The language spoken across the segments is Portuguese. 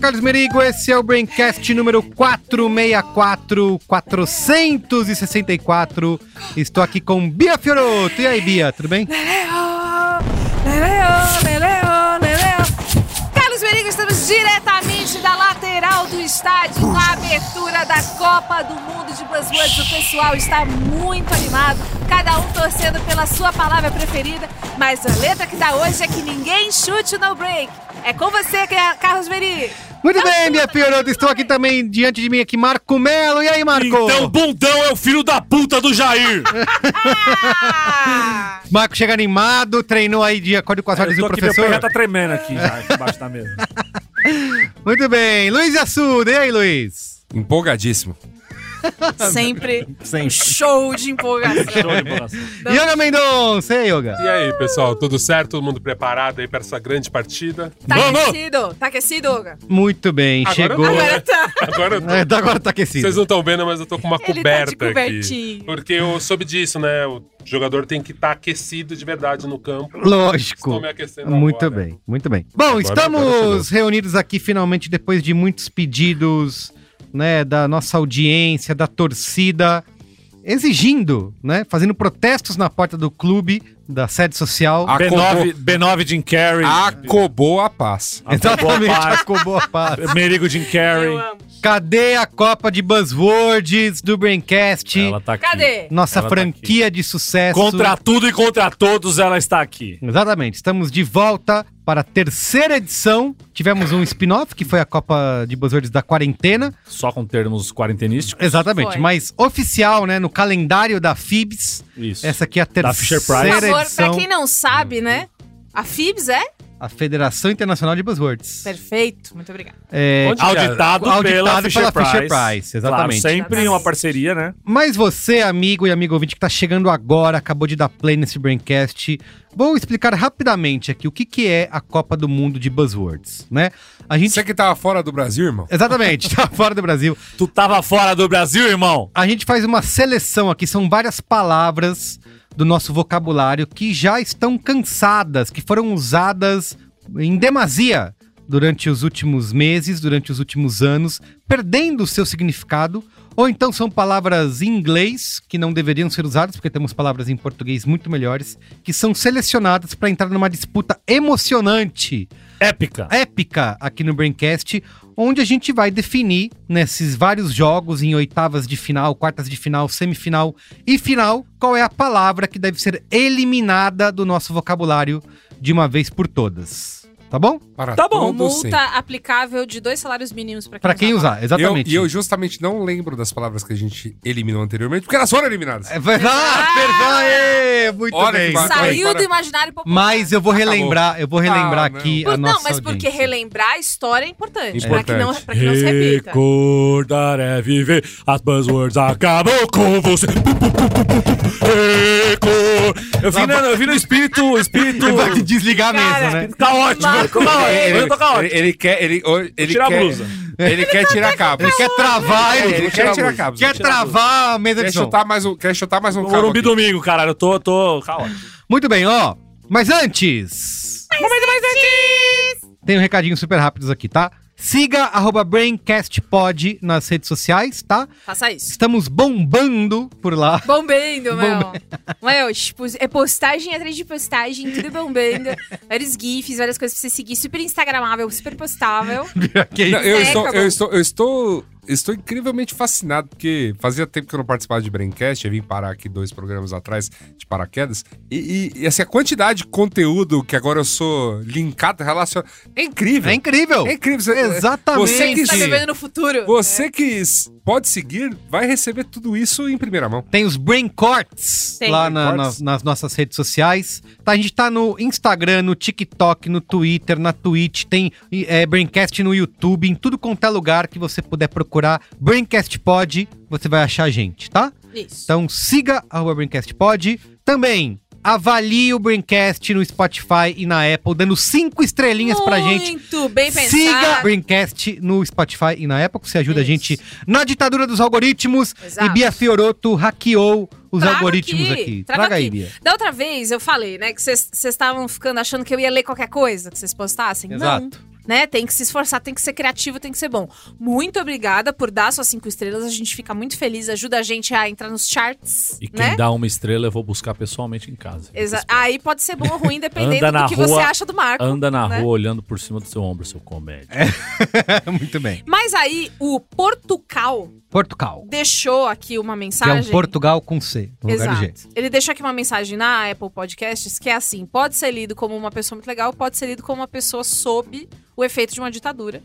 Carlos Merigo, esse é o Braincast número 464, 464. Estou aqui com Bia Fioroto. E aí, Bia, tudo bem? Leleo, leleo, leleo, leleo. Carlos Merigo, estamos diretamente da lateral do estádio, na abertura da Copa do Mundo de Buzzwords. O pessoal está muito animado, cada um torcendo pela sua palavra preferida. Mas a letra que dá hoje é que ninguém chute o no break. É com você, Carlos Merigo. Muito bem, minha Fiorota, estou aqui também diante de mim aqui, Marco Melo. E aí, Marco? Então, bundão é o filho da puta do Jair. Ah! Marco chega animado, treinou aí de acordo com É, as ordens do professor. Aqui, meu tá tremendo aqui já, embaixo da mesa. tá- Muito bem, Luiz Assuda. E aí, Luiz? Empolgadíssimo. Sempre, Sempre. show de empolgação. show de empolgação. Yoga Mendonça, e aí, Yoga? E aí, pessoal, tudo certo? Todo mundo preparado aí para essa grande partida? Tá Vamos! aquecido, tá aquecido, Yoga? Muito bem, Agora chegou. eu tô. Agora tá. Agora eu tô. É, agora tá aquecido. Vocês não estão vendo, mas eu tô com uma Ele tá de coberta aqui. cobertinho. Porque eu soube disso, né? O jogador tem que estar aquecido de verdade no campo. Lógico. Estou me aquecendo Muito agora. bem, muito bem. Bom, agora estamos chegou. reunidos aqui finalmente depois de muitos pedidos, né, da nossa audiência, da torcida, exigindo, né, fazendo protestos na porta do clube, da sede social. Ah, B9, B9 Jim Carrey. Tá Acobou a paz. Acabou Exatamente, a paz. acabou a paz. Merigo Jim Carrey. Cadê a Copa de Buzzwords do Braincast? Ela tá aqui. Cadê? nossa ela tá franquia de sucesso. Contra tudo e contra todos, ela está aqui. Exatamente, estamos de volta para a terceira edição. Tivemos um spin-off, que foi a Copa de Buzzwords da quarentena. Só com termos quarentenísticos. Exatamente, Foi. mas oficial, né, no calendário da FIBS. Isso. Essa aqui é a Da Fisher-Price. terceira Por favor, pra edição, quem não sabe, né? A FIBS é? a Federação Internacional de Buzzwords. Perfeito, muito obrigada. É, Onde que é? auditado, Auditado pela pela Fisher Price. Fisher-Price, exatamente. Claro, sempre uma parceria, né? Mas você, amigo e amigo ouvinte que está chegando agora, acabou de dar play nesse Braincast, vou explicar rapidamente aqui o que, que é a Copa do Mundo de Buzzwords, né? A gente... Você que tava fora do Brasil, irmão? Exatamente, tá fora do Brasil. Tu tava fora do Brasil, irmão? A gente faz uma seleção aqui, são várias palavras do nosso vocabulário que já estão cansadas, que foram usadas em demasia durante os últimos meses, durante os últimos anos, perdendo o seu significado. Ou então são palavras em inglês que não deveriam ser usadas, porque temos palavras em português muito melhores, que são selecionadas para entrar numa disputa emocionante Épica. épica aqui no Braincast, onde a gente vai definir nesses vários jogos em oitavas de final, quartas de final, semifinal e final, qual é a palavra que deve ser eliminada do nosso vocabulário de uma vez por todas. Tá bom? Para Tá bom, todo Multa sempre. aplicável de dois salários mínimos pra quem tá. Pra quem usar, Eu, exatamente. e eu justamente não lembro das palavras que a gente eliminou anteriormente, porque elas foram eliminadas. É verdade, Ah! verdade! é, Muito Olha que bem. bacana. Saiu Para- do imaginário popular. Mas eu vou relembrar, eu vou relembrar Ah, não. aqui a Por- nossa não, mas porque audiência. relembrar a história é importante. Pra que Importante. não, pra que não se repita. Recordar é viver, as buzzwords acabam com você. Pu, pu, pu, pu, pu, pu. Recor- Eu vi, na, eu vi no espírito, o espírito. Ele vai desligar Cara, mesmo, né? Tá ótimo, Marco, tá ótimo. Ele, Eu tô caótico. ele- ele quer. Ele, ele Tirar a quer, blusa. Ele quer tirar cabo. Ele quer travar, É, ele, ele quer, quer tirar cabo. quer travar a mesa de Quer som. chutar mais um, quer chutar mais um cabo. Morumbi aqui. domingo, caralho. Eu tô, tô tá caótico. Muito bem, ó. Mas antes. Tem um recadinho super rápidos aqui, tá? Siga arroba BraincastPod nas redes sociais, tá? Faça isso. Estamos bombando por lá. Bombando, Mel. Mel, tipo, é postagem atrás de postagem, tudo bombando. Vários GIFs, várias coisas pra você seguir. Super instagramável, super postável. Que Não, eu, É, estou, acabou. eu estou, eu estou estou incrivelmente fascinado, porque fazia tempo que eu não participava de Braincast, eu vim parar aqui dois programas atrás de paraquedas, e, e, e assim, a quantidade de conteúdo que agora eu sou linkado, relacionado, é incrível. É incrível. É incrível. Você, Exatamente. Você que, Tá vivendo no futuro. você que s- pode seguir, vai receber tudo isso em primeira mão. Tem os Brain Corts Tem. lá na- Brain Corts. na- nas nossas redes sociais. Tá, a gente tá no Instagram, no TikTok, no Twitter, na Twitch, tem eh, Braincast no YouTube, em tudo quanto é lugar que você puder procurar. Braincast Pod, você vai achar a gente, tá? Isso. Então siga arroba Braincast Pod. Também avalie o Braincast no Spotify e na Apple, dando cinco estrelinhas pra gente. Muito bem pensado. Siga o Braincast no Spotify e na Apple, que você ajuda a Isso. gente na ditadura dos algoritmos. Exato. E Bia Fiorotto hackeou os Trago algoritmos aqui. trago Traga aí, Bia. Da outra vez eu falei, né, que vocês vocês estavam ficando achando que eu ia ler qualquer coisa que vocês postassem. Não. Exato. Né? Tem que se esforçar, tem que ser criativo, tem que ser bom. Muito obrigada por dar suas cinco estrelas, a gente fica muito feliz, ajuda a gente a entrar nos charts, E quem né? dá uma estrela eu vou buscar pessoalmente em casa. Exa- Aí pode ser bom ou ruim, dependendo Anda na do que você rua, acha do Marco. Anda na né? rua olhando por cima do seu ombro, seu comédia. É. Muito bem. Mas aí o Portugal Portugal. deixou aqui uma Que é mensagem. um Portugal com C, no lugar do G. Tá, Exato. Ele deixou aqui uma mensagem na Apple Podcasts que é assim: pode ser lido como uma pessoa muito legal, pode ser lido como uma pessoa sob o efeito de uma ditadura.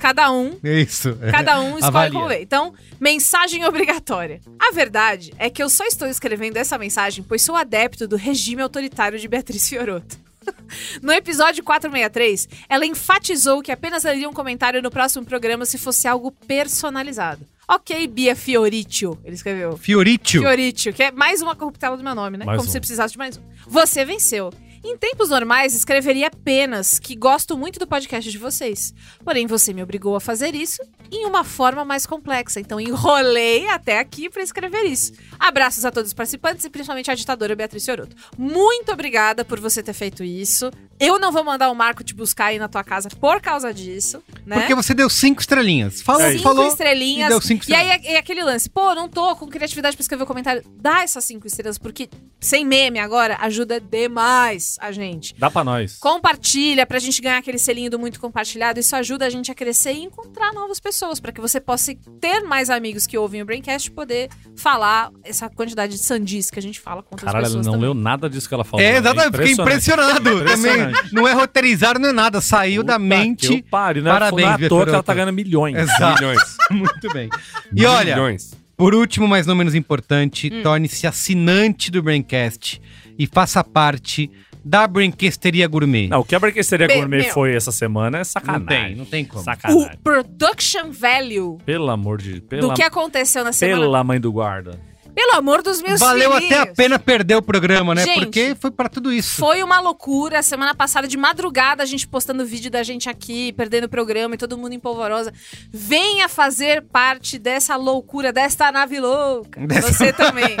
Cada um. É Isso. Cada um escolhe Avalia. como vê. Então, mensagem obrigatória. A verdade é que eu só estou escrevendo essa mensagem pois sou adepto do regime autoritário de Beatriz Fiorotto. No episódio 463, ela enfatizou que apenas leria um comentário no próximo programa se fosse algo personalizado. Ok, Bia Fioritio, ele escreveu. Fioritio. Fioritio, que é mais uma corruptela do meu nome, né? Mais Como um. se precisasse de mais um. Você venceu. Em tempos normais, escreveria apenas que gosto muito do podcast de vocês. Porém, você me obrigou a fazer isso em uma forma mais complexa. Então, enrolei até aqui pra escrever isso. Abraços a todos os participantes e principalmente à ditadora Beatriz Fiorotto. Muito obrigada por você ter feito isso. Eu não vou mandar o Marco te buscar aí na tua casa por causa disso, né? Porque você deu cinco estrelinhas. É Falou, cinco falou. estrelinhas. e deu cinco E aí é- é aquele lance, pô, não tô com criatividade pra escrever o comentário. Dá essas cinco estrelas, porque sem meme agora ajuda demais a gente. Dá pra nós. Compartilha pra gente ganhar aquele selinho do muito compartilhado. Isso ajuda a gente a crescer e encontrar novas pessoas, pra que você possa ter mais amigos que ouvem o Braincast e poder falar essa quantidade de sandice que a gente fala com outras Caralho, ela pessoas não também. leu nada disso que ela falou. É, né? exatamente. Fiquei impressionado. Também Impressionante. não é roteirizado, não é nada. Saiu da Puta que mente. eu pariu, né? Parabéns, Parabéns, à toa que ela tá Vitor. ganhando milhões. Exato. Milhões. Muito bem. E olha, Milhões. Por último, mas não menos importante, Hum. torne-se assinante do Braincast e faça parte da Braincasteria Gourmet. Não, o que a Barquesteria Meu, Gourmet meu. foi essa semana é sacanagem. não tem como. O Sacanagem. production value Pelo amor de... Pela, do que aconteceu na semana. pela mãe do guarda. Pelo amor dos meus Valeu filhinhos. até a pena perder o programa, né? Gente, Porque foi pra tudo isso. Foi uma loucura. Semana passada, de madrugada, a gente postando vídeo da gente aqui, perdendo o programa e todo mundo em polvorosa. Venha fazer parte dessa loucura, desta nave louca. Você também.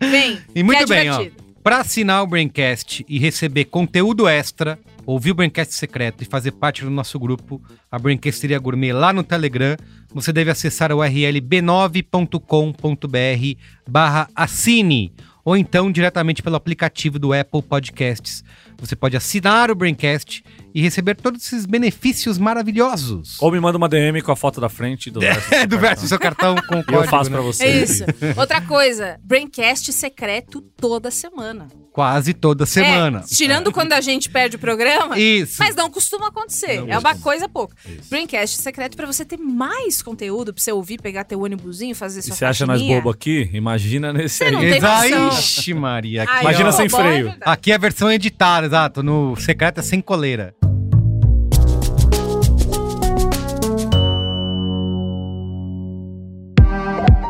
Vem. E muito que é bem, ó. divertido. Pra assinar o Braincast e receber conteúdo extra, ouvir o Braincast secreto e fazer parte do nosso grupo, a Braincasteria Gourmet, lá no Telegram, você deve acessar o URL b9.com.br barra assine, ou então diretamente pelo aplicativo do Apple Podcasts. Você pode assinar o Braincast e receber todos esses benefícios maravilhosos. Ou me manda uma DM com a foto da frente do verso. É, do verso do seu cartão com o E eu código, faço né? pra você. É isso. Outra coisa, Braincast secreto toda semana. Quase toda semana. É, tirando quando a gente perde o programa, Isso. Mas não costuma acontecer. é uma coisa pouca. Braincast secreto pra você ter mais conteúdo pra você ouvir, pegar teu ônibusinho, fazer E sua você acha nós faxininha. bobo aqui? Imagina nesse Você não aí. tem noção. Ixi, Maria. que Aí, Imagina ó, sem bom, é freio. verdade. Aqui é a versão editada, exato. No Secreta Sem Coleira.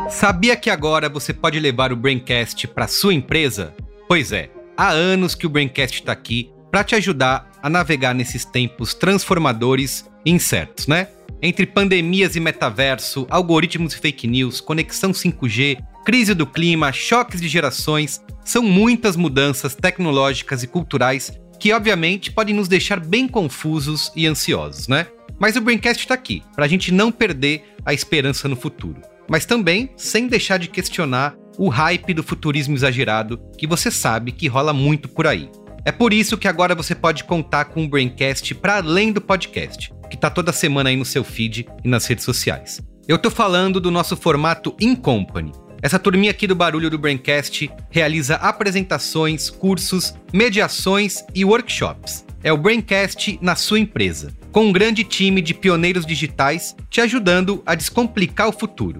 Sabia que agora você pode levar o Braincast para sua empresa? Pois é, há anos que o Braincast está aqui para te ajudar a navegar nesses tempos transformadores e incertos, né? Entre pandemias e metaverso, algoritmos e fake news, conexão 5G, crise do clima, choques de gerações, são muitas mudanças tecnológicas e culturais que, obviamente, podem nos deixar bem confusos e ansiosos, né? Mas o Braincast está aqui, para a gente não perder a esperança no futuro. Mas também sem deixar de questionar o hype do futurismo exagerado que você sabe que rola muito por aí. É por isso que agora você pode contar com o Braincast para além do podcast, que tá toda semana aí no seu feed e nas redes sociais. Eu tô falando do nosso formato In Company. Essa turminha aqui do Barulho do Braincast realiza apresentações, cursos, mediações e workshops. É o Braincast na sua empresa, com um grande time de pioneiros digitais te ajudando a descomplicar o futuro,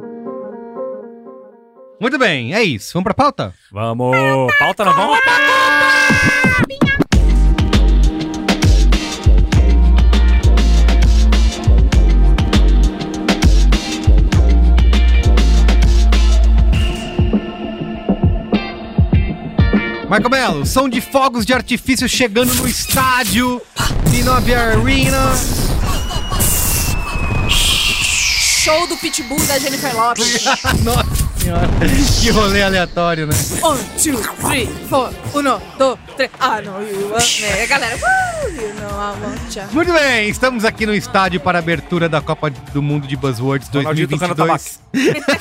Muito bem, é isso. Vamos para pauta? Vamos! Pauta não, vamos! Marco Melo, som de fogos de artifício chegando no estádio Minove Arena. Show do Pitbull da Jennifer Lopez. Nossa senhora, que rolê aleatório, né? One, two, three, four. Uno, dois, três. Ah, no, you want me. Galera, uh, you know I want ya. Muito bem, estamos aqui no estádio para a abertura da Copa do Mundo de Buzzwords Ronaldinho tocando 2022.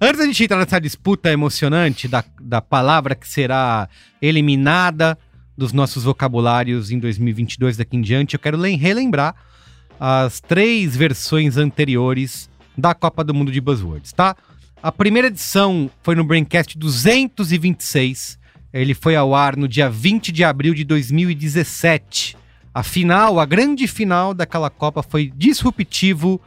Antes da gente entrar nessa disputa emocionante da, da palavra que será eliminada dos nossos vocabulários em 2022 daqui em diante, eu quero lem- relembrar as três versões anteriores da Copa do Mundo de Buzzwords, tá? A primeira edição foi no Braincast 226. Ele foi ao ar no dia 20 de abril de 2017. A final, a grande final daquela Copa foi disruptivo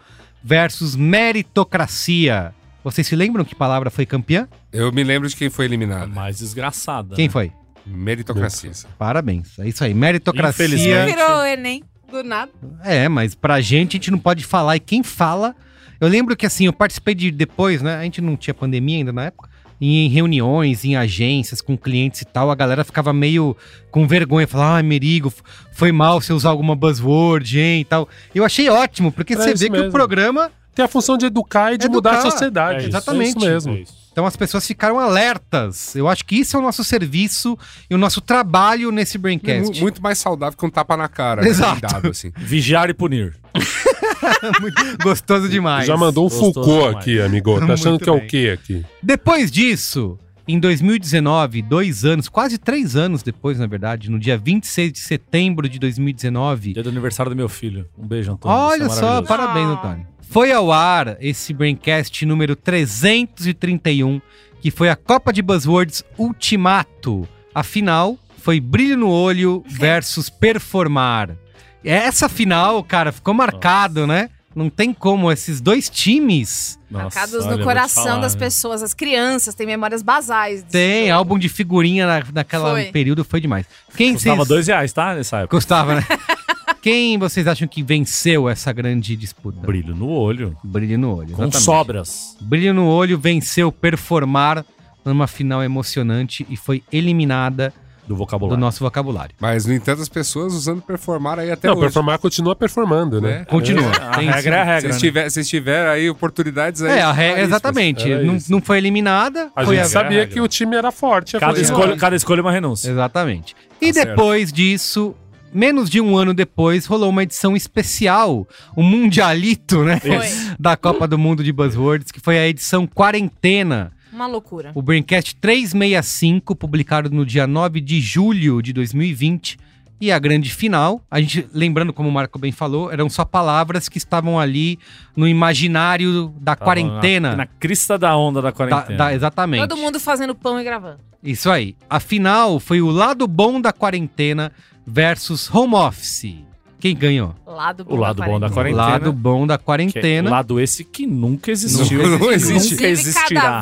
versus meritocracia. Vocês se lembram que palavra foi campeã? Eu me lembro de quem foi eliminado. Mais desgraçada. Quem né? foi? Meritocracia. Parabéns. É isso aí, meritocracia. Infelizmente. Virou o Enem. Do nada. É, mas pra gente a gente não pode falar. E quem fala. Eu lembro que assim, eu participei de depois, né? A gente não tinha pandemia ainda na época. E em reuniões, em agências, com clientes e tal, a galera ficava meio com vergonha. Falava, ai, Merigo, f- foi mal você usar alguma buzzword, hein? E tal. Eu achei ótimo, porque Era você isso vê que o mesmo. programa. Tem a função de educar e de Educar. mudar a É sociedade. isso, exatamente. É isso mesmo. É isso. Então as pessoas ficaram alertas. Eu acho que isso é o nosso serviço e o nosso trabalho nesse Braincast. Mu- Muito mais saudável que um tapa na cara. né? é Exato. Bem Dado, assim. Vigiar e punir. Muito gostoso demais. Já mandou um Gostoso Foucault demais. aqui, amigo. Tá achando Muito que é bem. o quê aqui? Depois disso, em 2019, dois anos, quase três anos depois, na verdade, no dia 26 de setembro de 2019, Dia do aniversário do meu filho. Um beijo, Antônio. Você é olha só, maravilhoso. parabéns, Ah. Antônio. Foi ao ar esse Braincast número 331, que foi a Copa de Buzzwords Ultimato. A final foi Brilho no Olho versus Performar. Essa final, cara, ficou marcado, né? Não tem como esses dois times Nossa, Marcados olha, no vou te coração falar, das né? pessoas. As crianças têm memórias basais. disso. Tem, álbum de figurinha na, naquela Foi. período foi demais. Quem Custava vocês... dois reais, tá? Nessa época. Gostava, né? Quem vocês acham que venceu essa grande disputa? Brilho no olho. Brilho no olho. Com exatamente. sobras. Brilho no olho venceu performar numa final emocionante e foi eliminada Do do vocabulário. nosso vocabulário. Mas, no entanto, as pessoas usando performar aí até não, Então, hoje. performar continua performando, né? né? Continua. A Tem regra é a Se regra. vocês né? tiver- se tiverem aí oportunidades aí. É, a falar regra, isso, assim. exatamente. é era Não, isso. não foi eliminada. A foi gente a- sabia Caralho. que o time era forte. Cada foi- escolha, cada escolha é uma renúncia. Exatamente. E certo. depois disso, menos de um ano depois, rolou uma edição especial, o Mundialito, né? Foi. da Copa do Mundo de Buzzwords, que foi a edição quarentena. Uma loucura. O Braincast 365, publicado no dia 9 de julho de 2020. E a grande final, a gente, lembrando como o Marco bem falou, eram só palavras que estavam ali no imaginário da Tava quarentena. Na, na crista da onda da Da- quarentena. da- exatamente. Todo mundo fazendo pão e gravando. Isso aí. A final foi o lado bom da quarentena versus home office. Quem ganhou? Lado bom O lado bom da O quarentena. lado bom da Que é quarentena. lado esse que nunca existiu. Não- não existe. Nunca Inclusive, cada existirá.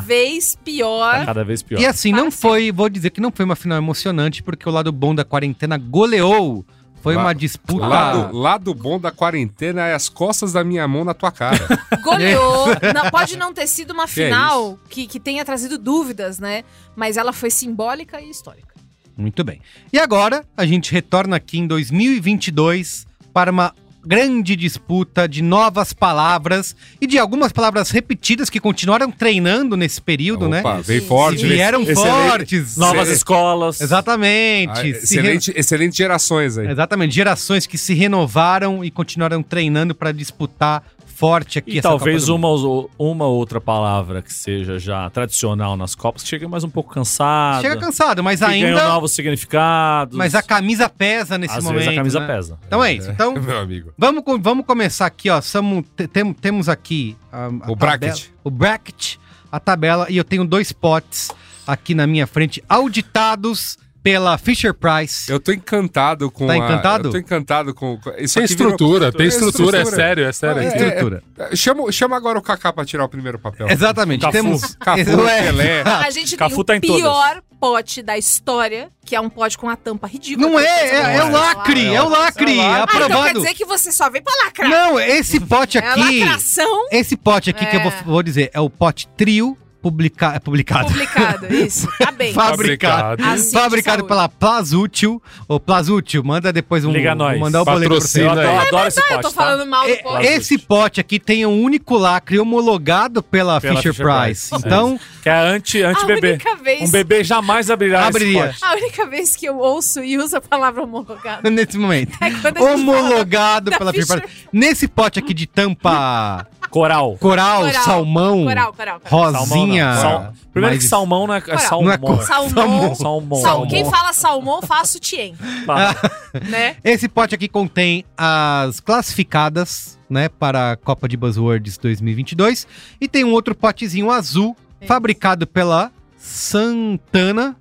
vez Tá pior. cada vez pior. E assim, não Fácil. foi, vou dizer que não foi uma final emocionante, porque o lado bom da quarentena goleou. Foi Lá- uma disputa. Lado, lado bom da quarentena é as costas da minha mão na tua cara. Goleou. Não- pode não ter sido uma Que é final que, que tenha trazido dúvidas, né? Mas ela foi simbólica e histórica. Muito bem. E agora, a gente retorna aqui em 2022 para uma grande disputa de novas palavras e de algumas palavras repetidas que continuaram treinando nesse período, né? Opa, vem forte. Se vem- vieram excelente- fortes. Novas Sim. escolas. Exatamente. Ah, Se re- excelente, excelente gerações aí. Exatamente, gerações que se renovaram e continuaram treinando para disputar forte aqui E essa é talvez Copa do Mundo. uma, ou- uma outra palavra que seja já tradicional nas Copas, que chega mais um pouco cansada. Chega cansado, mas que ganhou ainda. novos significados. Mas a camisa pesa nesse Às momento. vezes a camisa né? pesa. Então é isso. Então Meu amigo. vamos, com- vamos começar aqui, ó. Samu, te- tem- temos aqui a- a tabela- bracket. O bracket, a tabela, e eu tenho dois potes aqui na minha frente, auditados pela Fisher Price. Eu tô encantado com Tá a- encantado? eu tô encantado com... com- Isso Tem aqui virou- estrutura, tem estrutura, é sério, é sério. né? É, É, é, Chama, chama agora o Kaká pra tirar o primeiro papel. Exatamente. Cafu. Temos. É, Cafu, Ué, Pelé. É. A gente Cafu tá tem em o pior pote da história, que é um pote com a tampa ridícula. Não é, é, é o o lacre, é o lacre, É o Ah, lacre. então quer aprovado. dizer que você só vem pra lacrar. Não, esse pote é aqui. lacração Esse pote aqui que eu vou, É. vou dizer é o pote trio publica- é publicado. publicada. Isso, tá bem. Fabricado. Assim de Fabricado saúde. pela Plazútil. Ô, Plazútil, manda depois um. Liga nós. Mandar o boleto pra você. Eu Patrocina. adoro, Vai adoro esse pote, Ah, Eu tô tá? falando mal do pote. E- Esse pote aqui tem um único lacre homologado pela, Pela Fisher, Fisher Price. Price. Então, Que é anti, A anti-bebê. única vez. Um bebê jamais abrirá Abriria. esse pote. A única vez que eu ouço e uso a palavra homologado. nesse momento. É quando a gente Homologado da pela Fisher Fisher Price. Nesse pote aqui de tampa Coral. coral, Coral, salmão, coral, coral, coral. Salmão, rosinha. não. Sal- Primeiro mais- que salmão não é, é Coral. salmão. Não é cor- Salmão. Salmão. Sal- Quem fala salmão, faço tien, Ah, Tá. né? Esse pote aqui contém as classificadas, né, para a Copa de Buzzwords 2022 e tem um outro potezinho azul Isso. fabricado pela Santana,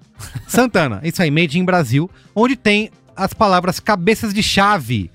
Santana, isso aí, made in Brasil, onde tem as palavras cabeças de chave.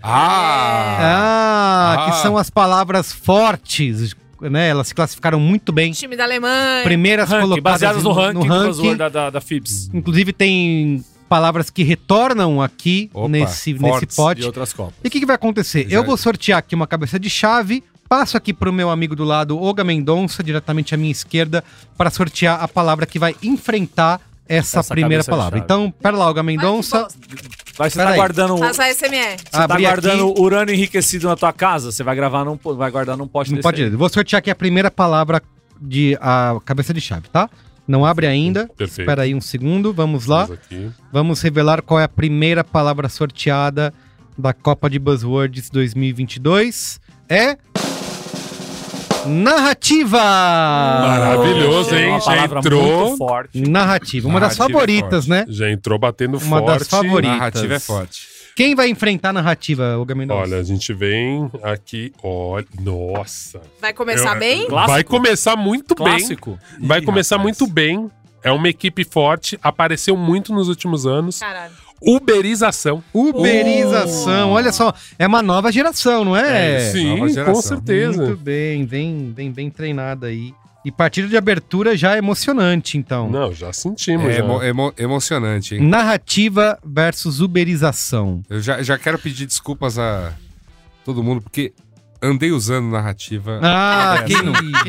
Ah! Ah, Ah. que são as palavras fortes, né? Elas se classificaram muito bem. Time da Alemanha. Primeiras Ranking, colocadas baseadas no ranking, do ranking. Buzzword da, da, da Phibs. Inclusive tem palavras que retornam aqui Opa, nesse, nesse fortes pote. E outras copas. E o que, que vai acontecer? Já- Eu vou sortear aqui uma cabeça de chave, passo aqui pro meu amigo do lado, Olga Mendonça, diretamente à minha esquerda, para sortear a palavra que vai enfrentar essa, Essa primeira cabeça de palavra. chave. Então, pera lá, Olga Mendonça. Vai, você Pera tá aí. guardando... Passa a SMR. Você tá abrir guardando aqui. urânio enriquecido na tua casa, você vai gravar num, po- vai guardar num pote Não desse pode aí. direito. Vou sortear aqui a primeira palavra de a cabeça de chave, tá? Não abre ainda. Perfeito. Espera aí um segundo, vamos lá. Vamos aqui. Vamos revelar qual é a primeira palavra sorteada da Copa de Buzzwords 2022. É. Narrativa! Maravilhoso, É hein? uma Já palavra entrou. muito forte. Narrativa, uma das Narrativa é favoritas, né? Já entrou batendo Uma forte. das favoritas. Narrativa é forte. Quem vai enfrentar a narrativa, Olga Mendonça? Olha, a gente vem aqui, olha, nossa. Vai começar Eu- bem? Clássico. Vai começar muito bem. Clássico. Vai Ih, começar rapaz. muito bem. É uma equipe forte, apareceu muito nos últimos anos. Caralho. Uberização. Uberização, olha só, é uma nova geração, não é? Sim, nova geração. Oh. com certeza. Muito bem, bem, bem, bem treinada aí. E partida de abertura já é emocionante, então. Não, já sentimos. né? É já. emo- emo- emocionante, hein? Narrativa versus uberização. Eu já, já quero pedir desculpas a todo mundo, porque andei usando narrativa. É. Ah, quem quem nunca?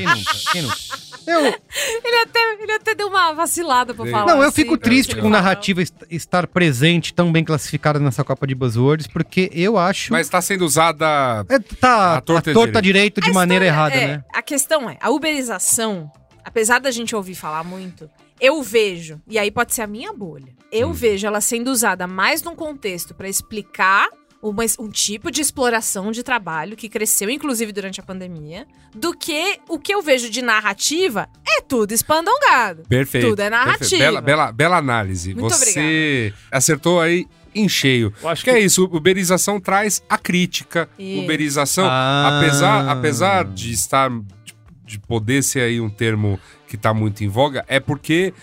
Quem nunca? Eu, Ele até, ele até deu uma vacilada pra Sim. falar. não, eu assim. fico triste Ele com fala, narrativa est- estar presente, tão bem classificada nessa Copa de Buzzwords, porque eu acho. Mas tá sendo usada. É, tá A a torta torta, é direito de A maneira história errada, é, né? A questão é, a uberização, apesar da gente ouvir falar muito, eu vejo, e aí pode ser a minha bolha, eu vejo ela sendo usada mais num contexto pra explicar uma es- um tipo de exploração de trabalho que cresceu, inclusive, durante a pandemia, do que o que eu vejo de narrativa é tudo espandongado. Perfeito. Tudo é perfeito. narrativa. Bela, bela, bela análise. Muito Você acertou aí em cheio. Eu acho Que é isso, uberização traz a crítica. Isso. Uberização, Ah. Então, apesar, apesar de estar de- de poder ser aí um termo que tá muito em voga, é porque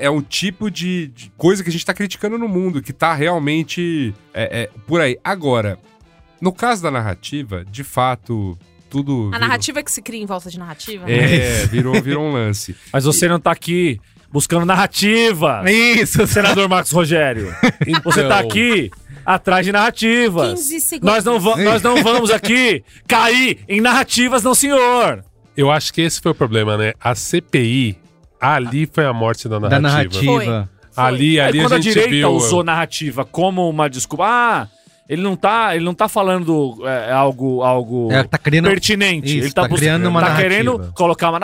é um tipo de, de coisa que a gente tá criticando no mundo, que tá realmente é, é, por aí. Agora, no caso da narrativa, de fato, tudo. A virou- narrativa que se cria em volta de narrativa. né? É, virou, virou um lance. Mas você não tá aqui buscando narrativa, Isso, senador Marcos Rogério. Você tá Então. aqui atrás de narrativas. 15 segundos. Nós não, va- nós não vamos aqui cair em narrativas, não, senhor. Eu acho que esse foi o problema, né? A CPI, ali foi a morte da é da narrativa. narrativa. Foi. Ali, É, ali a quando a, gente direita viu. é, usou narrativa como uma desculpa. Ah, Ele não tá, ele não tá falando é, algo, algo É, tá criando- pertinente. Isso, ele tá, tá bus- criando uma tá narrativa. querendo colocar uma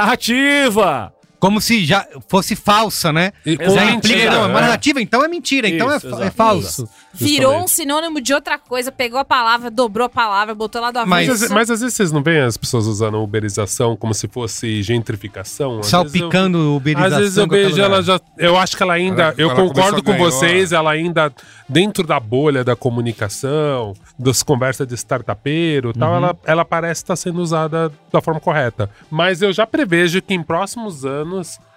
narrativa. Como se já fosse falsa, né? E Já com Exato. implica, mentira, não, é uma né? narrativa, então é mentira, então é, Isso, fa- é exato. falso. Virou um sinônimo de outra coisa, pegou a palavra, dobrou a palavra, botou lá do avesso. Mas- Mas, às- mas às vezes vocês não veem as pessoas usando uberização como se fosse gentrificação? Às vezes Salpicando o eu- Às uberização. vezes eu em qualquer vejo lugar. ela já. Eu acho que ela ainda. Ela- eu ela concordo com começou a ganhar. vocês, ela ainda, dentro da bolha da comunicação, das conversas de startupeiro e tal, Uhum. ela, ela parece estar sendo usada da forma correta. Mas eu já prevejo que em próximos anos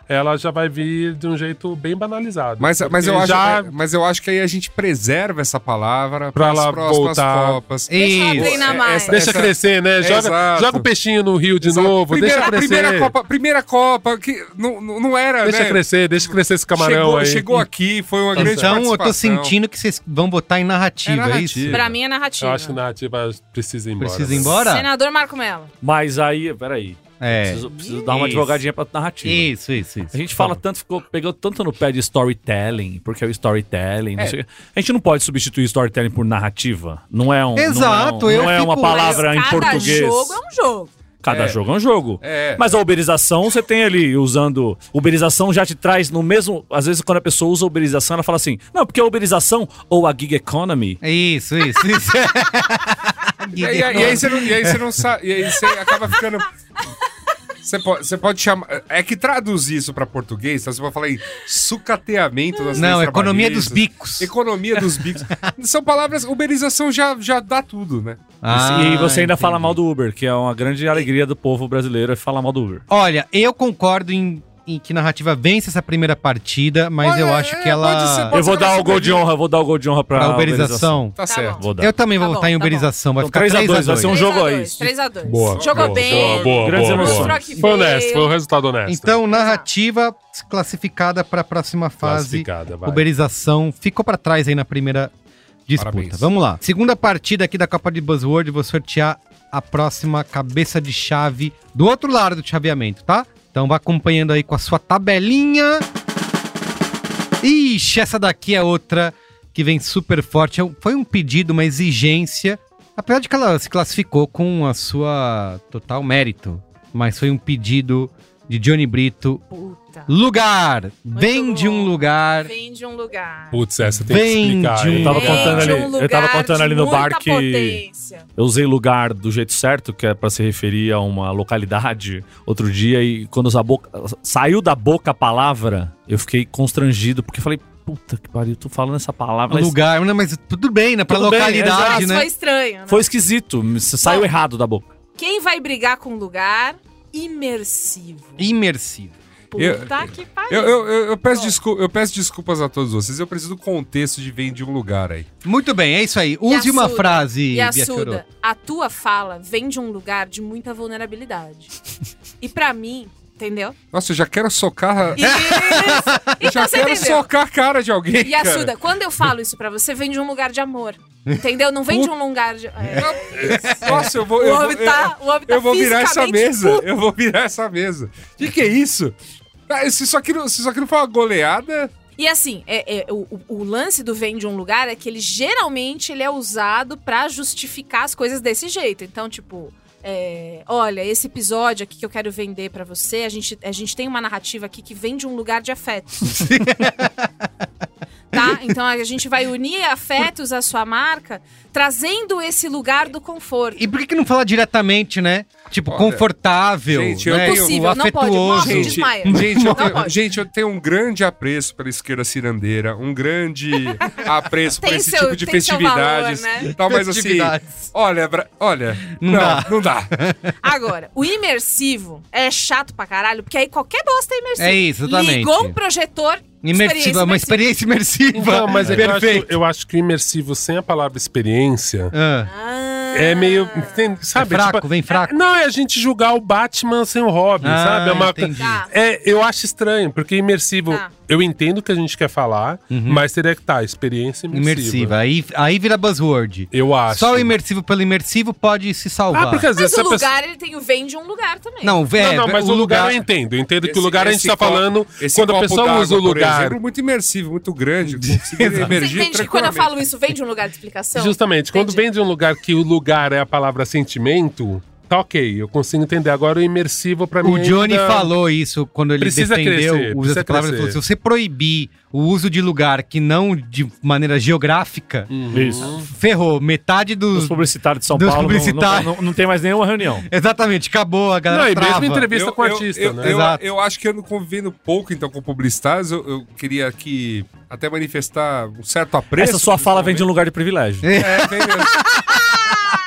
ela já vai vir de um jeito bem banalizado. Mas, mas, eu Porque acho, já- é, mas eu acho que aí a gente preserva essa palavra Pra pras ela próximas voltar. Copas. Deixa ela Isso. treinar É, mais. essa- Deixa crescer, né? Joga, Exato. joga o peixinho no rio de Exato. novo, primeira, deixa crescer. Primeira Copa, primeira Copa que não, não não era, Deixa né? crescer, deixa crescer esse camarão chegou, aí. chegou aqui, foi uma grande Então eu tô participação. sentindo que vocês vão botar em narrativa, é, É narrativa. isso? Pra mim é narrativa. Eu acho que narrativa precisa ir embora. Precisa ir é. embora? Senador Marco Melo. Mas aí, peraí, É. preciso, preciso dar uma Isso. advogadinha pra narrativa. Isso, isso, isso. A gente fala tanto, ficou, pegou tanto no pé de storytelling, porque é o storytelling. não sei o quê. a gente não pode substituir storytelling por narrativa. Não é um. não é um- Exato, Não é, eu uma fico- palavra Mas em português. Cada jogo é um jogo. Cada jogo é um jogo. É. Mas a uberização você tem ali usando. Uberização já te traz no mesmo. Às vezes, quando a pessoa usa uberização, ela fala assim: não, porque a uberização ou a gig economy. Isso, isso, isso. E, aí- e aí você não, e aí você não sabe, e aí você acaba ficando... Você po- você pode, chamar... É que traduzir isso pra português, tá? você pode falar em sucateamento das Não, leis economia dos trabalhistas, bicos. Economia dos bicos. São palavras... Uberização já, já dá tudo, né? Ah, e você ainda entendi. fala mal do Uber, que é uma grande alegria do povo brasileiro é falar mal do Uber. Olha, eu concordo em, em que narrativa vence essa primeira partida, mas Olha, eu acho é, que ela. pode ser- pode Eu vou ser que dar ela o gol de sobreviva. honra, vou dar o gol de honra pra, Pra uberização. Tá Tá certo. bom. Vou dar. Eu também vou Tá bom, votar em tá bom. uberização. Vai Ah, ficar Então, 3 a 3 2, vai a ser um 2. jogo a isso. 3x2. Jogou boa, bem. Boa, boa, Grandes boa, emoções. boa. Troque Foi honesto, feio. foi um resultado honesto. Então, narrativa classificada para a próxima fase. Classificada, vai. Uberização ficou para trás aí na primeira disputa. Parabéns. Vamos lá. Segunda partida aqui da Copa de Buzzword, vou sortear a próxima cabeça de chave do outro lado do chaveamento, tá? Então vá acompanhando aí com a sua tabelinha. Ixi, essa daqui é outra que vem super forte. É um- Foi um pedido, uma exigência. Apesar de que ela se classificou com a sua total mérito. Mas foi um pedido de Johnny Brito. Puta. Lugar! Vem bom. de um lugar. Vem de um lugar. Putz, essa tem que Vem explicar. de um- hein? Eu tava Vem contando de ali- um eu lugar tava contando de ali no muita bar que- potência. Eu usei lugar do jeito certo, que é pra se referir a uma localidade outro dia, e quando a boca- saiu da boca a palavra, eu fiquei constrangido, porque eu falei, puta que pariu, tô falando essa Ah, palavra. mas Lugar, não, mas tudo bem, né? Pra Tudo bem, localidade, Mas né? foi estranho, né? Ah, Foi esquisito, me- saiu errado da boca. Quem vai brigar com um lugar imersivo? Imersivo. Puta Eu- que pariu. Eu, eu- eu- eu peço desculpa, eu peço desculpas a todos vocês. Eu preciso do contexto de vem de um lugar aí. Muito bem, é isso aí. Use uma assuda, frase, E a Bia Suda, Fiorotto. a tua fala vem de um lugar de muita vulnerabilidade. e pra mim, entendeu? Nossa, eu já quero socar. E- Eu então já você quero entendeu. socar a cara de alguém. E a cara. Suda, quando eu falo isso pra você, vem de um lugar de amor. Entendeu? Não vem de um lugar de. é. Nossa, eu vou. O Eu homem vou, tá. O homem tá eu vou virar essa fisicamente mesa. puto. Eu vou virar essa mesa. O que, que é isso? Ah, Se isso, aqui não, se isso aqui não foi uma goleada. E assim, é, é, o, o- o lance do vem de um lugar é que ele geralmente ele é usado pra justificar as coisas desse jeito. Então, tipo, é, olha, esse episódio aqui que eu quero vender pra você, a gente, a gente tem uma narrativa aqui que vem de um lugar de afetos. tá? Então a gente vai unir afetos à sua marca, trazendo esse lugar do conforto. E por que que não falar diretamente, né? Tipo, Olha, confortável, gente, eu né? tenho- Impossível, o não pode. afetuoso. Nossa, Gente, desmaia. Gente eu, Não tenho, pode. gente, eu tenho um grande apreço pela esquerda cirandeira, um grande apreço por Tem esse seu- tipo de tem seu valor, festividades. né? e tal, mas assim, Festividades. olha, Bra- olha, Não não, dá. não dá. Agora, o imersivo é chato pra caralho, porque aí qualquer bosta é imersivo. É isso, exatamente. Ligou um projetor, Imersiva, uma experiência imersiva. Não, mas é que eu acho, Perfeito. eu acho que o imersivo sem a palavra experiência, Ah, Ah, é meio. tem- sabe? fraco, vem fraco. é- não, é a gente julgar o Batman sem o Robin, Ah, sabe? É uma, entendi. Tá. é, eu acho estranho, porque imersivo. Tá. Eu entendo o que a gente quer falar, mas teria que estar experiência imersiva. Uhum. Imersiva. Aí, aí vira buzzword. Eu acho. Só o imersivo pelo imersivo pode se salvar. Ah, porque às Mas vezes o essa pessoa- lugar, ele tem o vem de um lugar também. Não, é, Não, velho, não, mas o lugar, eu entendo. Eu entendo que Esse- o lugar a gente esse tá copo- falando. esse Quando a copo pessoa d'água, usa o por lugar. exemplo, muito imersivo, muito grande. eu consigo Você emergir entende que quando eu tranquilamente. falo isso, vem de um lugar de explicação? Então, Justamente, quando Entendi. vem de um lugar que o lugar é a palavra sentimento, tá ok, eu consigo entender. Agora o imersivo pra mim. O Johnny ainda- falou isso quando ele Precisa defendeu o crescer, uso precisa dessa palavra. Ele crescer. falou, se você proibir o uso de lugar que não de maneira geográfica, Uhum. Isso. ferrou. Metade dos. Os publicitários de São Dos Paulo não- publicitários. Não, não, não tem mais nenhuma reunião. Exatamente, acabou, a galera. Não, e trava. mesmo entrevista com o artista, eu, né? eu- Exato. eu acho que eu ando convivendo pouco, então, com publicitários. Eu, eu queria aqui até manifestar um certo apreço. Essa sua fala vem de um lugar de privilégio. É, vem mesmo.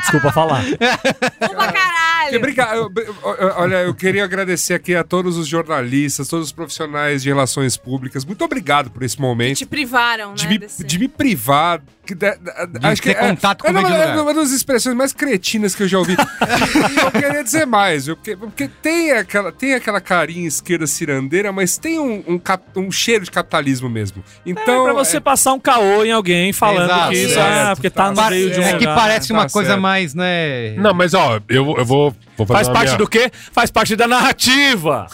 Desculpa falar. Bom pra caralho. Porque, é brinca- eu- eu- olha, eu queria agradecer aqui a todos os jornalistas, todos os profissionais de relações públicas. Muito obrigado por esse momento. Te privaram, de né? me, desse- de me privar. Que, da- da- ter contato com é, o não, meio de é lugar. uma das expressões mais cretinas que eu já ouvi. E eu queria dizer mais, viu? porque, porque tem, aquela, tem aquela carinha esquerda cirandeira, mas tem um, um, cap- um cheiro de capitalismo mesmo. Então. Então, pra você é, passar um caô em alguém falando Exato, que isso certo, ah, porque tá, no tá meio de um É certo. que lugar. parece tá uma coisa certo. mais, né? Não, mas ó, eu, eu vou, vou fazer Faz uma parte minha- do quê? Faz parte da narrativa.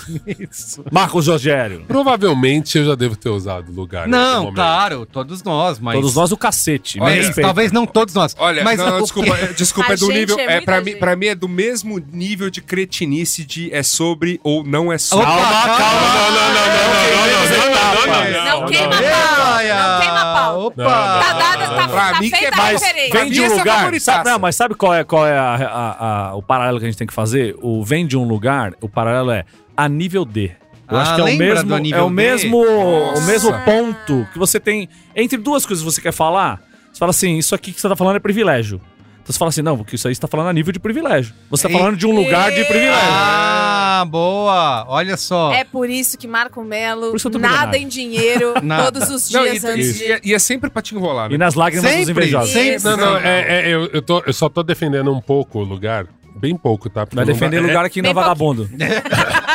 Marcos Rogério. Provavelmente eu já devo ter usado o lugar. em algum Não, tá. momento. claro, todos nós, mas. Todos nós o cacete. me Olha, respeita. talvez não todos nós. Olha, mas não, não, o desculpa, quê? é, desculpa, A é do gente nível. é É, muita pra, mim, gente. pra mim é do mesmo nível de cretinice de é sobre ou não é sobre. Opa, calma, Não, não, não, não, não, não, não, não, não, não, Não não, queima não. a pau. Não Olha, queima a pau. Opa! Tá dada, tá, Pra tá mim que é feita a mais- referência. Pra Vem de mim, um essa é a lugar. favoritaça. Sabe, não, mas sabe qual é, qual é a- a- a- o paralelo que a gente tem que fazer? O vem de um lugar, o paralelo é a nível D. Eu Ah, acho que é o lembra mesmo, do a nível é o D? mesmo, o Nossa. mesmo ponto que você tem entre duas coisas que você quer falar. Você fala assim, isso aqui que você tá falando é privilégio. Então você fala assim, não, porque isso aí você tá falando a nível de privilégio. Você tá Ei. falando de um lugar de privilégio. Ah, boa! Olha só. É por isso que Marco Melo Por isso eu tô nada milionário. em dinheiro Nada. todos os Não, dias e, antes e- de. e- e é sempre pra te enrolar, E né? nas lágrimas dos Sempre, invejosos. sempre. Não, não, é, é, eu, eu, tô, eu só tô defendendo um pouco o lugar. Bem pouco, tá? Porque Vai não defender dá- lugar que não é Bem vagabundo.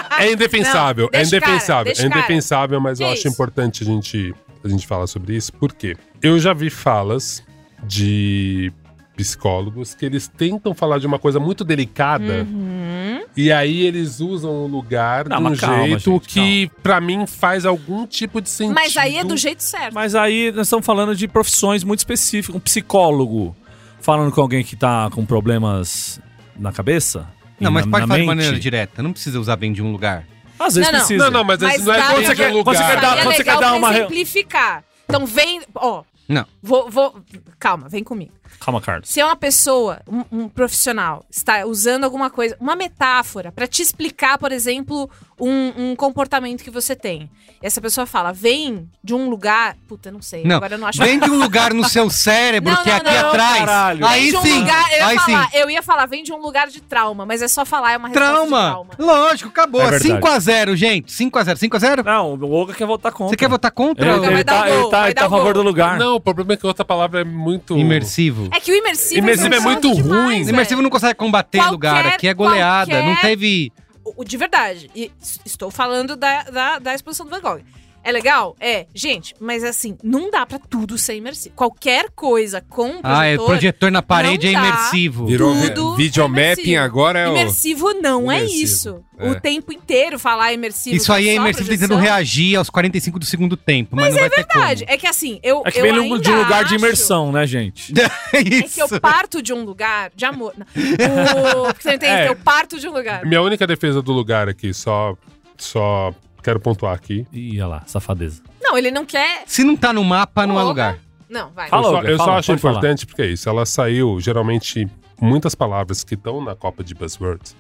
Ah, É, é indefensável, Não, é deixa o cara, indefensável, deixa é o cara. indefensável, mas eu Que acho isso? importante a gente, a gente falar sobre isso, porque eu já vi falas de psicólogos que eles tentam falar de uma coisa muito delicada Uhum. e aí eles usam o lugar Não, de um mas calma, jeito gente, que pra mim faz algum tipo de sentido. Mas aí é do jeito certo. Mas aí nós estamos falando de profissões muito específicas. Um psicólogo falando com alguém que tá com problemas na cabeça. e Não, mas na- pode na falar de mente. maneira direta. Não precisa usar bem de um lugar. Às vezes Não, não. precisa. Não, não, mas, isso não dá é pra- quando você quer, quando você lugar. quer dar- Mas é quando você quer legal dar pra uma re- exemplificar. Então vem, ó, Não. vou, vou, calma, vem comigo. Calma, Carlos. Se é uma pessoa, um, um profissional, está usando alguma coisa, uma metáfora, pra te explicar, por exemplo, um, um comportamento que você tem. E essa pessoa fala, vem de um lugar. Puta, eu não sei. Não. Agora eu não acho. Vem de um lugar no seu cérebro Não, que é não, aqui não, atrás. caralho. Aí de um sim. lugar. Eu ia, Aí falar, sim. eu ia falar, vem de um lugar de trauma, mas é só falar, é uma resposta de Trauma. trauma. Lógico, acabou. É verdade. 5x0, gente. 5x0. 5x0? Não, o Olga quer votar contra. Você quer votar contra? Ele, Olga, ele vai dar tá, o gol, ele tá, vai ele tá dar a o favor do gol. lugar. Não, o problema é que outra palavra é muito... Imersivo. É que o imersivo. Imersivo é muito impressionante ruim. demais, Imersivo velho. não consegue combater Qualquer- lugar. Aqui é goleada. Não qualquer- teve. O- o de verdade. E s- estou falando da, da, da exposição do Van Gogh. É legal? É. Gente, mas assim, não dá pra tudo ser imersivo. Qualquer coisa com projetor... Ah, é projetor na parede é dá. imersivo. Virou vi- Tudo videomapping, imersivo. agora é o. Imersivo não é Imersivo, isso. é. O tempo inteiro falar imersivo. Isso aí que é só imersivo projeção. tentando reagir aos 45 do segundo tempo. Mas, não vai ter Verdade. É que assim, eu. É que eu vem num- ainda de um lugar de acho- imersão, né, gente? Como. É que Isso. eu parto de um lugar de amor. Não. O... Porque você entende? É. Eu parto de um lugar. Minha única defesa do lugar aqui, só... Só quero pontuar aqui. Ih, olha lá, safadeza. Não, ele não quer. Se não tá no mapa, não é Olga. lugar. Não, vai. Fala, eu só, Olga, eu só fala, acho pode falar. importante porque é isso. Ela saiu, geralmente, muitas palavras que estão na Copa de Buzzwords,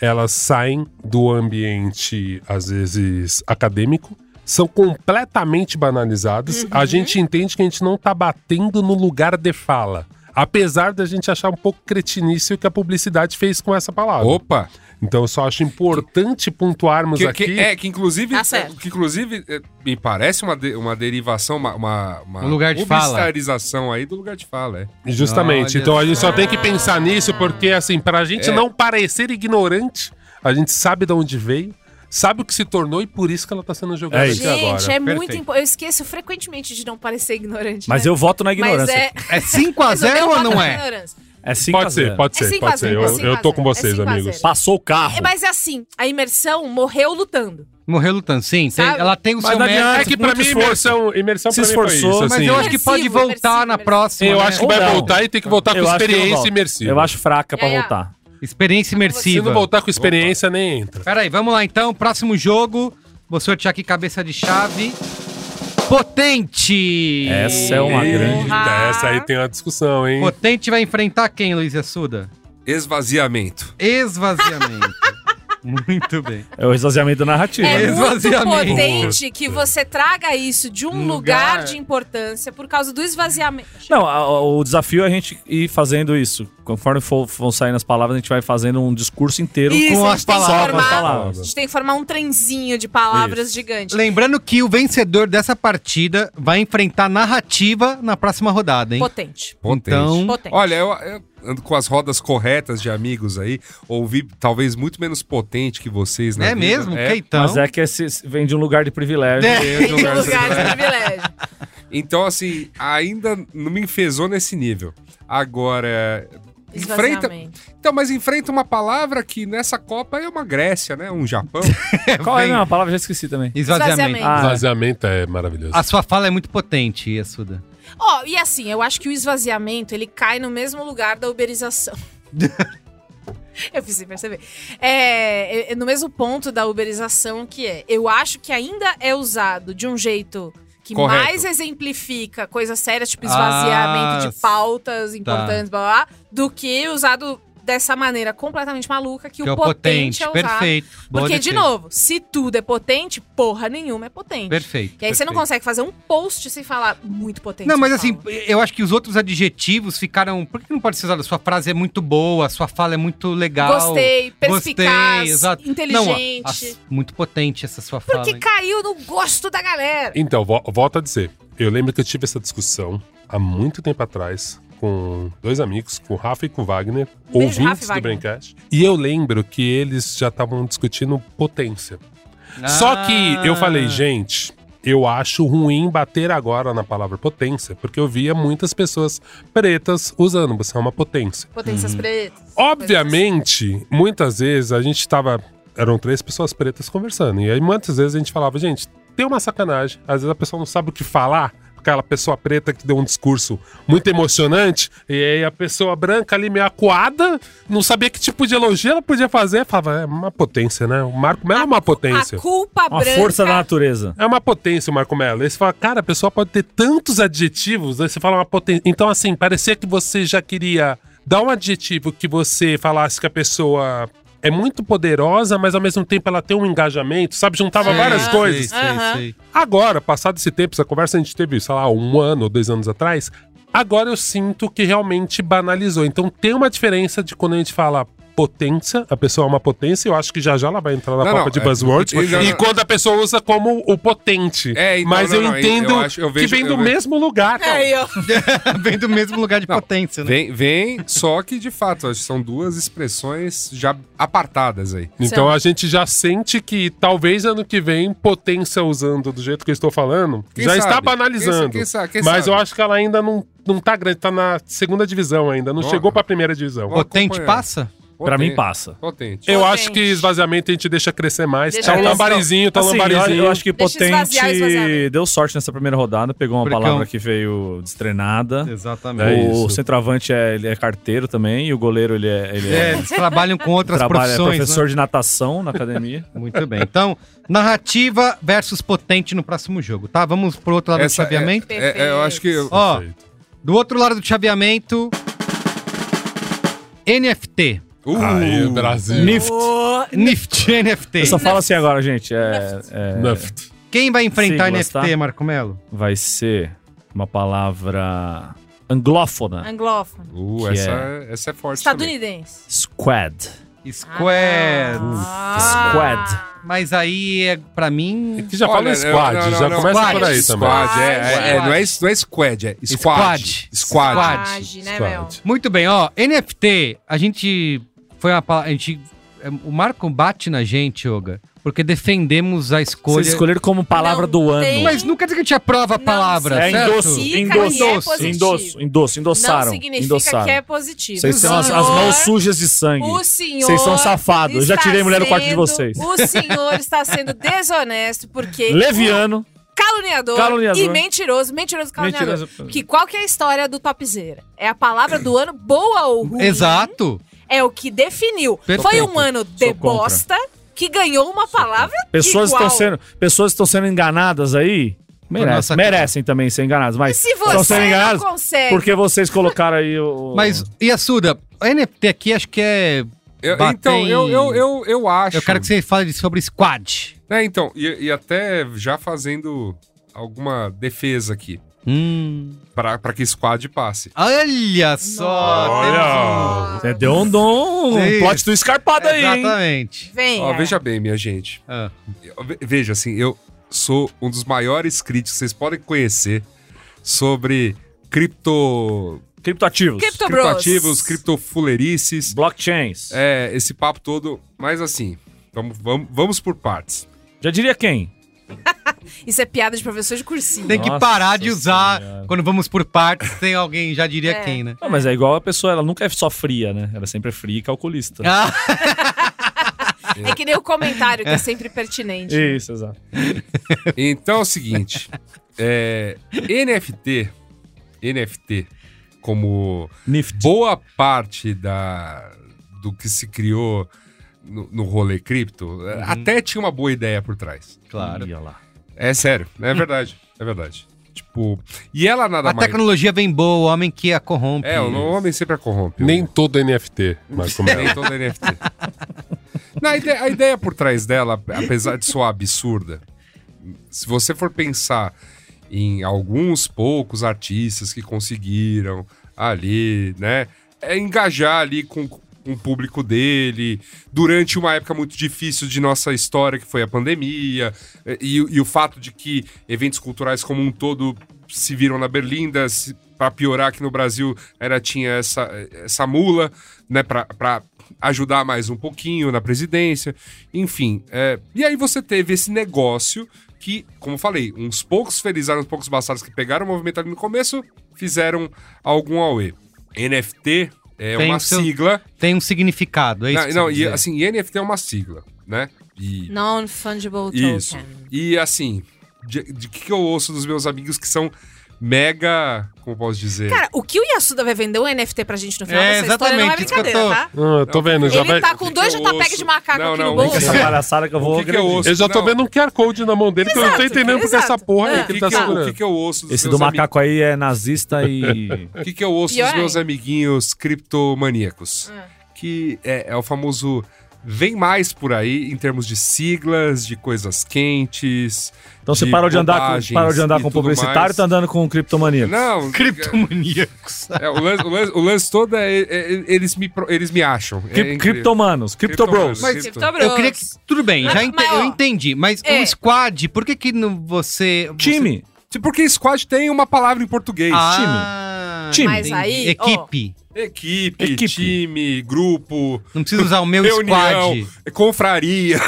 elas saem do ambiente, às vezes, acadêmico, são completamente banalizadas. A gente entende que a gente não tá batendo no lugar de fala. Apesar da gente achar um pouco cretinício o que a publicidade fez com essa palavra. Opa! Então eu só acho importante pontuarmos Que, aqui. que- é, que inclusive. Tá certo. que inclusive é, me parece uma, de- uma derivação, uma, uma, uma Um lugar de fala. publicitarização aí do lugar de fala, é. Justamente. Olha então a gente só tem que pensar nisso, porque, assim, pra gente não parecer ignorante, a gente sabe de onde veio, sabe o que se tornou e por isso que ela tá sendo jogada É aqui isso. Gente, agora. é muito Perfeito. importante. Eu esqueço frequentemente de não parecer ignorante. Mas né? eu voto na Mas ignorância. é. É 5x0 ou não é? É 5 Pode ser, pode É ser, cinco a pode ser. zero, é Eu, cinco eu a tô zero, com é vocês, cinco a amigos. zero. Passou o carro. É, mas é assim, a imersão morreu lutando. Morreu lutando, sim. tem- Sabe? ela tem o Mas seu não mérito. adianta, É que pra Muito mim, esforço. imersão, imersão Se pra mim foi esforçou, isso, mas Mas assim. eu acho que pode Imersivo, voltar na imersivo. próxima. Eu né? acho que Ou vai não. voltar e tem que voltar Eu Tá com acho que não experiência volta. imersiva. Eu acho fraca pra Yaya. voltar. Experiência Se não imersiva. voltar com experiência, nem entra. Peraí, vamos lá então. Próximo jogo. Vou sortear aqui cabeça de chave. Potente! Essa é uma Eita, grande. Essa aí tem uma discussão, hein? Potente vai enfrentar quem, Luiz Assuda? Esvaziamento. Esvaziamento. Muito bem. É o esvaziamento da narrativa. É né? muito Esvaziamento. potente que você traga isso de um Lugar. lugar, de importância por causa do esvaziamento. Não, a- a- o desafio é a gente ir fazendo isso. Conforme for, vão saindo as palavras, a gente vai fazendo um discurso inteiro. Isso, com a as gente tem que palavras, as formar. A palavras. gente tem que formar um trenzinho de palavras gigante. Lembrando que o vencedor dessa partida vai enfrentar narrativa na próxima rodada, hein? Potente. Potente. Então, Potente. Olha, eu, eu ando com as rodas corretas de amigos aí. Ouvi talvez muito menos potente que vocês, né? é mesmo? É. Que então? Mas é que esse- esse vem de um lugar de privilégio. É. Eu não Tem gosto lugar dessa- de privilégio. Então, assim, ainda não me enfesou nesse nível. Agora. Enfrenta. Esvaziamento. Então, mas enfrenta uma palavra que nessa Copa é uma Grécia, né? Um Japão. Qual é? Não, a palavra eu já esqueci também. Esvaziamento. Esvaziamento. Ah, Esvaziamento é maravilhoso. A sua fala é muito potente, Assuda. Ó, e assim, eu acho que o esvaziamento, ele cai no mesmo lugar da uberização. eu fiz sem perceber. É, é- é no mesmo ponto da uberização que é. Eu acho que ainda é usado de um jeito que Correto. mais exemplifica coisas sérias, tipo esvaziamento Ah, de pautas importantes, blá, blá, blá, do que usado dessa maneira completamente maluca que, Que é o potente, é usado. perfeito. Boa Porque, de defesa. novo, se tudo é potente, porra nenhuma é potente. Perfeito. E aí você não perfeito. consegue fazer um post sem falar muito potente. Não, mas essa assim, fala. eu acho que os outros adjetivos ficaram. Por que não pode ser usado? Sua frase é muito boa, sua fala é muito legal. Gostei, perspicaz, exato. Não, a- inteligente. a- muito potente essa sua fala. porque hein? caiu no gosto da galera. Então, vo- volto a dizer. Eu lembro que eu tive essa discussão há muito tempo atrás com dois amigos, com o Rafa e com o Wagner, Um beijo, Rafa ouvintes e do Wagner. Braincast. E eu lembro que eles já estavam discutindo potência. Ah, Só que Ah. eu falei, gente, eu acho ruim bater agora na palavra potência, porque eu via muitas pessoas pretas usando, você é uma potência. Potências Uhum. pretas. Obviamente, muitas vezes a gente tava. Eram três pessoas pretas conversando. E aí, muitas vezes a gente falava, gente, tem uma sacanagem. Às vezes a pessoa não sabe o que falar. Aquela pessoa preta que deu um discurso muito emocionante. E aí a pessoa branca ali meio acuada, não sabia que tipo de elogio ela podia fazer. Falava, é uma potência, né? O Marco Melo é uma potência. A culpa Uma branca. força da natureza. É uma potência o Marco Mello. Aí você fala, cara, a pessoa pode ter tantos adjetivos, aí você fala uma potência. Então, assim, parecia que você já queria dar um adjetivo que você falasse que a pessoa é muito poderosa, mas ao mesmo tempo ela tem um engajamento, sabe? Juntava Sei, várias sei, coisas. sei, Aham. sei. Agora, passado esse tempo, essa conversa a gente teve, sei lá, um ano ou dois anos atrás. Agora eu sinto que realmente banalizou. Então tem uma diferença de quando a gente fala potência, a pessoa é uma potência, eu acho que já já ela vai entrar na Não, Copa não, de é, buzzwords. eu já- e quando a pessoa usa como o potente. É, então, Mas não, eu não, eu- entendo eu acho- eu vejo- que vem do eu vejo- mesmo lugar, cara. Aí, É, ó. Vem do Tá mesmo lugar de Não, potência, né? Vem, vem, só que de fato, acho que são duas expressões já apartadas aí. Então a gente já sente que talvez ano que vem potência usando do jeito que eu estou falando Quem já sabe? está Quem sa- banalizando. quem sa- quem mas eu sabe? acho que ela ainda não, não tá grande, tá na segunda divisão ainda, não Ó. chegou para a primeira divisão. Ó. Potente acompanhar. passa? Pra mim Potente, passa. Potente. Eu Potente. acho que esvaziamento a gente deixa crescer mais. Deixa tá um crescer. lambarizinho, tá um Assim, eu, lambarizinho. eu acho que Deixa potente esvaziar, esvaziar. deu sorte nessa primeira rodada, pegou uma Precão. palavra que veio destrenada. Exatamente. É o isso. centroavante é, ele é carteiro também, e o goleiro ele é, ele É, é, eles trabalham com outras trabalha, é profissões. professor de natação na academia. né? Muito bem. Então, narrativa versus potente no próximo jogo, tá? Vamos pro outro lado do Essa chaveamento? É, é, eu acho que. Ó, Perfeito. do outro lado do chaveamento. NFT. Uh, Aí, o Brasil. Nift. NFT, NFT. Eu só falo assim agora, gente. é- é, Nuft. tá? Quem vai enfrentar Siglas, NFT, tá? Marco Melo? vai ser uma palavra anglófona. Anglófono. Uh, Que essa, é- essa é forte também. Estadunidense. Ah, Squad. Square. Ah. Squad. Mas aí, é, pra mim. Que já Olha, fala squad, não, não, já não, começa squad, por aí também. Squad, é, é, é, não, é, não é squad, é squad. Squad. é Squad. Squad, né, Squad. meu? Muito bem, ó. NFT, a gente. Foi uma pala- A gente. é, O Marco bate na gente, Yoga, porque defendemos a escolha. Vocês escolheram como palavra Não do ano. tem- Mas não quer dizer que a gente aprova a Não palavra, É certo? endosso, Significa endosso, que é endosso, positivo. endosso, endosso, endossaram. Não significa endossaram. que é positivo. Vocês têm as, as mãos sujas de sangue. O senhor. Vocês são safados. Eu já está tirei mulher do quarto de vocês. O senhor está sendo desonesto porque. Leviano. Caluniador, Caluniador. e mentiroso. Mentiroso, caluniador. Mentiroso. Que qual que é a história do topzera? É a palavra do ano, boa ou ruim. Exato. É o que definiu. Perfeito. Foi um ano de Sou contra. bosta que ganhou uma palavra Pessoas igual. estão, sendo, pessoas estão sendo enganadas aí. Merecem, nossa merecem também ser enganadas. Mas Se estão você sendo não enganadas consegue. porque vocês colocaram aí o. Mas, e a Suda? A NFT aqui acho que é. Eu- Batem- então, eu, eu, eu, eu acho. Eu quero que você fale sobre squad. É, então, e, e até já fazendo alguma defesa aqui Hum. pra, pra que squad passe. Olha só! temos Você deu um dom, um Sim. plot do escarpado um- aí. hein? Exatamente. Vem. Ó, é. veja bem, minha gente. Ah. Eu- ve- Veja, assim, eu sou um dos maiores críticos que vocês podem conhecer sobre cripto, Criptoativos. Cripto Bros. criptoativos, criptofulerices. Blockchains. É, esse papo todo. Mas assim, vamos, vamos, vamos por partes. Já diria quem? Isso é piada de professor de cursinho. Tem que Nossa parar de usar. Senhora. Quando vamos por partes, tem alguém, já diria É. quem, né? Ah, mas é igual a pessoa, ela nunca é só fria, né? Ela sempre é fria e calculista. Ah, É que nem o comentário, que é sempre pertinente. Isso, exato. Então é o seguinte: é, NFT, NFT, como Nifty. boa parte da, do que se criou no, no rolê cripto, até tinha uma boa ideia por trás. claro. Ia lá. É sério, é verdade, é verdade. Tipo, e ela nada A mais. tecnologia vem boa, o homem que a corrompe. É, o homem sempre a corrompe. Nem todo NFT, Marco Melo. Nem todo NFT. Não, a, ideia, a ideia por trás dela, apesar de soar absurda, se você for pensar em alguns poucos artistas que conseguiram ali, né, é engajar ali com com o público dele, durante uma época muito difícil de nossa história, que foi a pandemia, é, e, e o fato de que eventos culturais como um todo se viram na Berlinda, para piorar que no Brasil era tinha essa, essa mula, né, para ajudar mais um pouquinho na presidência, enfim. é, e aí você teve esse negócio que, como eu falei, uns poucos felizaram, uns poucos bastardos que pegaram o movimento ali no começo, fizeram algum auê. NFT é Tem uma seu- sigla. Tem um significado, é isso? Não, que você não, e quer dizer? assim, NFT é uma sigla, né? E Non-fungible token. isso. E assim, de, de que que eu ouço dos meus amigos que são mega, como posso dizer? Cara, o que o Yasuda vai vender um NFT pra gente no final É, dessa história não é exatamente, isso que eu brincadeira, tô- tá? Ah, eu tô vendo, já Ele vai. tá com dois que que eu JPEG de ouço? macaco Não, aqui no não, Vem com bolso. essa palhaçada que eu vou O que é que eu agredir. ouço? Eu já tô Não. vendo um QR Code na mão dele que eu não tô Exato, entendendo porque essa exato. porra É. aí o que que, ele tá que eu, o que segurando. que eu ouço dos Esse do meus amigos? macaco aí é nazista e. O que, que eu ouço Pior dos meus ainda. amiguinhos criptomaníacos? Hum. Que é, é o famoso vem mais por aí em termos de siglas, de coisas quentes. Então você de parou de andar com, bobagens parou de andar e com tudo publicitário mais. e tá andando com criptomania. Não, Criptomaníacos. é, o, lance, o lance- o lance todo é, é- é- eles, me, pro- eles me acham. É Cri- incrível. criptomanos, criptobros. Mas- tipo, Cripto Eu Bros. Eu queria que. Tudo bem, já Mas- ente- mas, ó, eu entendi. Mas o é. squad, por que que não você. você- Time. Porque squad tem uma palavra em português. Ah, Time. Mas entendi. aí, Equipe. Equipe, Equipe. time, grupo, Não precisa usar o meu reunião, squad. confraria.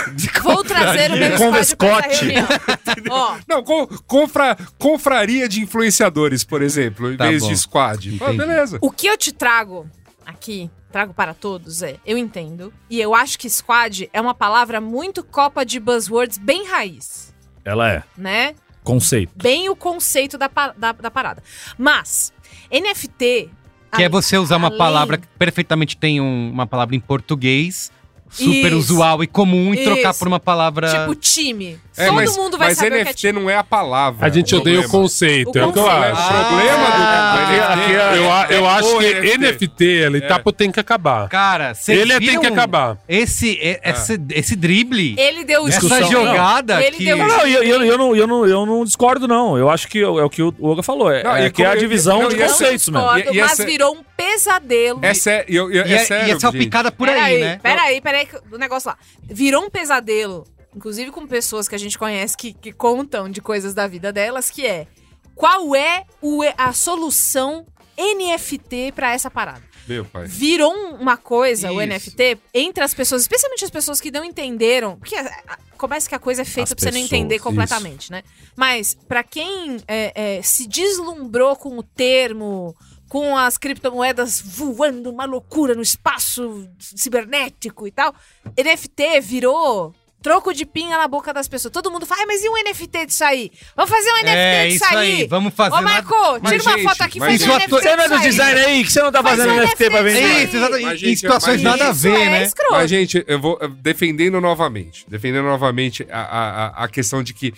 Vou trazer o meu Conver squad pra essa Scott. reunião. Ó, Não, co- confra- confraria de influenciadores, por exemplo, em Tá vez bom. de squad. Ah, Entendi. beleza. o que eu te trago aqui, trago para todos, é, eu entendo. E eu acho que squad é uma palavra muito copa de buzzwords bem raiz, Ela é. né? Conceito. Bem o conceito da, pa- da, da parada. Mas, NFT... Que é além- você usar uma além- palavra que perfeitamente tem um- uma palavra em português, super Isso. usual e comum, e trocar Isso. por uma palavra. Tipo time. É, Todo mas, mundo vai mas saber o que é NFT não é a palavra. A gente odeia o problema. conceito. O é o que eu conceito. acho. O problema Ah, do, do Aqui, NFT eu a- eu é acho o que NFT, ele É. tá pro tem que acabar. Cara, vocês Ele é- tem viram que acabar. Esse, e- Ah. esse, esse drible, Ele deu o essa chute. jogada Ele que... deu Não, não, e eu, e eu, eu não, eu, não, eu não discordo, não. Eu acho que é o é o que o Oga falou. É, Não, é e que é a como- divisão não, de e essa- conceitos, mesmo. Concordo, E- e mas essa- virou um pesadelo. É sério, eu- eu- E, é é, e sério, essa gente. picada por aí, né? Peraí, peraí, que- do negócio lá. Virou um pesadelo, inclusive com pessoas que a gente conhece que, que contam de coisas da vida delas, que é qual é o, a solução NFT pra essa parada? Meu pai. virou um- uma coisa o Isso. NFT entre as pessoas, especialmente as pessoas que não entenderam, porque a- a- começa que a coisa é feita As pra você não pessoas, entender isso. completamente, né? Mas pra quem é, é, se deslumbrou com o termo, com as criptomoedas voando uma loucura no espaço cibernético e tal, NFT virou troco de pinha na boca das pessoas. Todo mundo fala, "Ai, mas e um NFT disso aí? Vamos fazer um É, NFT disso isso aí, aí. vamos fazer Ô, nada- Marco, Mas, tira uma gente, foto aqui, mas faz isso um NFT atua- Você não é do disso aí. design aí que você não tá Mas fazendo é NFT defeito, pra vender? aí. Isso, exatamente. Mas, em gente, é situações mas nada a isso ver, é né? escroto. Mas, gente, eu vou eh, defendendo novamente. Defendendo novamente a, a, a- a questão de que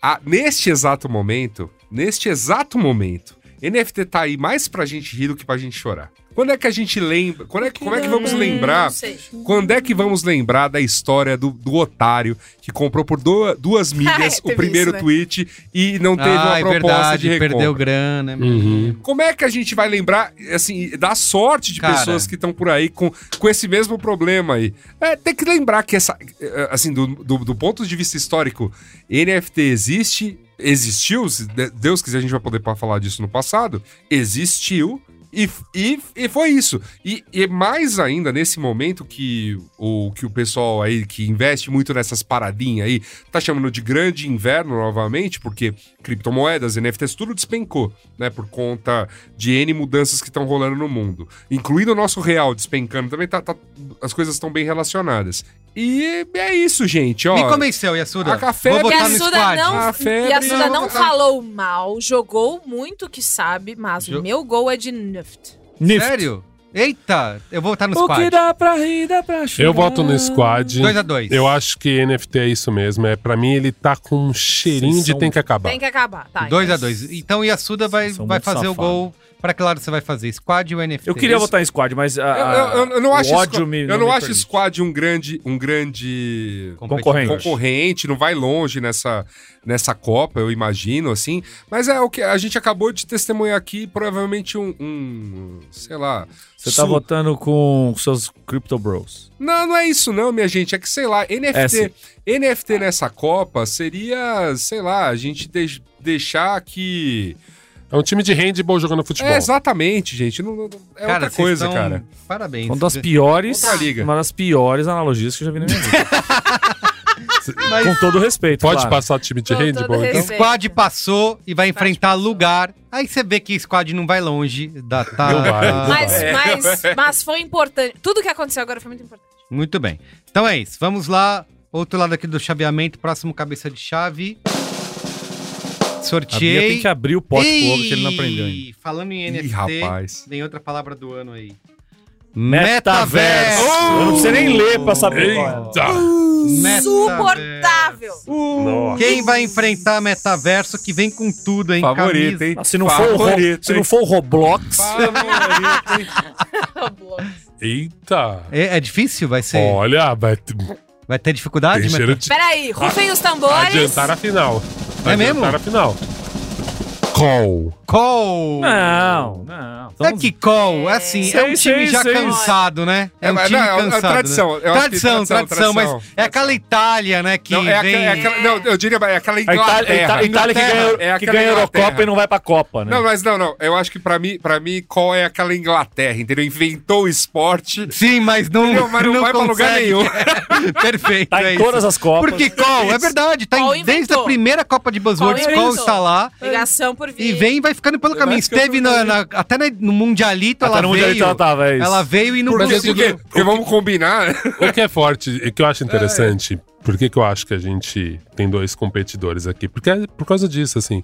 a- neste exato momento, neste exato momento, NFT tá aí mais pra gente rir do que pra gente chorar. Quando é que a gente lembra? Quando é, que- como é que vamos lembrar? Quando é que vamos lembrar da história do, do otário que comprou por do- duas milhas teve o primeiro isso, né? tweet e não teve ah, uma é proposta verdade, de recompra? perdeu grana. Uhum. Como é que a gente vai lembrar, assim, da sorte de Cara. pessoas que estão por aí com, com esse mesmo problema aí? É, tem que lembrar que essa, eh, assim, do, do, do ponto de vista histórico, NFT existe, existiu, se de- Deus quiser a gente vai poder pa- falar disso no passado, existiu. E, e, e foi isso. E, e é mais ainda, nesse momento que o, que o pessoal aí que investe muito nessas paradinhas aí, tá chamando de grande inverno novamente, porque criptomoedas, NFTs, tudo despencou, né? Por conta de N mudanças que estão rolando no mundo. Incluindo o nosso real despencando também, tá, tá- as coisas estão bem relacionadas. E é isso, gente, ó. Me convenceu, Yasuda. a café- Ah, Vou E botar a no Suda squad. não, A febre e a Suda não não- tá- falou mal, jogou muito que sabe, mas o Jo- Tá. meu gol é de Nuft. Sério? Eita, eu vou botar no O que squad. dá pra rir, dá pra chorar. Eu voto no squad. 2x2. Eu acho que NFT é isso mesmo. É, pra mim, ele tá com um cheirinho Vocês de são- tem que acabar. Tem que acabar, tá? 2x2. Então Yasuda vai, Vocês são vai muito fazer o safado. gol. Pra que lado você vai fazer? Squad ou NFT? Eu queria votar em squad, mas a, Eu, eu- eu não Ah, o acho, ódio squa- me, eu não me acho permite. squad um grande, um grande Concorrente. É concorrente, não vai longe nessa, nessa Copa, eu imagino, assim. Mas é o que a gente acabou de testemunhar aqui, provavelmente um, um, sei lá. Você tá su- votando com seus Crypto Bros. Não, não é isso não, minha gente. É que, sei lá, É, sim. NFT, NFT nessa Copa seria, sei lá, a gente deix- deixar que... É um time de handball jogando futebol. É, exatamente, gente. Não, não- é outra vocês coisa, estão- cara. Parabéns. Uma das piores, Outra liga. uma das piores analogias que eu já vi na minha vida. Mas- Com todo respeito, Pode claro. passar o time de Com todo handball? então? respeito. Squad passou e vai enfrentar lugar. Aí você vê que squad não vai longe. Da, tá, Não vai, não tá- Mas, mas, mas foi importante. Tudo que aconteceu agora foi muito importante. Muito bem. Então é isso. Vamos lá. Outro lado aqui do chaveamento. Próximo cabeça de chave. A Bia tem Sorteei. que abrir o pote pro Oga, que ele não Ih, aprendeu ainda. Falando em Ih, NFT, rapaz. tem outra palavra do ano aí. Metaverso. Oh! Eu não preciso nem ler pra saber. qual é. Eita! Insuportável! Nossa. Quem vai enfrentar metaverso que vem com tudo, hein? Favorito, Camisa. hein? Ah, Se não, for o Ro- Favorito, se hein? não for o Roblox, Favorito, hein? Eita! É, é difícil? Vai ser. Olha, vai t- Vai ter dificuldade? tem meta- cheiro de Peraí, rufem os tambores. adiantar a final. É mesmo? Adiantar a final. Call. Call! Ah, Não, não. É que call, é assim, é um Sei, time sei, já sei. cansado, né? É um mas time não, é uma cansado. né? tradição, eu acho que tradição, tradição, tradição, mas tradição. é aquela Itália, né, que Não, é vem... aquela, é aquela- não, eu diria, é aquela A Inglaterra. Itália, a Ita- a Itália que Inglaterra. ganha, É que aquela ganha a Eurocopa Inglaterra. e não vai pra Copa, né? Não, mas não, não. Eu acho que pra mim, pra mim, qual é aquela Inglaterra, entendeu? Inventou o esporte, Sim, mas não, entendeu? mas não, vai pra lugar consegue. nenhum. Perfeito, Tá é em isso. todas as Copas. Porque call, é verdade, tá em- Call inventou. desde a primeira Copa de Buzzwords, Call call, inventou. está lá. Ligação um por vir. E vem e vai ficando pelo caminho. ficando Esteve pelo na- na- até na- no Mundialito, Até ela no veio. Mundialito ela tava, é isso. Ela veio e não Porque, porque, conseguiu. porque vamos combinar. né? O que é forte e que eu acho interessante, por que, que eu acho que a gente tem dois competidores aqui? Porque é por causa disso, assim,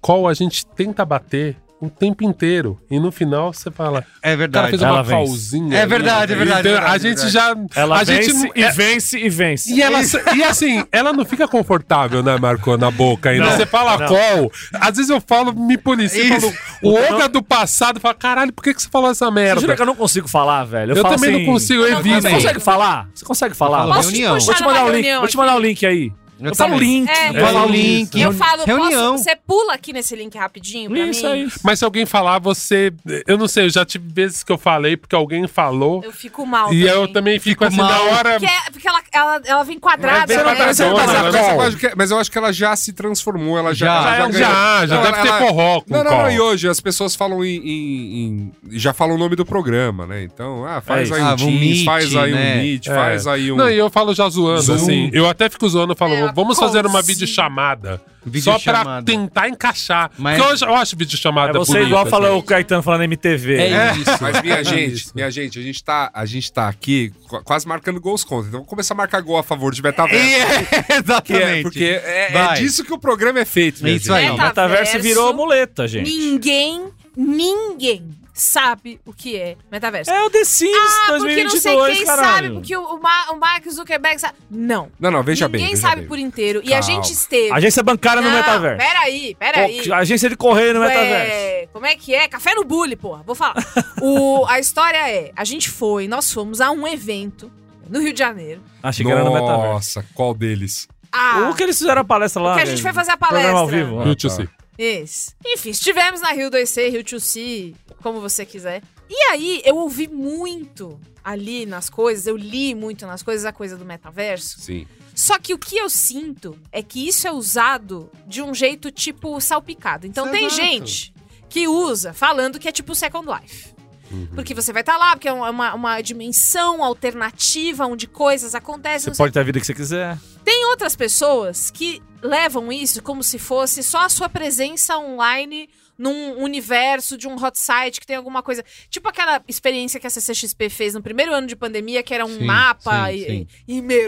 qual a gente tenta bater o o tempo inteiro. E no final você fala. É O cara verdade. fez uma Ela vence. pausinha. É verdade, é verdade, Então, verdade, a gente verdade. já. Ela a gente vence, não- e é- vence e vence. E, ela, e assim, ela não fica confortável, né, Marco, na boca ainda. Não, você fala não. qual. Às vezes eu falo, me policio, eu falo, o Olga do passado fala, caralho, por que, que você falou essa Você jura merda? que eu não consigo falar, velho? Eu, falo também assim, não consigo, eu não evito. Você consegue falar? Você consegue falar? Eu falo Posso- reunião. Vou te mandar o link. Vou te mandar o link aí. Eu Eu falo também. link. É, Eu falo link. Eu falo, Reunião. posso, você pula aqui nesse link rapidinho pra Isso mim? aí. Mas se alguém falar, você. Eu não sei, eu já tive vezes que eu falei porque alguém falou. Eu fico mal e também. eu também Fico fico, assim, mal. na hora. Porque, é- porque ela, ela, ela vem quadrada, Mas vem tá né? quadrada, Ela- Dona, mas, né? eu acho que- mas eu acho que ela já se transformou, ela já Já, já, ela já, já, Não, deve ela- ter ela- forró com Não, não, call. não, e hoje as pessoas falam em, em- em- já falam o nome do programa, né? Então, ah, faz É aí isso. um Ah, um Teams, meet, faz aí né? um Meet, É. faz aí um... Não, e eu falo já zoando, Zoom. assim. Eu até fico zoando, eu falo, É, vamos fazer uma consigo. videochamada. Videochamada. Só pra tentar encaixar. Mas- Porque eu, já- eu acho videochamada É você bonita, igual assim. falou o Caetano falando MTV. É, né? isso. Mas minha gente, isso. minha gente, a gente tá, a gente tá aqui qu- quase marcando gols contra. Então vamos começar a marcar gol a favor de É, metaverso. Que É, Exatamente. é, porque é, é Vai. disso que o programa é feito. minha Isso aí. gente. Não, o metaverso virou muleta, gente. Ninguém, ninguém sabe o que é metaverso. É o The Sims Ah, porque não sei 2022, quem sabe, caralho. porque o, o, Ma- o Mark Zuckerberg sabe. Não. Não, não, veja bem. ninguém veja sabe bem. por inteiro. E a Calma. gente esteve. Agência bancária tá no Não, metaverso. Peraí, peraí. Pô, Agência de correio no metaverso. É, como é que é? Café no bully, porra. Vou falar. O- a história é, a gente foi, nós fomos a um evento no Rio de Janeiro. Achei que era no metaverso. Nossa, qual deles? A, O que eles fizeram a palestra lá? que a gente velho? foi fazer a Programa ao palestra. vivo. né? Ah, tá. Isso. Enfim, estivemos na Rio 2C, Rio 2C, como você quiser. E aí, eu ouvi muito ali nas coisas, eu li muito nas coisas a coisa do metaverso. Sim. Só que o que eu sinto é que isso é usado de um jeito tipo salpicado. Então tem Exato. gente que usa falando que é tipo Second Life. Uhum. Porque você vai estar lá, porque é uma, uma dimensão alternativa onde coisas acontecem. Você não sei pode ter a vida que você quiser. tem outras pessoas que levam isso como se fosse só a sua presença online num universo de um hot site que tem alguma coisa. Tipo aquela experiência que a CCXP fez no primeiro ano de pandemia, que era um Sim, mapa sim, e- sim.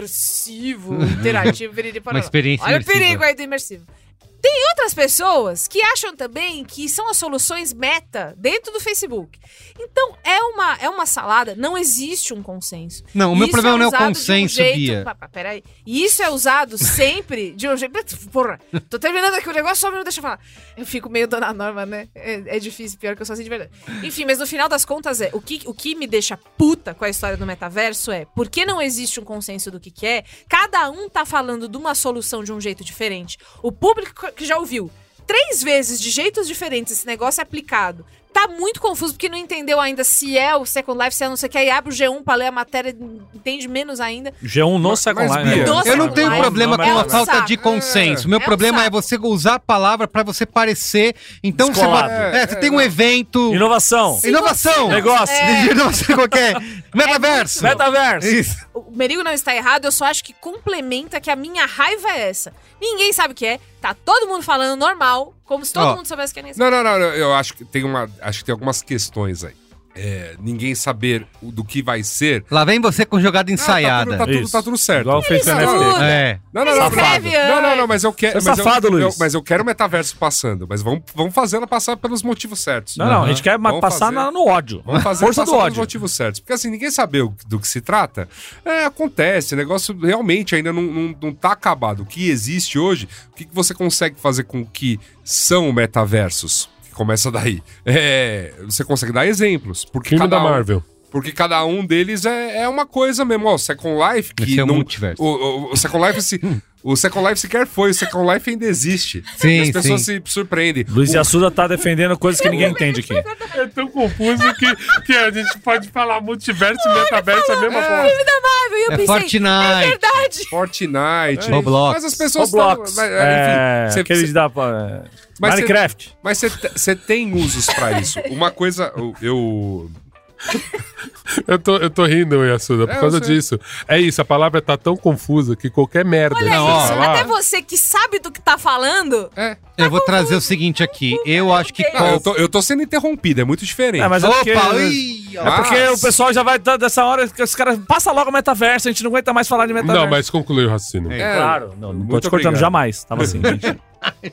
imersivo, interativo, viriri, Uma parará. experiência Olha o imersiva. perigo aí do imersivo. Tem outras pessoas que acham também que são as soluções meta dentro do Facebook. Então, é uma, é uma salada, não existe um consenso. Não, o meu Isso problema não é o usado de um consenso, jeito- Bia. Pa- pa- Peraí. E Isso é usado sempre de um jeito. Porra, tô terminando aqui o negócio, só me deixa eu falar. Eu fico meio dona norma, né? É, é difícil, pior que eu sou assim de verdade. Enfim, mas no final das contas, é o que, o que me deixa puta com a história do metaverso é por que não existe um consenso do que, que é? Cada um tá falando de uma solução de um jeito diferente. O público que já ouviu três vezes de jeitos diferentes esse negócio é aplicado. Tá muito confuso porque não entendeu ainda se é o Second Life, se é não sei o que. Aí abre o G1 pra ler a matéria, entende menos ainda. G1 no Second mas, Life. né? Bia, eu Eu não Nossa, tenho é mas- problema não, com a mas- falta de É, consenso. Meu é um problema é saco. você usar a palavra pra você parecer. Então você, Descolado. bota- é, você tem um é. evento. Inovação. Sim. Inovação! Negócio. De Inovação qualquer. Metaverso! Metaverso. Isso. O Merigo não está errado, eu só acho que complementa que a minha raiva é essa. Ninguém sabe o que é, tá todo mundo falando normal, como se todo Ó. mundo soubesse o que é isso. Não, não, não, não, eu acho que tem uma, acho que tem algumas questões aí. É, ninguém saber o- do que vai ser. Lá vem você com jogada Ah, tá tudo- ensaiada. tá, tudo, Isso. tá tudo certo. Igual fez Isso no NFT. tudo. É. Não, não, Mas não, escreve não, não, não, não, antes. mas eu quero. Você é mas safado, eu, Luiz. eu- mas eu quero o metaverso passando, mas vamos, vamos fazê-la passar pelos motivos certos. Não, não, a gente quer ma- Vamos passar fazer. na- no ódio. Vamos fazer Né? Força do passar pelos ódio. motivos certos. Porque assim, ninguém sabe o- do que se trata. É, acontece, o negócio realmente ainda não, não, não tá acabado. O que existe hoje, o que, que você consegue fazer com o que são metaversos? Começa daí. É, você consegue dar exemplos. Porque Filme cada da um- Marvel. porque cada um deles é, é uma coisa mesmo. Ó, o Second Life que Esse é o não- multiverso. o, o- o Second Life se, o Second Life sequer foi, o Second Life ainda existe. Sim, E as pessoas sim. se surpreendem. Luiz O- Assuda tá defendendo coisas que ninguém entende aqui. É tão confuso que, que a gente pode falar multiverso e metaverso é a mesma coisa. Filme da Marvel, e eu É pensei, é Fortnite. verdade. Fortnite. É. Roblox. Mas as pessoas Roblox. tão- mas, é, enfim, cê- aquele cê- de da, é, Mas cê- Minecraft. mas você tem usos pra isso. Uma coisa, eu- eu. Eu tô, eu tô rindo, Yasuda, por É, eu causa sei. disso. É isso, a palavra tá tão confusa que qualquer merda. Olha que ó, isso, falar- até você que sabe do que tá falando, É. Eu vou trazer o seguinte aqui. Eu acho que. Não, ah, eu, tô, eu tô sendo interrompido, é muito diferente. É, mas é porque, Opa! ui, ó. é porque Mas- o pessoal já vai dar dessa hora que os caras passa logo o metaverso, a gente não aguenta mais falar de metaverso. Não, mas conclui o raciocínio. É, Claro, não, não tô muito te cortando obrigado. jamais. Tava assim, gente.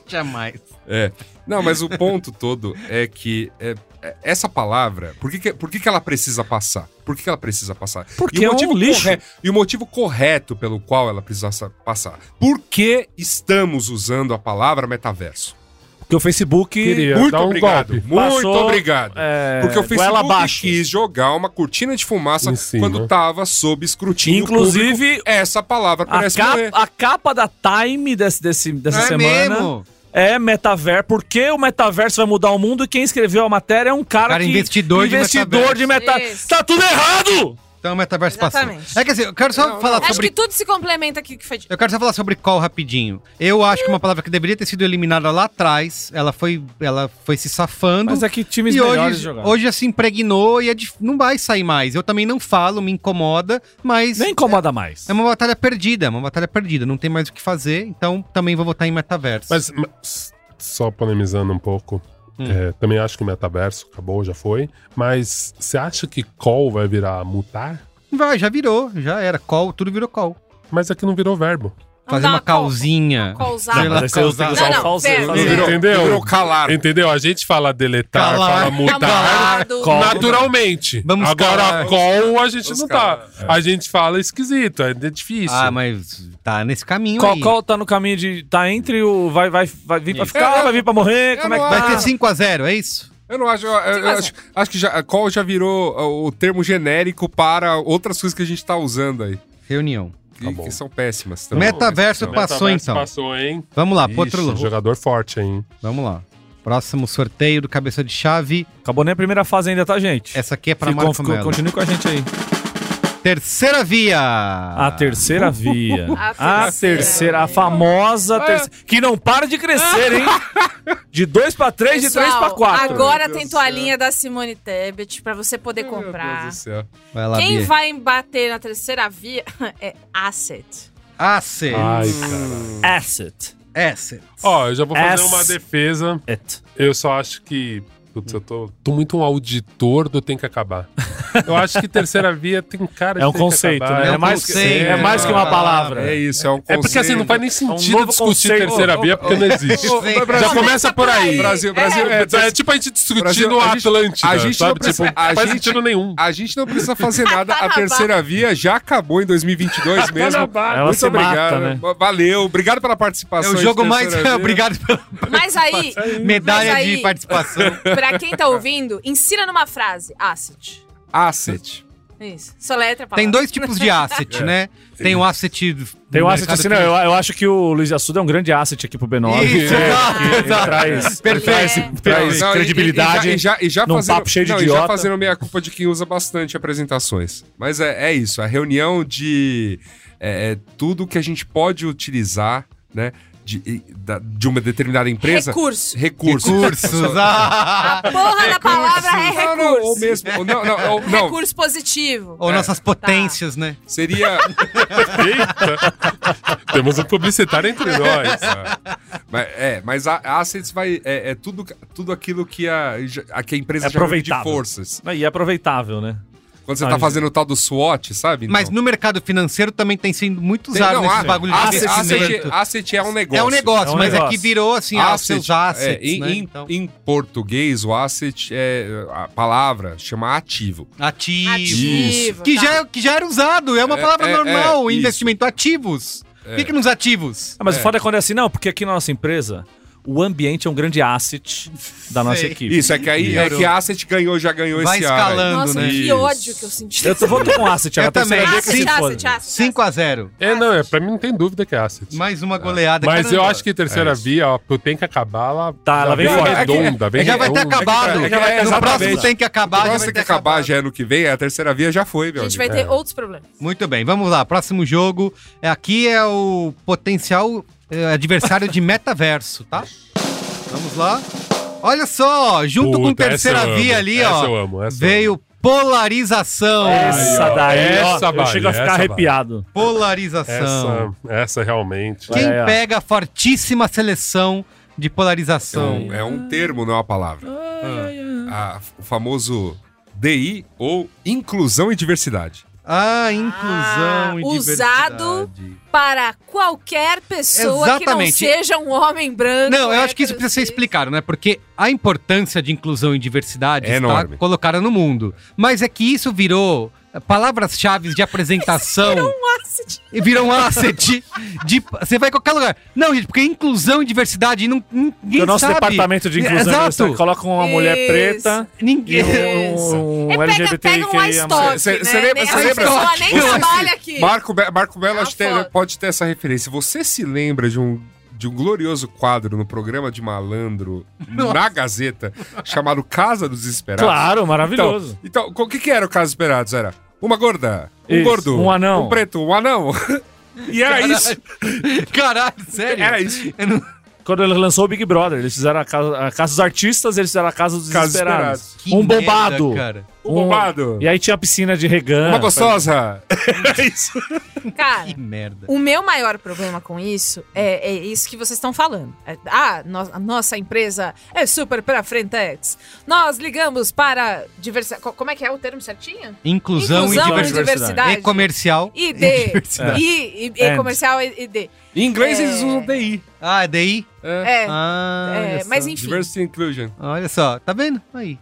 Jamais. É. Não, mas o ponto todo é que é, é, essa palavra, por que, que, por que, que ela precisa passar? Por que, que ela precisa passar? Porque E o é um motivo lixo. corre- e o motivo correto pelo qual ela precisa sa- passar. Por que estamos usando a palavra metaverso? Porque o Facebook. Queria. Muito dar um obrigado. golpe. Muito Passou, obrigado. é, Porque o goela Facebook abaixo. quis jogar uma cortina de fumaça Em cima. quando tava sob escrutínio Inclusive, público. essa palavra A parece morrer. capa, a capa da Time desse, desse- dessa É semana mesmo? é metaverso. Porque o metaverso vai mudar o mundo e quem escreveu a matéria é um cara, Cara que. investidor de investidor de metaverso. Isso. Tá tudo errado! Então o metaverso Exatamente. passou. É, quer dizer, eu quero só falar Acho sobre. que tudo se complementa aqui que foi dito. Eu quero só falar sobre call rapidinho. Eu acho que uma palavra que deveria ter sido eliminada lá atrás, ela foi, ela foi se safando. Mas é que times e melhores hoje, jogaram. hoje já se impregnou e é dif- não vai sair mais. Eu também não falo, me incomoda, mas Nem incomoda mais. é uma batalha perdida, é uma batalha perdida. Não tem mais o que fazer, então também vou votar em metaverso. Mas, mas, só polemizando um pouco, Hum. é, também acho que o metaverso acabou, já foi. Mas você acha que call vai virar mutar? Vai, já virou, já era. Call, tudo virou call. Mas aqui não virou verbo. Não Fazer dá uma uma call- calzinha. Causar. Sei lá. Mas aí você usa- tem que usar Não, o não, falsete. pera. Virou. é Entendeu? Virou calar. Entendeu? A gente fala deletar, Calar. fala mutar. Calado. Call. Naturalmente. Vamos Agora, calar. call a gente Vamos não tá. A gente fala esquisito, é difícil. Ah, mas tá nesse caminho Qual, aí. qual tá no caminho de. Tá entre o. Vai, vai, vai vir pra ficar, Eu- vai vir pra morrer, eu como é que não tá? Vai ter 5x0, é isso? Eu não acho. Eu, eu- eu acho, acho que já, call já virou ó, o termo genérico para outras coisas que a gente tá usando aí. Reunião. Que, Tá bom. que são péssimas. também. Metaverso Não, é passou Metaverso então. Passou, hein? Vamos lá, Ixi, pro outro lugar. jogador forte, hein? Vamos lá. Próximo sorteio do cabeça de chave. Acabou nem a primeira fase ainda, tá, gente? Essa aqui é pra Ficou- Marco ficou- Melo. Continue com a gente aí. Terceira via. Ah. A terceira via. A A terceira, a Ah. famosa terceira. Que não para de crescer, hein? De 2 pra 3, de 3 pra Pessoal, 4. Meu Agora Deus tem do céu. toalhinha da Simone Tebet pra você poder Meu comprar. Deus do céu. Vai lá, Quem Bia. vai bater na terceira via é Asset. Asset. Ai, cara. Asset. Asset. Ó, eu já vou fazer Ass- uma defesa. It. Eu só acho que. Putz, eu tô, tô muito um auditor do Tem que Acabar. Eu acho que terceira via tem cara de. É um Tem que conceito, Acabar. né? É É um mais, que- conceito, é mais que uma né? palavra. É isso, é um É porque assim, não faz nem É um sentido novo discutir conceito. terceira via, porque não existe. Ô, ô, ô, Já Brasil- começa por aí. Brasil, Brasil, É, é, é tipo a gente discutindo Brasil, a gente- Atlântida, a gente não sabe? precisa- tipo, a não faz gente- sentido nenhum. A gente não precisa fazer nada. A Guanabara. terceira via já acabou em 2022 mesmo. Guanabara. Ela se mata, né? Valeu, obrigado pela É participação. o de jogo mais. terceira via. Obrigado pela Mas aí, medalha Mas aí- de participação. pra quem tá ouvindo, ensina numa frase. Asset. É Asset. Isso. Soletra a palavra. Tem dois tipos de asset, né? Tem o asset. É. Tem um do asset mercado assim, não, eu, eu acho que o Luiz Assuda é um grande asset aqui pro B9. Isso, é, exato, que ele exato. traz, Perfeito. traz, traz Não, e- credibilidade. E, e já, e já num fazendo, papo cheio de não, E já idiota. fazendo meia culpa de quem usa bastante apresentações. Mas é, é isso, a reunião de é, é, tudo que a gente pode utilizar, né? De, e- da- de uma determinada empresa. Recurso. Recursos. Cursos. Ah. Porra da palavra é Não, não, ou recurso. mesmo. ou não, não, ou- não, Recurso positivo. Ou Tá. nossas potências, né? Seria. Temos um publicitário entre nós. mas, é, mas a, a Assets vai. É, é tudo, tudo aquilo que a, a, que a empresa É já reúne de aproveitável. forças. E é aproveitável, né? Quando você Ah, tá gente. fazendo o tal do SWOT, sabe? Então. Mas no mercado financeiro também tem sido muito usado não, nesses a- bagulho de asset, asset, investimento. asset é um negócio. É um negócio, É um mas negócio. é que virou assim, ah, seus assets, é, em, né? em- Então, em português, o asset é a palavra chama ativo. ativos. Ativo, Que, tá. já, que já era usado, é uma É, palavra é, normal, é, isso. investimento. Ativos. O que, que nos ativos? Ah, mas É. o foda é quando é assim, não, porque aqui na nossa empresa, o ambiente é um grande asset da nossa Sei. equipe. Isso, é que aí é Euro. que asset ganhou, já ganhou Vai esse ano. escalando, Nossa, né? que Isso. ódio que eu senti. Eu tô, vou tô com asset, Eu a terceira também. vez que Asset, se foda. 5x0. É, não, é, pra mim não tem dúvida que é asset. Mais Ah. uma goleada. Mas é caramba. eu acho que terceira via, ó, tu tem que acabar, ela, É Tá, ela vem forte. redonda, vem É Já vai ter redonda. acabado. é que- é, no exatamente. próximo tem que acabar. O já próximo vai ter tem que acabar acabado. já é ano que vem, a terceira via já foi, A meu gente amigo. vai ter outros problemas. Muito bem, vamos lá. Próximo jogo. É, Aqui é o potencial eh, adversário de metaverso, tá? Vamos lá. Olha só, junto com Puta, essa terceira eu amo, via ali, essa ó. eu amo, É. essa eu veio polarização. Essa ó, daí, essa ó, eu vale, chego a essa ficar vale. arrepiado. Polarização. Essa, essa realmente. Quem É. pega a fortíssima seleção de polarização? É um termo, não é uma palavra. Ah, o famoso DI ou inclusão e diversidade. Ah, inclusão Ah, e usado diversidade. para qualquer pessoa Exatamente. que não seja um homem branco. Não, eu acho é que isso hétero, assim. precisa ser cis. explicado, né? Porque a importância de inclusão e diversidade É está enorme. colocada no mundo. Mas é que isso virou palavras-chave de apresentação. E virou um asset. de- você vai em qualquer lugar. Não, gente, porque inclusão e diversidade não, ninguém o nosso sabe. departamento de inclusão né, Exato. eles colocam uma mulher preta Ninguém. e um, um É, pega, LGBTQIA+. pega um iStock, Cê- né? cê lembra- Nem- cê a lembra- pessoa nem Você- trabalha aqui. Marco, Be- Marco Belo É acho que uma tem- foto. pode ter essa referência. Você se lembra de um, de um glorioso quadro no programa de malandro na Gazeta chamado Casa dos Esperados? Claro, maravilhoso. Então, então co- o que, que era o Caso Esperados? Era uma gorda, um Isso, gordo, um anão. um preto, um anão. E era isso. Caralho, sério. Era isso. Um Quando ele lançou o Big Brother, eles fizeram a casa, a casa dos artistas, eles fizeram a casa dos Casa dos desesperados. Que um merda, bombado. cara. Um bombado. E aí tinha a piscina de regan. Uma gostosa. Cara, Que merda. o meu maior problema com isso é, é isso que vocês estão falando. É, ah, no- a nossa empresa é super pra Frentex. Nós ligamos para diversidade. Como é que é o termo certinho? Inclusão, e Inclusão e diversidade. diversidade. E comercial. ID. diversidade. I, I, And. comercial e ID. Em inglês É. eles usam DI. Ah, é daí? É, Ah, é, olha mas só. enfim, Diversity Inclusion. Olha só, tá vendo? Aí.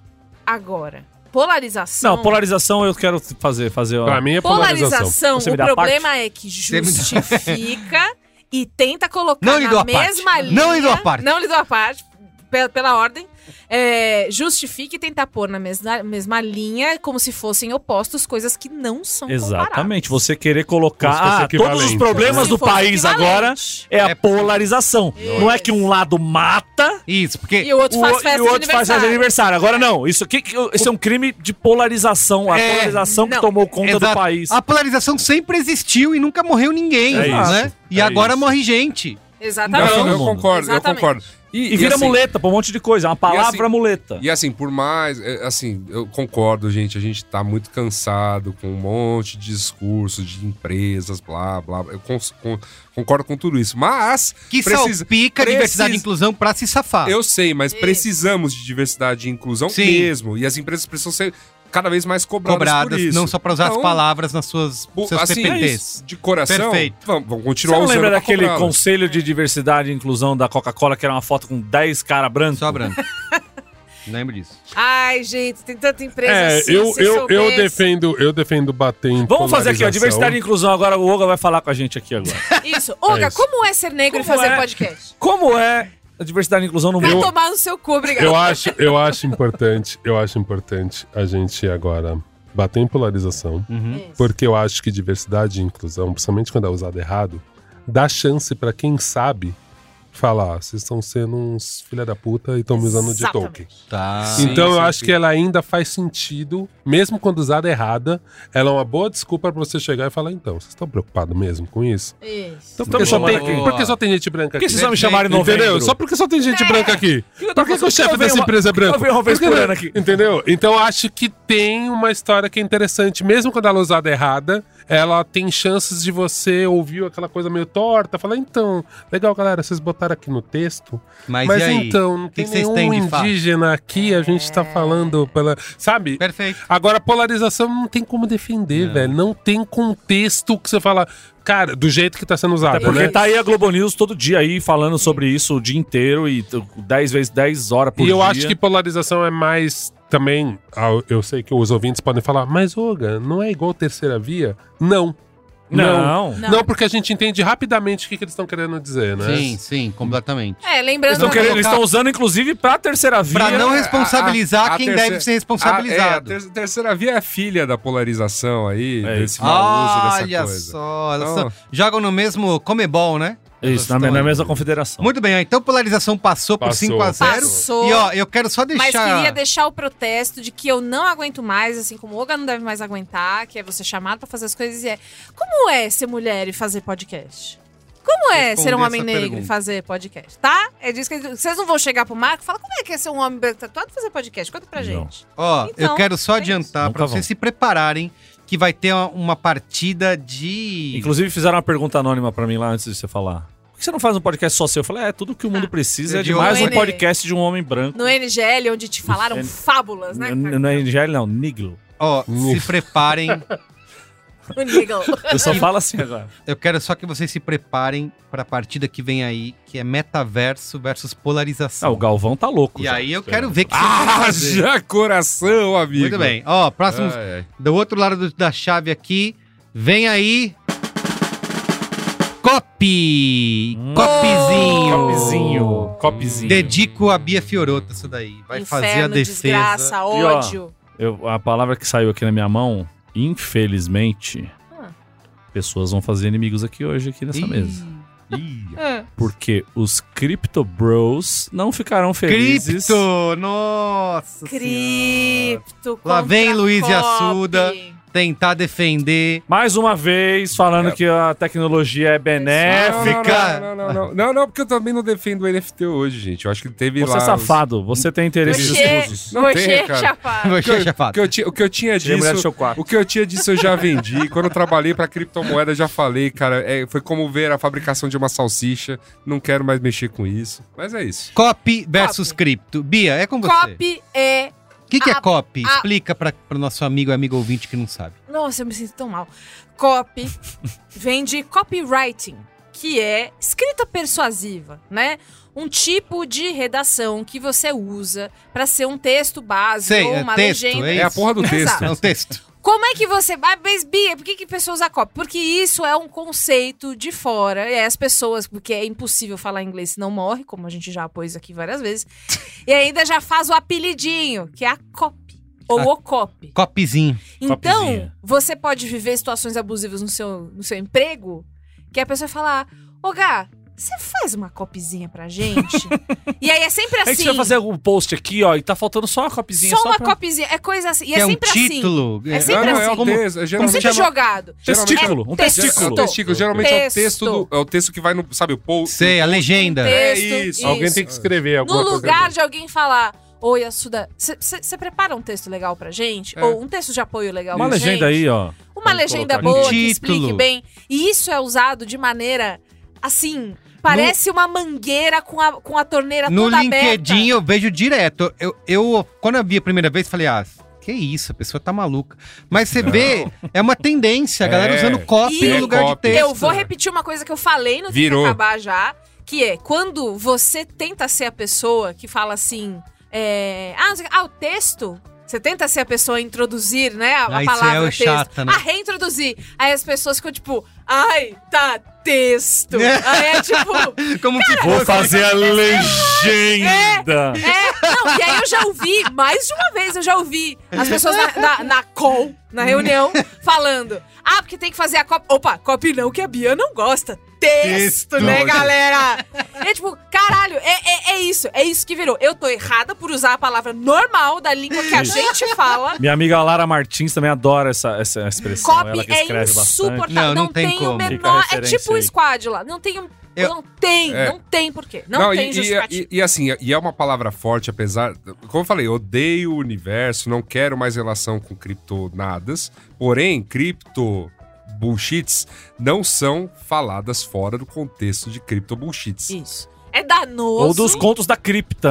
agora. Polarização. Não, polarização eu quero fazer. fazer ó. Pra mim é polarização. Polarização, Você me o dá a problema é que me dá- justifica e tenta colocar Não lhe dou na a parte. Não mesma linha. lhe dou a parte. Não lhe dou a parte, pe- pela ordem. É, justifica e tenta pôr na mesma, mesma linha, como se fossem opostos, coisas que não são Exatamente. comparáveis. Você querer Como se fosse colocar ah, todos os equivalente, problemas né? do Se fosse país equivalente. agora é a É. polarização. Não é que um lado mata Isso, porque. E o outro faz o- festa e o outro de faz festa de aniversário. Agora não. Isso aqui que- esse é um crime de polarização. A É, polarização que não. tomou conta do Exato. Ah, país. A polarização sempre existiu e nunca morreu ninguém, É né? isso, E é agora isso. morre gente. Exatamente. Não, todo eu mundo. concordo, eu um Exatamente. concordo. E vira assim, muleta pra um monte de coisa. É uma palavra assim- Tá. muleta. E assim, por mais. é, Assim, eu concordo, gente. A gente tá muito cansado com um monte de discurso de empresas, blá, blá. blá. Eu cons- con- concordo com tudo isso. Mas. Que precisa- salpica precisa- diversidade e inclusão pra se safar. Eu sei, mas Isso. precisamos de diversidade e inclusão Sim. mesmo. E as empresas precisam ser cada vez mais cobradas, por cobradas, isso. não só pra usar as Então, palavras nas suas bu- seus assim, PPTs. de coração. Perfeito. Vamos, vamos Você continuar não usando lembra pra daquele cobrá-las. conselho de diversidade e inclusão da Coca-Cola, que era uma foto com 10 caras brancos? Só branco. Lembro disso. Ai, gente, tem tanta empresa É, assim, eu, se eu, eu, soubesse. defendo, eu defendo bater em Vamos fazer aqui, ó. polarização. Diversidade e inclusão. Agora o Olga vai falar com a gente aqui agora. Isso. Olga, isso. como é ser negro Como e fazer é? podcast? Como é a diversidade e inclusão no Vai mundo? tomar no seu cu, obrigado. Eu acho, eu acho importante, eu acho importante a gente agora bater em polarização, Uhum. porque eu acho que diversidade e inclusão, principalmente quando é usado errado, dá chance pra quem sabe falar, "Ah, vocês estão sendo uns filha da puta e estão me usando de Exatamente. token. Tá. Sim, então Ah, sim, eu acho sim. que ela ainda faz sentido, mesmo quando usada errada, ela é uma boa desculpa pra você chegar e falar, então, vocês estão preocupados mesmo com isso? Isso. Então, porque, só chamando tem, aqui. porque só tem gente branca Por que aqui? né? vocês só me chamaram em É novembro? Entendeu? Só porque só tem gente É. branca aqui. Por que, que o chefe dessa empresa é branco? Eu vi uma vez por ano aqui. Entendeu? Então acho que tem uma história que é interessante. Mesmo quando ela é usada errada, ela tem chances de você ouvir aquela coisa meio torta, falar, então, legal, galera, vocês botaram aqui no texto. Mas Mas, e aí? então, não Que tem que vocês nenhum têm de fato? indígena aqui, a gente É. tá falando pela. Sabe? Perfeito. Agora, polarização não tem como defender, velho. Não tem contexto que você fala, cara, do jeito que tá sendo usado. É porque né? tá aí a Globo News todo dia aí falando sobre isso o dia inteiro e t- 10 vezes 10 horas por E dia. eu acho que polarização é mais também. ah, Eu sei que os ouvintes podem falar, mas Olga, não é igual terceira via? Não. Não. Não. Não, porque a gente entende rapidamente o que, que eles estão querendo dizer, né? Sim, sim, completamente. É, lembrando. Não querendo- Eles colocar- estão usando, inclusive, pra terceira via. Pra não É, responsabilizar a- a quem terceira- deve ser A, é, a responsabilizado. ter- terceira via é filha da polarização aí, É desse isso. mau uso dessa Olha coisa. só, elas Então- são- jogam no mesmo Comebol, né? Isso, na, na mesma confederação. Muito bem, ó, então polarização passou, por Passou. 5 a 0 Passou. E ó, eu quero só deixar. Mas queria deixar o protesto de que eu não aguento mais, assim como o Olga não deve mais aguentar, que é você chamado pra fazer as coisas e é. Como é ser mulher e fazer podcast? Como é Responder ser um homem essa negro pergunta. e fazer podcast, tá? É disso que vocês não vão chegar pro Marco e falar como é que é ser um homem branco tatuado e fazer podcast? Conta pra Não. gente. Ó, Então, eu quero só é isso. adiantar Nunca pra vocês vão. se prepararem que vai ter uma, uma partida de. Inclusive, fizeram uma pergunta anônima pra mim lá antes de você falar. Por que você não faz um podcast só seu? Eu falei, é, tudo que o mundo precisa é de de mais homem. um podcast de um homem branco. No NGL, onde te falaram N- fábulas, né? N- Não é NGL, não, Niglo. Ó, se preparem O Niggle. Eu só falo assim agora. Eu quero só que vocês se preparem pra partida que vem aí, que é metaverso versus Ah, polarização. o Galvão tá louco. e já. aí eu quero ver que vocês vão Ah, fazer. já É. coração, amigo. Muito bem. Ó, próximo. Ai, ai. Do outro lado do- da chave aqui, vem aí. Copy! Copzinho! um Copzinho. Copzinho. Dedico a Bia Fiorotto isso daí. Vai fazer a Inferno, defesa. desgraça, ó, ódio. Eu- a palavra que saiu aqui na minha mão, infelizmente, Ah. pessoas vão fazer inimigos aqui hoje, aqui nessa Ih, mesa. Ih, Ah, Porque os Crypto Bros não ficarão felizes. Cripto! Nossa! Senhora. Cripto. Lá vem contra Luiz e copy. Assuda. Tentar defender. Mais uma vez, É. falando que a tecnologia é benéfica. ficar- Não, não, não, não, não. Não, não, porque eu também não defendo o NFT hoje, gente. Eu acho que teve lá. Você é os- safado, você tem interesses Você- escusos. Não Você, tem, cara. chapado. Você, O que eu tinha, o que eu tinha Tinha mulher de disso. chocolate. O que eu tinha disso eu já vendi. Quando eu trabalhei pra criptomoeda, eu já falei, cara. é, foi como ver a fabricação de uma salsicha. Não quero mais mexer com isso. Mas é isso. Copy versus cripto. Bia, é com você. Copy é O que, que é A- copy? a- Explica para o nosso amigo e amigo ouvinte que não sabe. Nossa, eu me sinto tão mal. Copy vem de copywriting, que é escrita persuasiva, né? Um tipo de redação que você usa pra ser um texto básico Sei, ou é uma texto, legenda. É É a isso. porra do Tá. texto. É um texto. Como é que você. Ah, mas Bia, por que, que pessoas usam copy? Porque isso é um conceito de fora. E aí as pessoas, porque é impossível falar inglês se não morre, como a gente já pôs aqui várias vezes. E ainda já faz o apelidinho, que é a copy. Ou o copy. Copyzinho. Então, Copzinha. você pode viver situações abusivas no seu, no seu emprego, que a pessoa fala, ô Gá, você faz uma copizinha pra gente? e aí é sempre A assim. gente vai fazer um post aqui, ó, e tá faltando só a copizinha. só uma pra- copizinha. É coisa assim. E é, é um sempre assim. título. É sempre não, não, é assim. o texto. É É geralmente sempre é jogado. Testículo, um Texto. o testículo. testículo. Geralmente é o texto Texto. do. É o texto que vai no. Sabe, o post. Sei, a legenda. um Texto, É isso. Alguém tem que escrever No alguma coisa. lugar de alguém falar, oi, Assuda, você prepara um texto legal pra gente? É. Ou um texto de apoio legal Uma pra gente? legenda aí, ó. Uma Vamos legenda colocar aqui. boa Um que título. explique bem. E isso é usado de maneira, assim, parece uma mangueira com a, com a torneira No toda LinkedIn Tá aberta. eu vejo direto. Eu, eu, quando eu vi a primeira vez, falei, ah, que isso, a pessoa tá maluca. Mas você vê, é uma tendência, a galera É. usando copy E- no lugar de Copy. texto. Eu vou repetir uma coisa que eu falei no Tem que Virou. acabar já, que é quando você tenta ser a pessoa que fala assim, é, ah, não sei o que, ah, o texto... Você tenta ser a pessoa a introduzir, né? A, a Ah, isso palavra é o texto. chata, né? A reintroduzir. Aí as pessoas ficam tipo, ai, tá, texto. Aí é tipo, Como que Vou fosse. fazer a legenda. É, não, e aí eu já ouvi, mais de uma vez eu já ouvi as pessoas na, na, na call, na reunião, falando: ah, porque tem que fazer a copy. Opa, copy não, que a Bia não gosta. Texto, Texto. né, galera? É tipo, caralho, é, é, é isso, é isso que virou. Eu tô errada por usar a palavra normal da língua que a gente fala. Minha amiga Lara Martins também adora essa, essa expressão. ela Copy que é escreve bastante. insuportável. Não, não tem tem, o como. menor. Fica a É tipo o referência aí. squad lá. Não tem um. Eu- não tem, É. não tem porquê. Não, tem e, e, justificativa. e, e assim, e é uma palavra forte, apesar. Como eu falei, eu odeio o universo, não quero mais relação com criptonadas. Porém, cripto bullshits não são faladas fora do contexto de cripto bullshits. Isso. É danoso. Ou dos contos da cripta,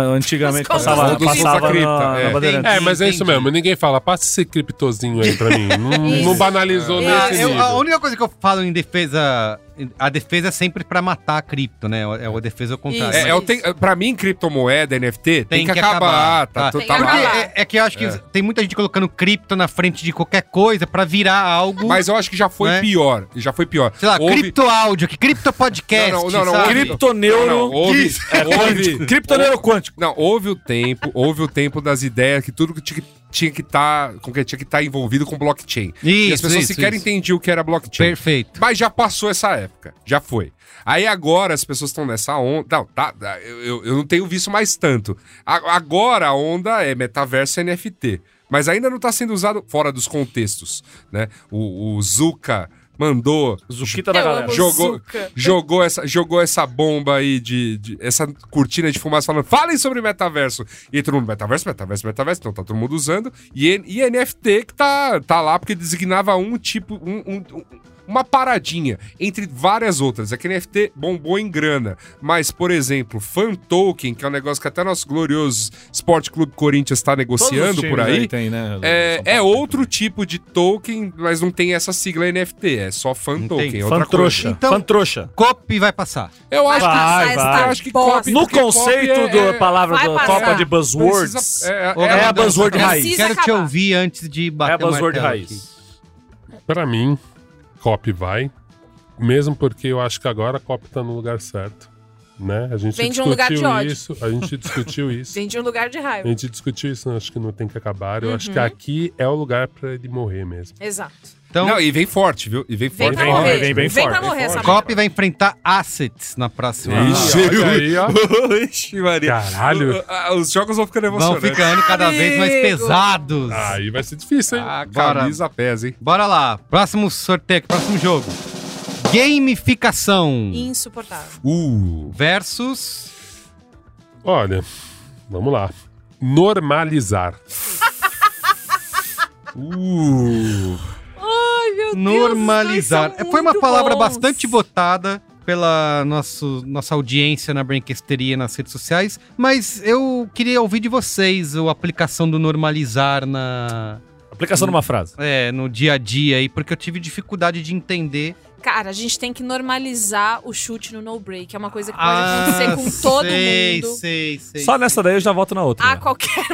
Dos antigamente contos passava, da cripta. passava Dos contos da na, cripta, na é. Bandeirante. É, mas é isso Entendi. mesmo. Ninguém fala, passa esse criptozinho aí pra mim. Não, Isso. não banalizou É. Ah, nesse eu- a nível. única coisa que eu falo em defesa. A defesa é sempre pra matar a cripto, né? É a defesa ao contrário. É, é o te- pra mim, criptomoeda, NFT, tem, que, acabar. Tá, tá. tá, tá Tem que lá. Porque acabar. é, é que eu acho que tem muita gente colocando cripto na frente de qualquer coisa pra virar algo. Mas eu acho que já foi Né? pior. Já foi pior. sei lá, Houve- cripto áudio, que cripto podcast. Não, não, não, não, sabe? cripto- Não, não, É, Criptoneuro. é houve- Quântico. houve- Criptoneuro quântico. Não, houve o tempo, houve o tempo das ideias que tudo que tinha que tinha que estar, com que tinha que estar envolvido com blockchain. e as Isso, pessoas isso, sequer isso. entendiam o que era blockchain. Perfeito. Mas já passou essa época, já foi. Aí agora as pessoas estão nessa onda. Não, tá, tá, eu, eu- eu não tenho visto mais tanto. A- agora a onda é metaverso e NFT. Mas ainda não está sendo usado fora dos contextos. Né? O, o Zuka mandou. Zuquita da Eu galera. amo. Jogou, Zuka. jogou, essa, jogou essa bomba aí de, de- Essa cortina de fumaça falando. Falem sobre metaverso. E todo mundo, metaverso, metaverso, metaverso. Então tá todo mundo usando. E, N- e NFT que tá, tá lá porque designava um tipo. Um, um- um- uma paradinha entre várias outras. É que NFT bombou em grana. Mas, por exemplo, Fan Token, que é um negócio que até nosso glorioso Esporte Clube Corinthians está negociando por aí. tem, né? É, é outro tipo de token, mas não tem essa sigla NFT, é só fan Não token. tem. é outra Fan trouxa. Então- Fan trouxa. Copy vai passar. coisa. Eu acho que. Vai, passar vai. Eu esta acho que bosta. copy- No assim, porque conceito copy é- da palavra Vai da passar. Copa de Buzzwords, Precisa- é- é- Ô, é a Leandrão, buzzword quero- raiz. Quero te acabar. ouvir antes de é a bater o buzzword martelo aqui. raiz. Pra mim, Cop vai. Mesmo porque eu acho que agora a Cop tá no lugar certo. Né? A gente Vem de um discutiu lugar de ódio. isso. A gente discutiu isso. Vem de um lugar de A raiva. gente discutiu isso, não, acho que não tem que acabar. Eu acho que Uhum. aqui é o lugar pra ele morrer mesmo. Exato. Então, Não, e vem forte, viu? E vem Vem forte. pra vem, morrer. vem bem Vem pra forte, morrer essa merda. é? Copy vai enfrentar Assets na próxima. Ixi, olha aí, ó. Ixi, Maria. Caralho. O- a- Os jogos vão Vão ficando emocionantes. ficando cada vez mais Amigo. pesados. Ah. Aí vai ser difícil, hein? A Bora. camisa pesa, hein? Bora lá. Próximo sorteio, próximo jogo. Gamificação Insuportável. Uh. versus Olha, vamos lá. Normalizar. Uh. Ai, meu normalizar. É, Deus. os dois são Foi uma muito palavra bons. bastante votada pela nosso, nossa audiência na Branquesteria e nas redes sociais, mas eu queria ouvir de vocês a aplicação do normalizar na, Aplicação numa frase. é, no dia a dia aí, porque eu tive dificuldade de entender. Cara, a gente tem que normalizar o chute no no-break. É uma coisa que pode Ah, acontecer com todo sei, mundo. Sei, sei, Só nessa daí eu já volto na outra. A né? qualquer.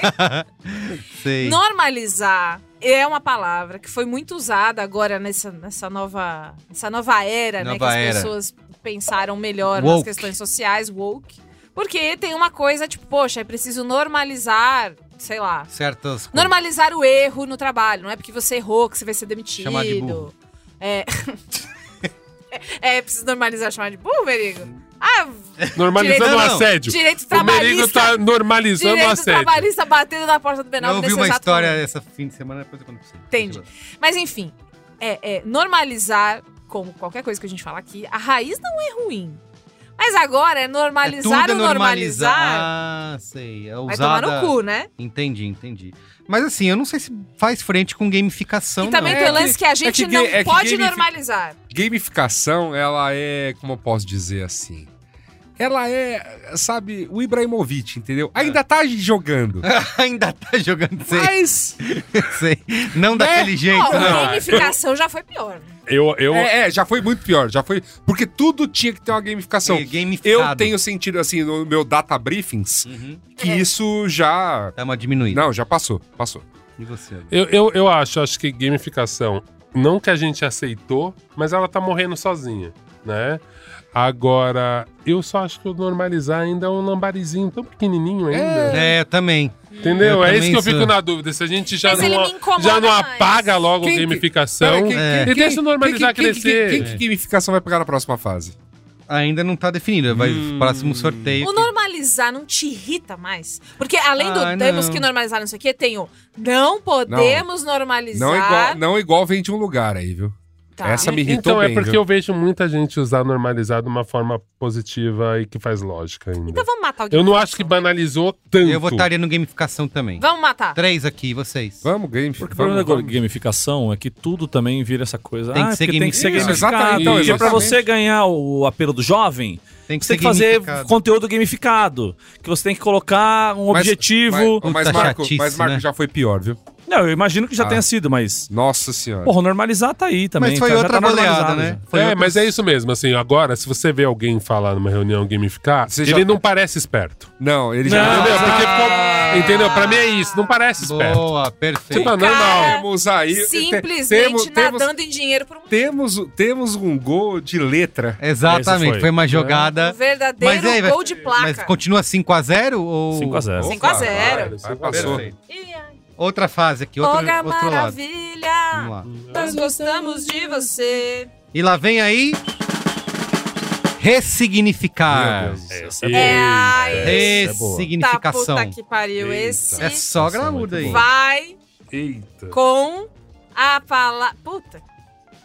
sei. Normalizar é uma palavra que foi muito usada agora nessa, nessa, nova, nessa nova era, né? Nova Que as era. pessoas pensaram melhor nas Woke. questões sociais, woke. Porque tem uma coisa, tipo, poxa, é preciso normalizar, sei lá, Certas coisas. É. Normalizar o erro no trabalho. Não é porque você errou que você vai ser demitido. Chamar de burro. É. é, preciso normalizar chamar de burro, Merigo? Ah, Normalizando Direito- o Não, não. assédio. direito O Merigo trabalhista. tá normalizando o direito assédio. trabalhista batendo na porta do Benal Eu ouvi nesse uma exato história momento. essa fim de semana, depois eu conto pra você. Entendi. Mas enfim, é, é, normalizar, como qualquer coisa que a gente fala aqui, a raiz não é ruim. Mas agora é normalizar tudo o normalizar. Ah, sei. É vai usada... tomar no cu, né? Entendi, entendi. Mas assim, eu não sei se faz frente com gamificação, e também não. tem o É que- lance que a gente ga- não é que pode gamifi- normalizar. Gamificação, ela é. Como eu posso dizer assim? Ela é, sabe, o Ibrahimovic, entendeu? Ainda tá jogando. Ainda tá jogando sei, Mas sei. Não Né? né? daquele jeito, Ó, Então, não. gamificação já foi pior. né? Eu, eu, É, é, já foi muito pior, já foi. Porque tudo tinha que ter uma gamificação. É, gamificado. Eu tenho sentido, assim, no meu data briefings, Uhum. que isso já. Dá uma diminuída. Não, já passou, passou. E você? Lu? eu, eu, eu acho, acho que gamificação, não que a gente aceitou, mas ela tá morrendo sozinha, né? Agora, eu só acho que o normalizar ainda é um lambarizinho tão pequenininho ainda. É, eu também. Entendeu? Eu é isso também que eu sou. fico na dúvida. Se a gente já Mas ele não, me incomoda já não mais. apaga logo Quem a que- gamificação. Pera, quem- É. E deixa o normalizar quem- quem- quem- crescer. Quem, quem, que gamificação vai pegar na próxima fase? Ainda não tá definido. Vai próximo sorteio. O normalizar não te irrita mais? Porque além do Ah, temos não. que normalizar não sei o quê, tem o não podemos normalizar. Não é igual, não igual vem de um lugar aí, viu? Tá. Essa me irritou Então, bem. é porque viu? eu vejo muita gente usar normalizar de uma forma positiva e que faz lógica ainda. Então vamos matar alguém. eu não acho que banalizou tanto. Eu votaria no gamificação também. Vamos matar. Três aqui, vocês. Vamos, game. Porque o vamos, problema é da vamos. gamificação é que tudo também vira essa coisa. Tem que ah, ser porque tem que ser gamificado. gamificado. Exatamente, então, Porque pra exatamente. você ganhar o apelo do jovem, Tem que você ser tem que fazer gamificado. conteúdo gamificado. Que você tem que colocar um Mas- objetivo. Mas, oh. mas Puta Marco, chatice, mas Marco né? já foi pior, viu? Não, eu imagino que já Ah. tenha sido, mas. Nossa senhora. Porra, normalizar tá aí também. Mas foi tá, já outra tá goleada, normalizado né? já. Foi é, outra- mas é isso mesmo. Assim, agora, se você vê alguém falar numa reunião gamificar, Você já- Ah! ele não parece esperto. Não, ele Não. já. Entendeu? Porque ficou- Entendeu? Pra mim é isso. Não parece esperto. Boa, Você Tipo, perfeito. tá normal. Temos aí. te- Simplesmente temos- temos- nadando em dinheiro por um temos, temos um gol de letra. Exatamente. Esse Foi. foi. uma jogada. Mas verdadeiro aí, vai- gol de Mas É. placa. continua 5x0 ou. 5x0. Cinco a zero. Vai, passou. Perfeito. Ih, ai, Outra fase aqui, outro, Olga outro lado. Vamos Maravilha, lá. nós gostamos de você. E lá vem aí. Ressignificar. Meu Deus do céu. É, ai, Essa é boa. tá Ressignificação. puta que pariu. Eita. Esse É só Nossa, graúda aí. muito vai Eita. com a palavra. Puta,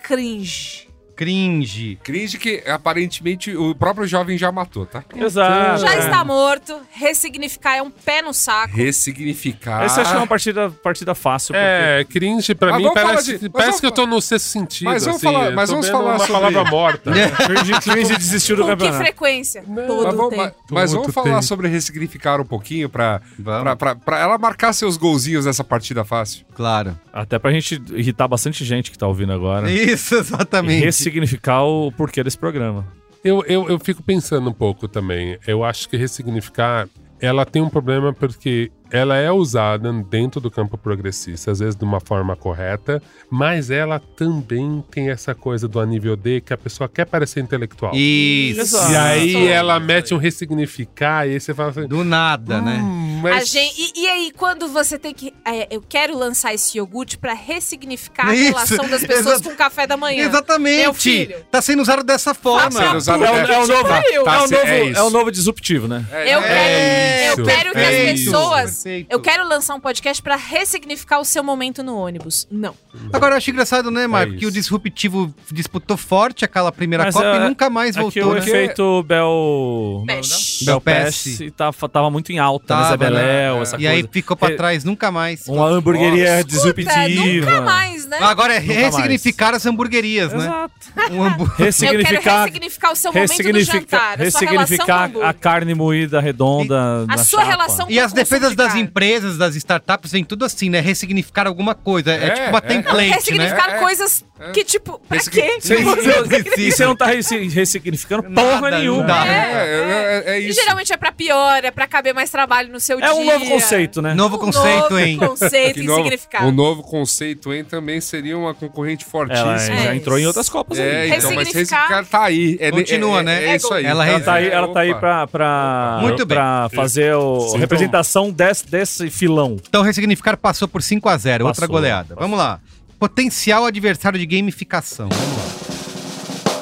cringe. Cringe. Cringe que aparentemente o próprio jovem já matou, tá? Exato. Já está morto. Ressignificar é um pé no saco. Ressignificar. Essa eu acho que é uma partida, partida fácil. porque- É, cringe pra Mas mim vamos falar parece, de- mas parece vamos que eu tô no sexto sentido. Mas vamos assim, falar- eu mas tô vamos vendo falar uma sobre- Né? palavra morta. Cringe, Cringe desistiu do Com que campeonato. frequência? Todo Mas, vamos, tempo. mas- mas vamos Muito falar tempo. sobre ressignificar um pouquinho pra, Vamos. pra, pra, pra ela marcar seus golzinhos nessa partida fácil. Claro. Até pra gente irritar bastante gente que tá ouvindo agora. Isso, E exatamente. ressignificar o porquê desse programa. Eu, eu, eu fico pensando um pouco também. Eu acho que ressignificar, ela tem um problema porque ela é usada dentro do campo progressista, às vezes de uma forma correta, mas ela também tem essa coisa do nível D que a pessoa quer parecer intelectual. E, Isso. Exato. aí ela mete um ressignificar e aí você fala assim... Do nada, né? "Hum, A mas gen- e, e aí, quando você tem que. é, eu quero lançar esse iogurte pra ressignificar a Isso, relação das pessoas exato. com o café da manhã. Meu Exatamente. É filho. Tá sendo usado dessa Tá sendo forma. É usado- o, é o novo, Tá- é o tá- novo, é isso. é o novo disruptivo, né? Eu É quero, eu isso, quero que perfeito, as pessoas. perfeito. Eu quero lançar um podcast pra ressignificar o seu momento no ônibus. Não. Agora eu acho engraçado, né, Marco? É que o isso. disruptivo disputou forte aquela primeira Mas, Copa é, e nunca mais Aqui o voltou, né? efeito Bel... Peste. Belpeste tava, tava muito em alta, né? Tava, Zé Beléu, né? essa E coisa. aí ficou pra É. trás, nunca mais. Uma hamburgueria Puta, disruptiva. nunca mais, né? Agora é Nunca ressignificar as hamburguerias, né? Exato. Um hambú- Eu quero Ressignificar, ressignificar o seu momento no ressignifica, jantar, a sua relação com o ressignificar a hambúrguer. carne moída redonda. A na sua chapa. relação com E as o consumo defesas de das carne. empresas, das startups, vem tudo assim, né? Ressignificar alguma coisa. É, É, tipo uma é. template, né? Ressignificar É, é. coisas que, tipo, pra Ressigni- quê? Você- você- E você não tá ressi- ressignificando porra Nada, nenhuma. não dá. É, é, é- é E isso. geralmente é pra pior, é pra caber mais trabalho no seu dia. É um novo conceito, né? Novo Um conceito, novo hein? Que conceito e novo- significado. O novo conceito, hein, também seria uma concorrente Ela fortíssima. já É entrou isso. em outras copas É, aí. então, mas Ressignificar- ressignificar tá aí. É, Continua, é- né? É, isso aí. Ela Ela tá aí, ela tá aí Opa. pra, pra, Muito bem. pra fazer o, Sinto- representação desse, desse filão. Então, ressignificar passou por 5 a 0 outra Passou, goleada. passou. Vamos lá. Potencial adversário de gamificação. Vamos lá.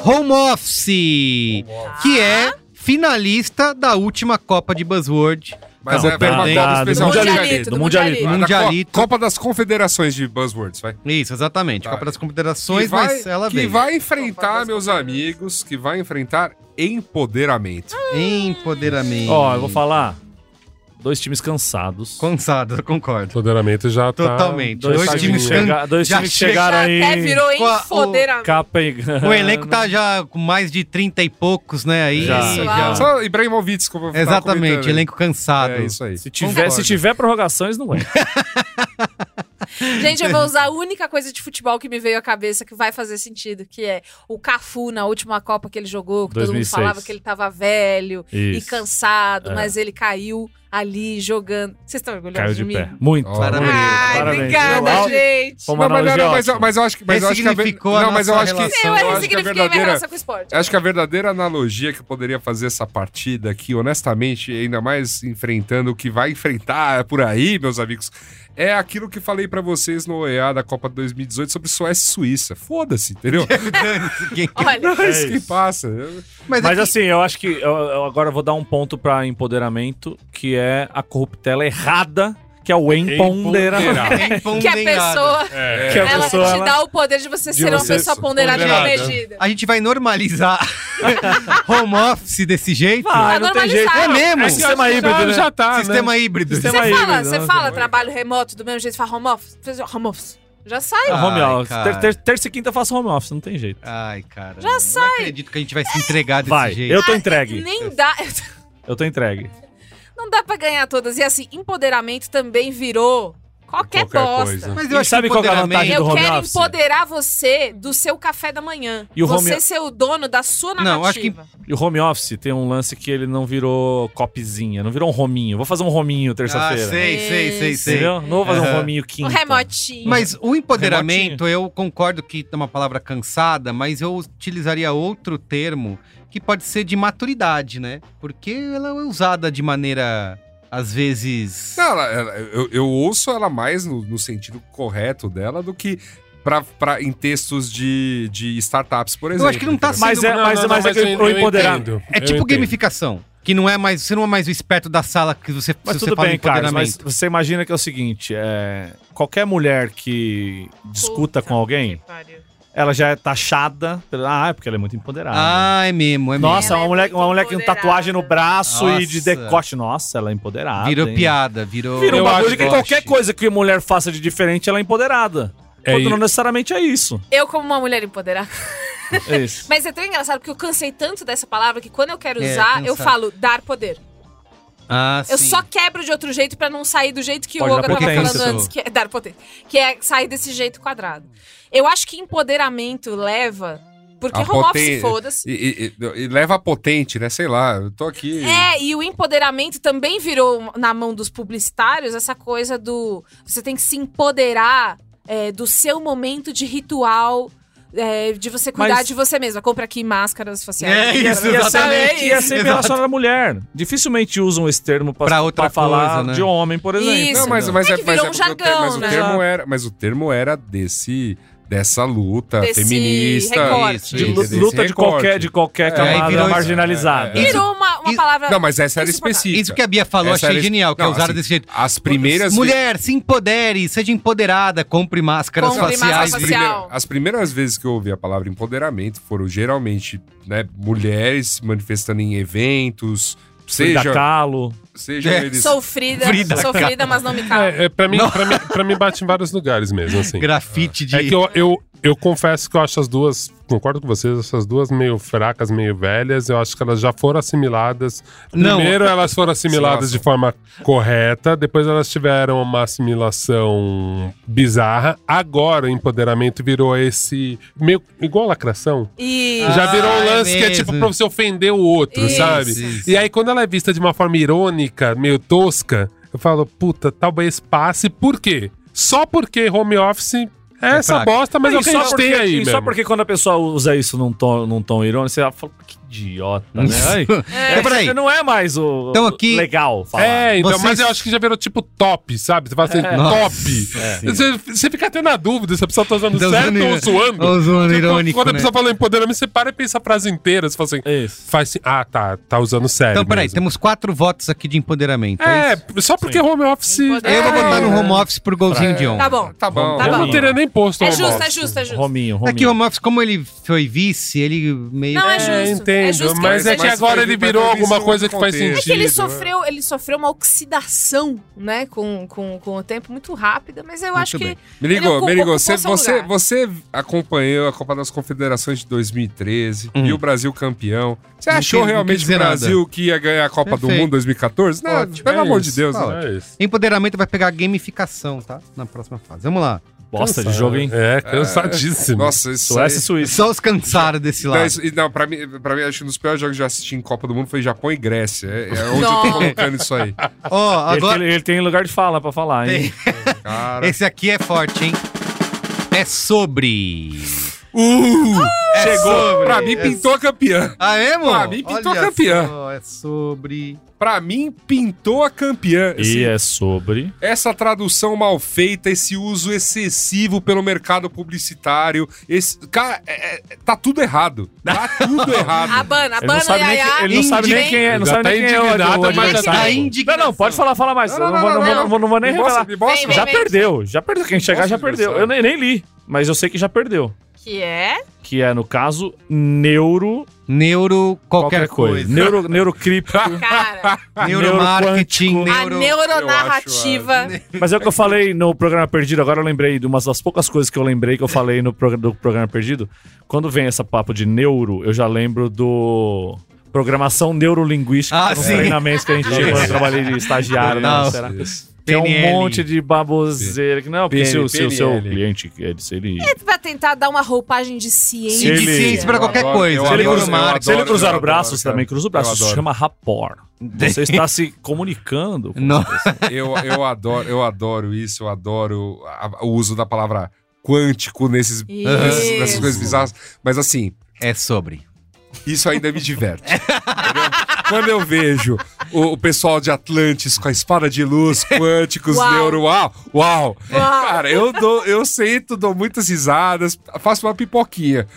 Home Office, que é finalista da última Copa de Buzzword. Mas Não, é pra uma tá- Copa tá- especial de Mundialito, Janeiro. do Mundialito. Da Mundialito. Co- Copa das Confederações de Buzzwords, vai. Isso, exatamente. Tá. Copa das Que Confederações, vai, mas ela que veio. vai enfrentar, meus amigos, que vai enfrentar empoderamento. Empoderamento. Ó, eu vou falar. Dois times cansados. Cansado, eu concordo. Empoderamento já tá... Totalmente. Dois times times chega- can- dois já times que chega- chegaram Já até aí. virou Com a- em foderamento. Capa e... O elenco tá já com mais de 30 e poucos, né? Aí, Já, já. já. Só Ibrahimovic, como eu tava Exatamente, comentando. elenco cansado. É isso aí. Se tiver, se Concordo. tiver prorrogações, não é. Gente, eu vou usar a única coisa de futebol que me veio à cabeça que vai fazer sentido, que é o Cafu na última Copa que ele jogou, que todo mundo 2006. falava que ele tava velho e Isso. cansado, É. mas ele caiu ali jogando. Vocês estão orgulhosos Caiu de, de mim? pé. Muito. Ó, Parabéns. Ai, Parabéns. obrigada, Uau. gente. Foi uma Não, mas, analogia não, mas, ótima. mas eu acho que. Mas eu acho que é Ressignificou a não, mas eu nossa acho que. relação. Eu, eu acho que a ressignifiquei minha verdadeira. relação com o esporte. Acho que a verdadeira analogia que poderia fazer essa partida aqui, honestamente, ainda mais enfrentando o que vai enfrentar por aí, meus amigos, é aquilo que falei pra vocês no OEA da Copa 2018 sobre Suécia e Suíça. Foda-se, entendeu? Olha, É isso que isso. passa. Mas, é Mas aqui- assim, eu acho que eu, eu agora vou dar um ponto pra empoderamento, que é a corruptela errada, que é o empoderamento. Empoderar. que a pessoa, É. Que a ela pessoa, te ela- dá o poder de você ser uma você pessoa ponderada e ponderada. comedida. A gente vai normalizar home office desse jeito? Tá Vai, não tem jeito. normalizado. É mesmo? É sistema híbrido, né? já, já tá, Sistema né? híbrido. Sistema Você híbrido, fala, né? você fala trabalho remoto do mesmo jeito, você fala home office, fez home office. Já sai. Ah, home Ai, office. cara. Ter- ter- terça e quinta eu faço home office, não tem jeito. Ai, cara. Já sai. Não acredito que a gente vai se entregar desse Vai, jeito. eu tô entregue. Nem dá. Eu tô entregue. Não dá pra ganhar todas. E assim, empoderamento também virou qualquer, Qualquer bosta. coisa. Mas E eu acho sabe que qual que é a empoderamento- vantagem do Eu home quero office? empoderar você do seu café da manhã. E o você home- ser o dono da sua narrativa. Não, eu acho que- E o home office tem um lance que ele não virou copizinha, não virou um rominho. Vou fazer um rominho Ah, terça-feira. sei, sei, sei, sei. Entendeu? Não vou fazer um Aham. rominho Um quinta. remotinho. Mas o empoderamento, eu concordo que é uma palavra cansada, mas eu utilizaria outro termo que pode ser de maturidade, né? Porque ela é usada de maneira, às vezes. Não, ela- ela- eu, eu ouço ela mais no, no sentido correto dela do que pra, pra- em textos de, de startups, por exemplo. acho que não tá entendeu? sendo- Mas é, Não, mas, não, não, mas é que eu- o eu empoderamento. entendo, É eu tipo entendo. gamificação. Que não é mais. Você não é mais o esperto da sala que você, Mas se você tudo fala bem, Carlos, mas empoderamento. você imagina que é o seguinte, é, qualquer mulher que discuta Puta com alguém, que pariu. ela já é taxada. Pela... Ah, é porque ela é muito empoderada. Ah, é mesmo, é mesmo. Nossa, Ela é uma mulher, uma muito mulher com empoderada. tatuagem no braço e de Nossa. decote. Nossa, ela é Ah, empoderada. virou hein? piada, virou... Virou um Eu bagulho acho que que- qualquer coisa que a mulher faça de diferente, ela é empoderada. É Quando i- não necessariamente é isso. Eu, como uma mulher empoderada. É isso. Mas é tão engraçado porque eu cansei tanto dessa palavra que quando eu quero É, usar, eu cansado. falo dar poder. Ah, Eu sim. só quebro de outro jeito pra não sair do jeito que Pode o dar Olga tava potência, falando tu. antes, que é dar poder. Que é sair desse jeito quadrado. Eu acho que empoderamento leva. Porque A home poten- office, foda-se. E, e- e- e leva a potente, né? Sei lá, eu tô aqui. É, e o empoderamento também virou na mão dos publicitários essa coisa do. Você tem que se empoderar é, do seu momento de ritual. é, de você cuidar Mas- de você mesma. Compra aqui máscaras faciais. É isso, E é exatamente. sempre, e é sempre Exato. relacionado à mulher. Dificilmente usam esse termo pra, Pra outra pra falar coisa, né? de homem, por exemplo. Isso. Não, mas, entendeu? mas É é, que mas virou é um porque o termo- mas jargão, o né? termo é, era, mas o termo era desse dessa luta Desse feminista, recorte. Isso, de isso, lu- desse luta de qualquer, de aí qualquer camada virou isso. marginalizada. É, é, é. Virou uma, uma isso- palavra. Não, mas essa era insuportável. específica. Isso que a Bia falou, Essa achei era- genial, que é Não, usada assim, desse jeito. As primeiras Mulher, se empodere, seja empoderada, compre máscaras Compre faciais. máscara As, facial. primeiras- as primeiras vezes que eu ouvi a palavra empoderamento foram geralmente né, mulheres se manifestando em eventos, Frida seja, Kahlo. sejam É. eles. Sofrida, Frida, sofrida, mas não me calma. É, é, pra, mim, pra, mim, pra mim bate em vários lugares mesmo, assim. Grafite de... É que eu, eu, eu confesso que eu acho as duas, concordo com vocês, essas duas meio fracas, meio velhas. Eu acho que elas já foram assimiladas. Não. Primeiro elas foram assimiladas de forma correta, depois elas tiveram uma assimilação bizarra. Agora o empoderamento virou esse. meio igual a lacração. E. Já virou Ah, um é lance que é tipo mesmo. pra você ofender o outro, Isso, sabe? isso. E aí quando ela é vista de uma forma irônica, meio tosca, eu falo, puta, talvez passe. Por quê? Só porque home office é, essa fraco. bosta, mas é o E que a gente tem aí, e só mesmo. porque quando a pessoa usa isso num tom, num tom irônico, você fala, que idiota, né? Ai, É, peraí. Não é mais o Então aqui- legal falar. É, então, Vocês- mas eu acho que já virou tipo top, sabe? Você fala assim, top. É. Você, você fica até na dúvida se a pessoa tá usando Tá certo usando- ou zoando. ou zoando Tipo, irônico, Quando a né? pessoa fala empoderamento, você para e pensa a frase inteira. Você fala assim, Isso. faz assim, ah, tá, tá usando sério. Então, peraí, mesmo. temos quatro votos aqui de empoderamento. É, isso? É, só porque home office. Eu vou botar no É. home office pro golzinho de honra. Tá bom. Tá bom. Tá eu não bom. teria nem posto É home justo, office. é justo, é justo. Rominho, Rominho. É que o home office, como ele foi vice, ele meio... Não, é É, justo. entendo, é justo que mas ele é que seja- agora Mas ele foi virou visto alguma no coisa que faz contexto. sentido. É que ele né? sofreu, ele sofreu uma oxidação, né, com, com, com o tempo, muito rápida, mas eu acho que. bem. Me ele ligou, ocupou- me ligou. ocupou Você, seu você, lugar. você acompanhou a Copa das Confederações de 2013, Uhum. viu o Brasil campeão. Você achou quis- não quis realmente que dizer o nada. Brasil que ia ganhar a Copa do Perfeito. Mundo em 2014? Não, Ótimo, pelo é amor isso, de Deus. tá né? É isso. Empoderamento vai pegar gamificação, tá? Na próxima fase. Vamos lá. Bosta de jogo, hein? É, cansadíssimo. Nossa, isso Suécia e aí- Suíça. Só os cansaram desse Não, lado. isso, e não pra, mim, pra mim, acho que um dos piores jogos que eu já assisti em Copa do Mundo foi Japão e Grécia. É, é onde eu Não. tô colocando isso aí. Ó, Ele agora... tem- Ele tem lugar de fala pra falar, hein? Tem. Cara. Esse aqui é forte, hein? É sobre... é Chegou. Pra é mim, pintou a campeã. Ah, é, mano? Pra mim, pintou campeã. Só, é sobre... Pra mim, pintou a campeã. Assim, E é sobre. Essa tradução mal feita, esse uso excessivo pelo mercado publicitário, esse. Cara, é- é- tá tudo errado. Tá tudo errado. Abana, Ele não abana, sabe nem, iaia. que- ele não sabe nem quem é. Não Já sabe tá nem quem é o- indignado, o mas já tá adversário. Não, indignação. não, pode falar, fala mais. Eu Não vou- não vou- não vou- não vou nem Me mostra, revelar. me mostra. Vem, Já vem, perdeu, já perdeu. Quem chegar já Nossa, perdeu. Eu nem, nem li, mas eu sei que já perdeu. Que é? Que é, no caso, neuro Neuro qualquer, qualquer coisa. coisa. Neuro, neurocripto. Cara, Neuromarketing, a neuro... neuronarrativa. mas é o que eu falei no programa Perdido. Agora eu lembrei de umas das poucas coisas que eu lembrei que eu falei no prog- do programa Perdido. Quando vem essa papo de neuro, eu já lembro do. Programação neurolinguística, Ah, nos sim. treinamentos que a gente tinha quando eu trabalhei de estagiário, né? Nossa. Será? Tem um PNL. monte de baboseira. que Não, porque se o se o seu PNL. cliente, ele, se ele Pra tentar dar uma roupagem de ciência. E de Ele- ciência pra Eu qualquer adoro, coisa. eu Se ele, adoro, cruzar- eu adoro, se ele cruzar eu o braço, adoro, você também cara. cruza o braço. Eu Isso se adoro. chama rapport. Você está se comunicando. Não. Eu, eu, adoro, eu adoro isso, eu adoro a- o uso da palavra quântico nesses, nesses- nessas Isso. coisas bizarras. Mas assim, É sobre. Isso ainda me diverte. entendeu? Quando eu vejo o, o pessoal de Atlantis com a espada de luz, quânticos, Uau. neuro, uau, uau. Uau. Cara, eu, dou, eu sento, dou muitas risadas, faço uma pipoquinha.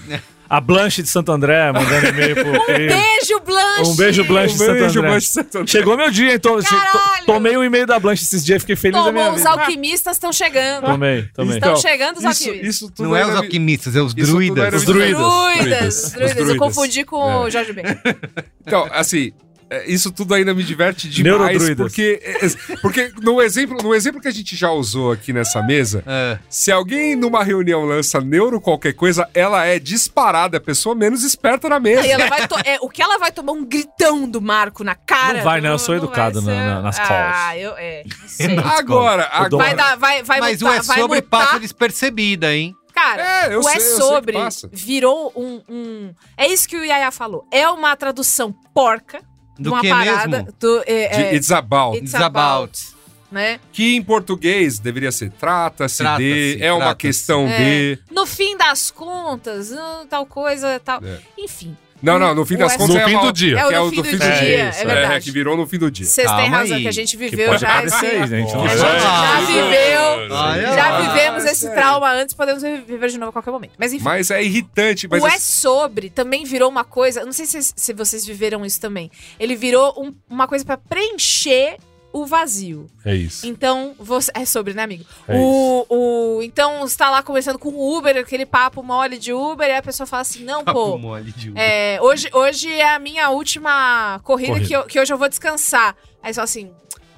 A Blanche de Santo André mandando e-mail pro Cris. Beijo, Blanche! Um beijo, Blanche de Santo beijo, André. Blanche de Santo André. Chegou meu dia, então. che- to- Caralho! Tomei um e-mail da Blanche esses dias, fiquei feliz da minha Tomou, os vida. Então, alquimistas estão chegando. Tomei, tomei. Estão chegando os isso, alquimistas. isso tudo Não é era- os alquimistas, é os Isso tudo druidas. era- Os druidas. É. Druidas, os druidas. Os druidas. Eu confundi com o Jorge Ben. Então, assim, é, isso tudo ainda me diverte demais. Neurodruidas. Porque, é, é, porque no, exemplo, no exemplo que a gente já usou aqui nessa mesa, É. se alguém numa reunião lança neuro qualquer coisa, ela é disparada, a pessoa menos esperta na mesa. E ela vai to- é, o que ela vai tomar um gritão do Marco na cara. Não vai, né? Eu sou vai educado ser- na- na- nas Ah, calls. eu. É, não sei. Agora, Eu dou- Vai agora. dar, vai, vai Mas o mutar- é vai sobre mutar. passa despercebida, hein? Cara, É, eu o sei, é eu sei que sobre passa. virou um, um- É isso que o Yaya falou. É uma tradução porca de Do uma que parada mesmo? do. É, De é, It's about. It's It's about. about. né? Que em português deveria ser trata-se Trata-se, de, é uma trata-se. questão de. No fim das contas, hum, tal coisa, tal. É. Enfim. Não, não, no fim das No contas é fim uma- do dia. É o que no fim do dia, é isso, verdade. que virou no fim do dia. Vocês têm Calma razão aí, que a gente Que viveu pode já esse. acontecer, gente. não é, A sei. gente já Ah, viveu. Olha Já Ah, lá. vivemos esse é sério. trauma antes, podemos viver de novo a qualquer momento. Mas enfim. Mas é irritante. Mas o assim- é sobre também virou uma coisa. eu Não sei se, se vocês viveram isso também. Ele virou um- uma coisa pra preencher o vazio. É Ah, isso. Então, você. É sobre, né, amigo? É o, o- Então, você tá lá conversando com o Uber, aquele papo mole de Uber, e a pessoa fala assim: não, pô. Papo mole de Uber. É, hoje, hoje é a minha última corrida, Corrida. Que, eu- que hoje eu vou descansar. Aí só assim,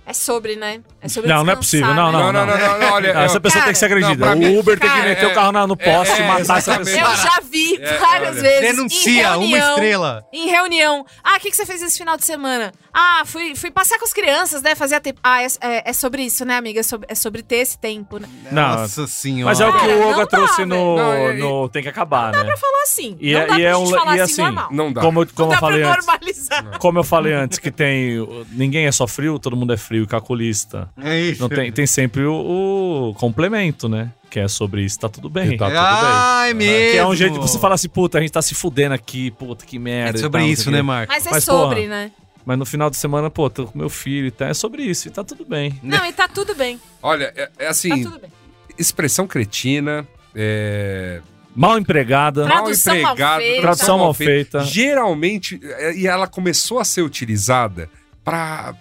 é sobre, né? É sobre Não, não descansar, é possível, né? não, Não, não, não, não, não, olha. Ah, essa eu- pessoa Cara, tem que ser é, não, pra agredida. mim- o Uber tem que cara, meter é- o carro na- no poste é, e matar essa exatamente. pessoa. Eu já vi É, várias olha, vezes. em Denuncia uma reunião- estrela. Em reunião. Ah, o que, que você fez esse final de semana? Ah, fui, fui passar com as crianças, né? Fazer a tempo. Ah, é, é- é sobre isso, né, amiga? É sobre, é sobre ter esse tempo, né? Não. Nossa senhora. Mas é o que Cara, o não dá, Olga trouxe velho. no, Não, é- no Tem que acabar, né? Falar assim. E não é- dá e pra é gente um- falar e assim, assim, normal. Não dá. Como, eu- Não como eu dá pra falei antes. normalizar. É. Como eu falei antes, que tem. o- Ninguém é só frio, todo mundo é frio, calculista. É isso. Não tem, tem sempre o, o complemento, né? Que é sobre isso, tá tudo bem. E tá tudo Ai, mesmo. Que é um jeito de você falar assim, puta, a gente tá se fudendo aqui, puta, que merda. É e sobre tal, não sei isso, o quê. né, Marco? Mas é Mas, sobre, porra. né? Mas no final de semana, pô, tô com meu filho e tal. É sobre isso, e tá tudo bem. Não, e tá tudo bem. Olha, é, é Tá assim, tudo bem. expressão cretina, é, Mal empregada, Pra- mal Tradução mal empregado, feita. tradução mal feita. Geralmente, é, e ela começou a ser utilizada pra,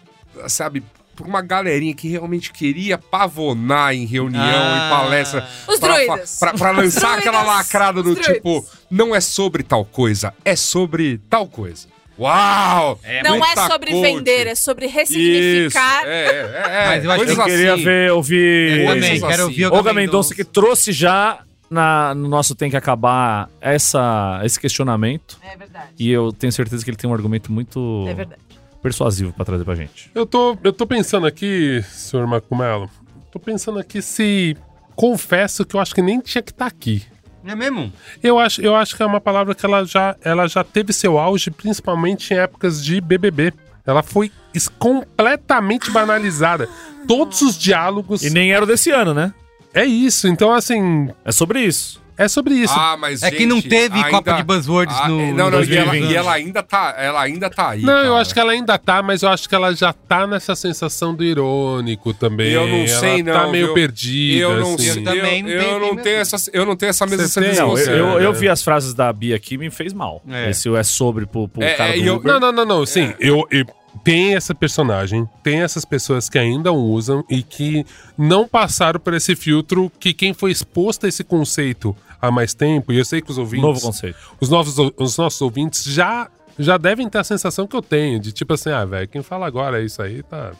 sabe, por uma galerinha que realmente queria pavonar em reunião, Ah. em palestra. Os pra, druidas. Pra, pra lançar Druidas. aquela lacrada do Os druidas. tipo, não é sobre tal coisa, é sobre tal coisa. Uau! não é muita sobre coach. vender, é sobre Isso, ressignificar. É, é, é, é. Mas eu acho que Coisas eu queria assim. ver, ouvir. Eu Coisas também, quero assim. ouvir Olga Mendonça que trouxe já na, no nosso Tem que Acabar essa, esse questionamento. É verdade. E eu tenho certeza que ele tem um argumento muito É verdade. persuasivo pra trazer pra gente. Eu tô, eu tô pensando aqui, senhor Macumelo, tô pensando aqui se. Confesso que eu acho que nem tinha que estar aqui. É mesmo? Eu acho, eu acho que é uma palavra que ela já, ela já teve seu auge, principalmente em épocas de BBB. Ela foi es- completamente banalizada. Todos os diálogos. E nem era o desse ano, né? É isso. Então, assim, É sobre isso. é sobre isso. Ah, mas, É que não gente, teve ainda- Copa de Buzzwords Ah, no. é, não, não, e ela, 2020. e ela ainda tá, ela ainda tá aí. não, eu acho que ela ainda tá, mas eu acho que ela já tá nessa sensação do irônico também. Eu não Ela sei, Tá não, meio viu? perdida. eu não assim. sei, eu, Eu também não eu tenho não mesmo. tenho essa, eu não tenho essa mesma Você tem? sensação. assim. Não, eu, Você- eu, eu vi as frases da Bia aqui e me fez mal. É. Esse é sobre pro, pro É, cara é, do e eu- Uber. Não, não, não, não. Sim, É. eu, eu- tem essa personagem, tem essas pessoas que ainda usam e que não passaram por esse filtro que quem foi exposto a esse conceito há mais tempo, e eu sei que os ouvintes, Novo conceito. os novos ou- os nossos ouvintes já já devem ter a sensação que eu tenho de tipo assim, ah, velho, quem fala agora isso aí tá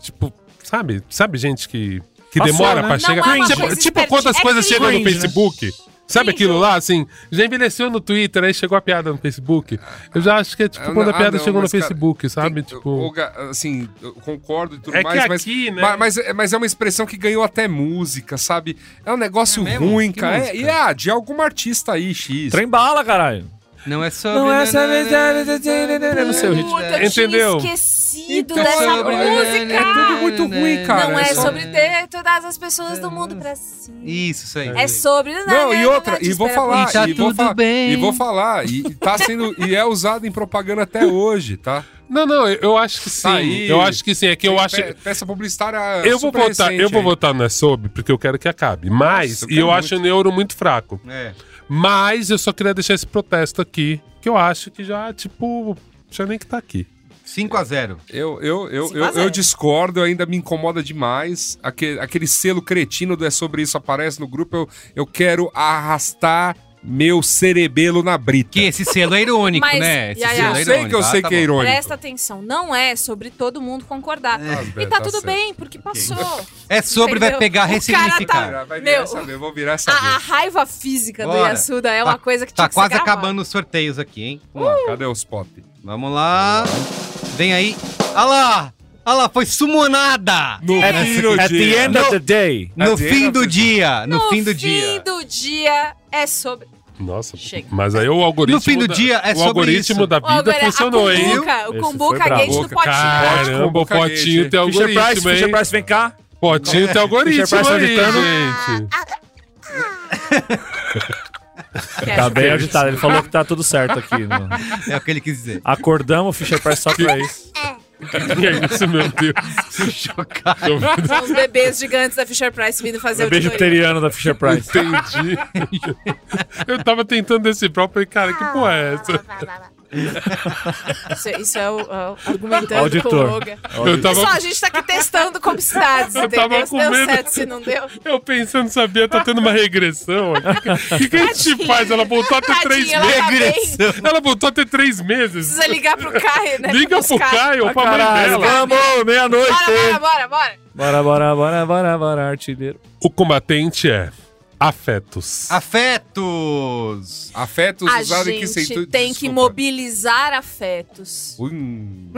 tipo, sabe? Sabe gente que que Passou, né? demora pra Não é chegar. uma tipo, coisa tipo espertinha, quando as é coisas chegam no cringe, né? Facebook. Sabe Cringe. aquilo lá, assim? Já envelheceu no Twitter, aí chegou a piada no Facebook. Eu já acho que é tipo Ah, quando não, a piada ah, não, chegou no mas, cara, Facebook, sabe? Tem- tipo. Olga, assim, eu concordo e tudo É que mais, mas, aqui, né? ma- mas, é- mas é uma expressão que ganhou até música, sabe? É um negócio mesmo? ruim, Que cara. É, música? e ah, de algum artista aí, X. Trem bala, caralho. Não é sobre. Eu não sei o é ritmo. Puta, eu Entendeu? tinha esquecido Então, dessa é- é- música. é tudo muito ruim, cara. não é, só- sobre ter todas as pessoas do mundo pra cima. Isso, isso aí. É sobre. Não, e outra, e vou falar, E tá e vou tudo falar, bem. e vou falar, e e tá sendo, e é usado em propaganda até hoje, tá? Não, não, eu, eu acho que sim. Aí- eu acho que sim. É que eu Pe- acho. peça publicitária Eu vou super votar, eu recente vou aí. votar no É Sob, porque eu quero que acabe. Mas, Nossa, eu e eu quero acho o neuro muito fraco. É. Mas eu só queria deixar esse protesto aqui, que eu acho que já, tipo, já nem que tá aqui. 5x0. Eu, eu, eu, Cinco a eu, zero. eu discordo, ainda me incomoda demais. Aquele, aquele selo cretino do É Sobre Isso aparece no grupo. Eu, eu quero arrastar meu cerebelo na brita. Que esse selo é irônico, Mas- né? Esse ia, ia. selo Eu é sei irônico. que eu Ah, sei tá que é bom. irônico. Presta atenção, não é sobre todo mundo concordar. E tá, tá tudo certo. bem, porque passou. É sobre, vai Entendeu? pegar, O cara ressignificar. tá- Vai virar Meu, Ah, essa vez, vou virar essa a, a vez. raiva física do Bora. Yasuda é uma Tá- coisa que tinha Tá que ser quase gravada. acabando os sorteios aqui, hein? Vamos lá. Cadê os pop? Vamos lá. Vem aí. Olha lá! Olha lá, foi sumonada! É, No É, fim do At the dia. end of the day. No Cadê? fim do dia! No fim do No fim dia! do dia é sobre. Nossa, Chega. mas aí o algoritmo. No fim do da- dia, é O sobre algoritmo isso. da Ó, vida agora, funcionou, a hein? Cumbuca, o Esse Cumbuca foi bravo. Gate do Boca, Potinho. Caramba, o Boca potinho quente. tem Fisher Price, algoritmo, Fisher hein? Price, vem cá. Potinho tem algoritmo Fisher Price aí, gente. Quer Tá jogar? bem agitado. Ele falou que tá tudo certo aqui. mano. É o que ele quis dizer. Acordamos, Fisher Price só pra isso. Que é isso, meu Deus. São os bebês gigantes da Fisher Price vindo fazer Beijo auditoria. vegetariano da Fisher Price. Entendi. Eu tava tentando decifrar, eu falei, cara, que porra é essa? Isso, isso é o, o- argumentando Auditor. com o Olga. Eu Pessoal, a tava, gente tá aqui testando como cidades, Eu entendeu? tava Se com deu medo. certo, se não deu. eu pensando, sabia, tá tendo uma regressão. O que, que a gente Tadinha. faz? Ela voltou a ter três Tadinha, ela meses. tá bem. Regressão. Ela voltou a ter três meses. Precisa ligar pro Caio, né? Liga pro Buscar. Caio, pra mãe Caralho, dela. vamos, Bora, bora, meia-noite. bora, bora. Bora, bora, bora, bora, bora, artilheiro. O combatente é afetos. Ah, Afetos! Afetos A usados em que gente sentido? tem que Desculpa. mobilizar afetos Hum.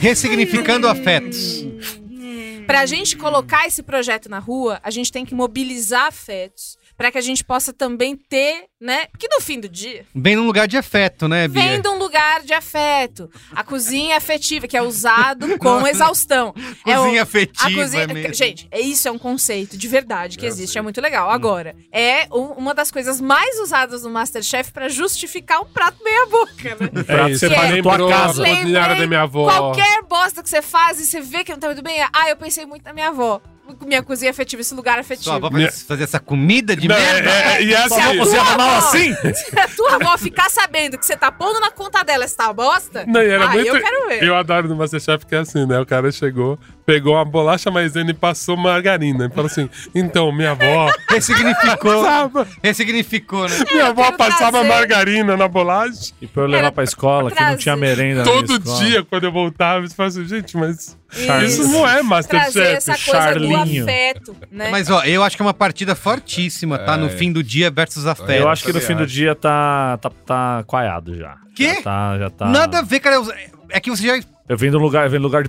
Ressignificando Hum. afetos. Hum. Pra gente colocar esse projeto na rua, a gente tem que mobilizar afetos. Pra que a gente possa também ter, né? Porque no fim do dia, Bem num lugar de afeto, né, Bia? vem de um lugar de afeto. A cozinha afetiva, que é usado com exaustão. É o- Cozinha afetiva A cozinha. mesmo. Gente, é- isso é um conceito de verdade que existe, é muito legal. Hum. Agora, é um- uma das coisas mais usadas no Masterchef pra justificar um prato meia-boca, né? Prato isso, separado é. em tua Lembrou. casa. Lembrou. Cozinhada da minha avó. Qualquer bosta que você faz e você vê que não tá muito bem, é, ah, eu pensei muito na minha avó. Minha cozinha é afetiva, esse lugar afetivo. Sua avó vai fazer essa comida de Não, merda? é- é- e é assim, Você é mal assim? Se a tua avó ficar sabendo que você tá pondo na conta dela essa bosta, Não, e era ah, muito... eu quero ver. Eu adoro no Masterchef que é assim, né? O cara chegou, pegou uma bolacha maisena e passou margarina. E falou assim, então, minha avó... Ressignificou. Sabe? Ressignificou, né? Minha avó quero passava trazer. margarina na bolacha. E pra eu levar pra escola, que não é tinha merenda na minha Todo escola. dia, quando eu voltava, eu falava assim, gente, mas Isso. isso não é Trazer Masterchef. essa coisa Charlinho. do afeto, né? Mas, ó, eu acho que é uma partida fortíssima, tá? No fim do dia versus afeto. É. Eu acho que no também fim do acho. dia tá, tá, tá coalhado já. Quê? Já tá, já tá. Nada a ver, cara. É que você já Eu vim de um lugar, eu vim de um lugar de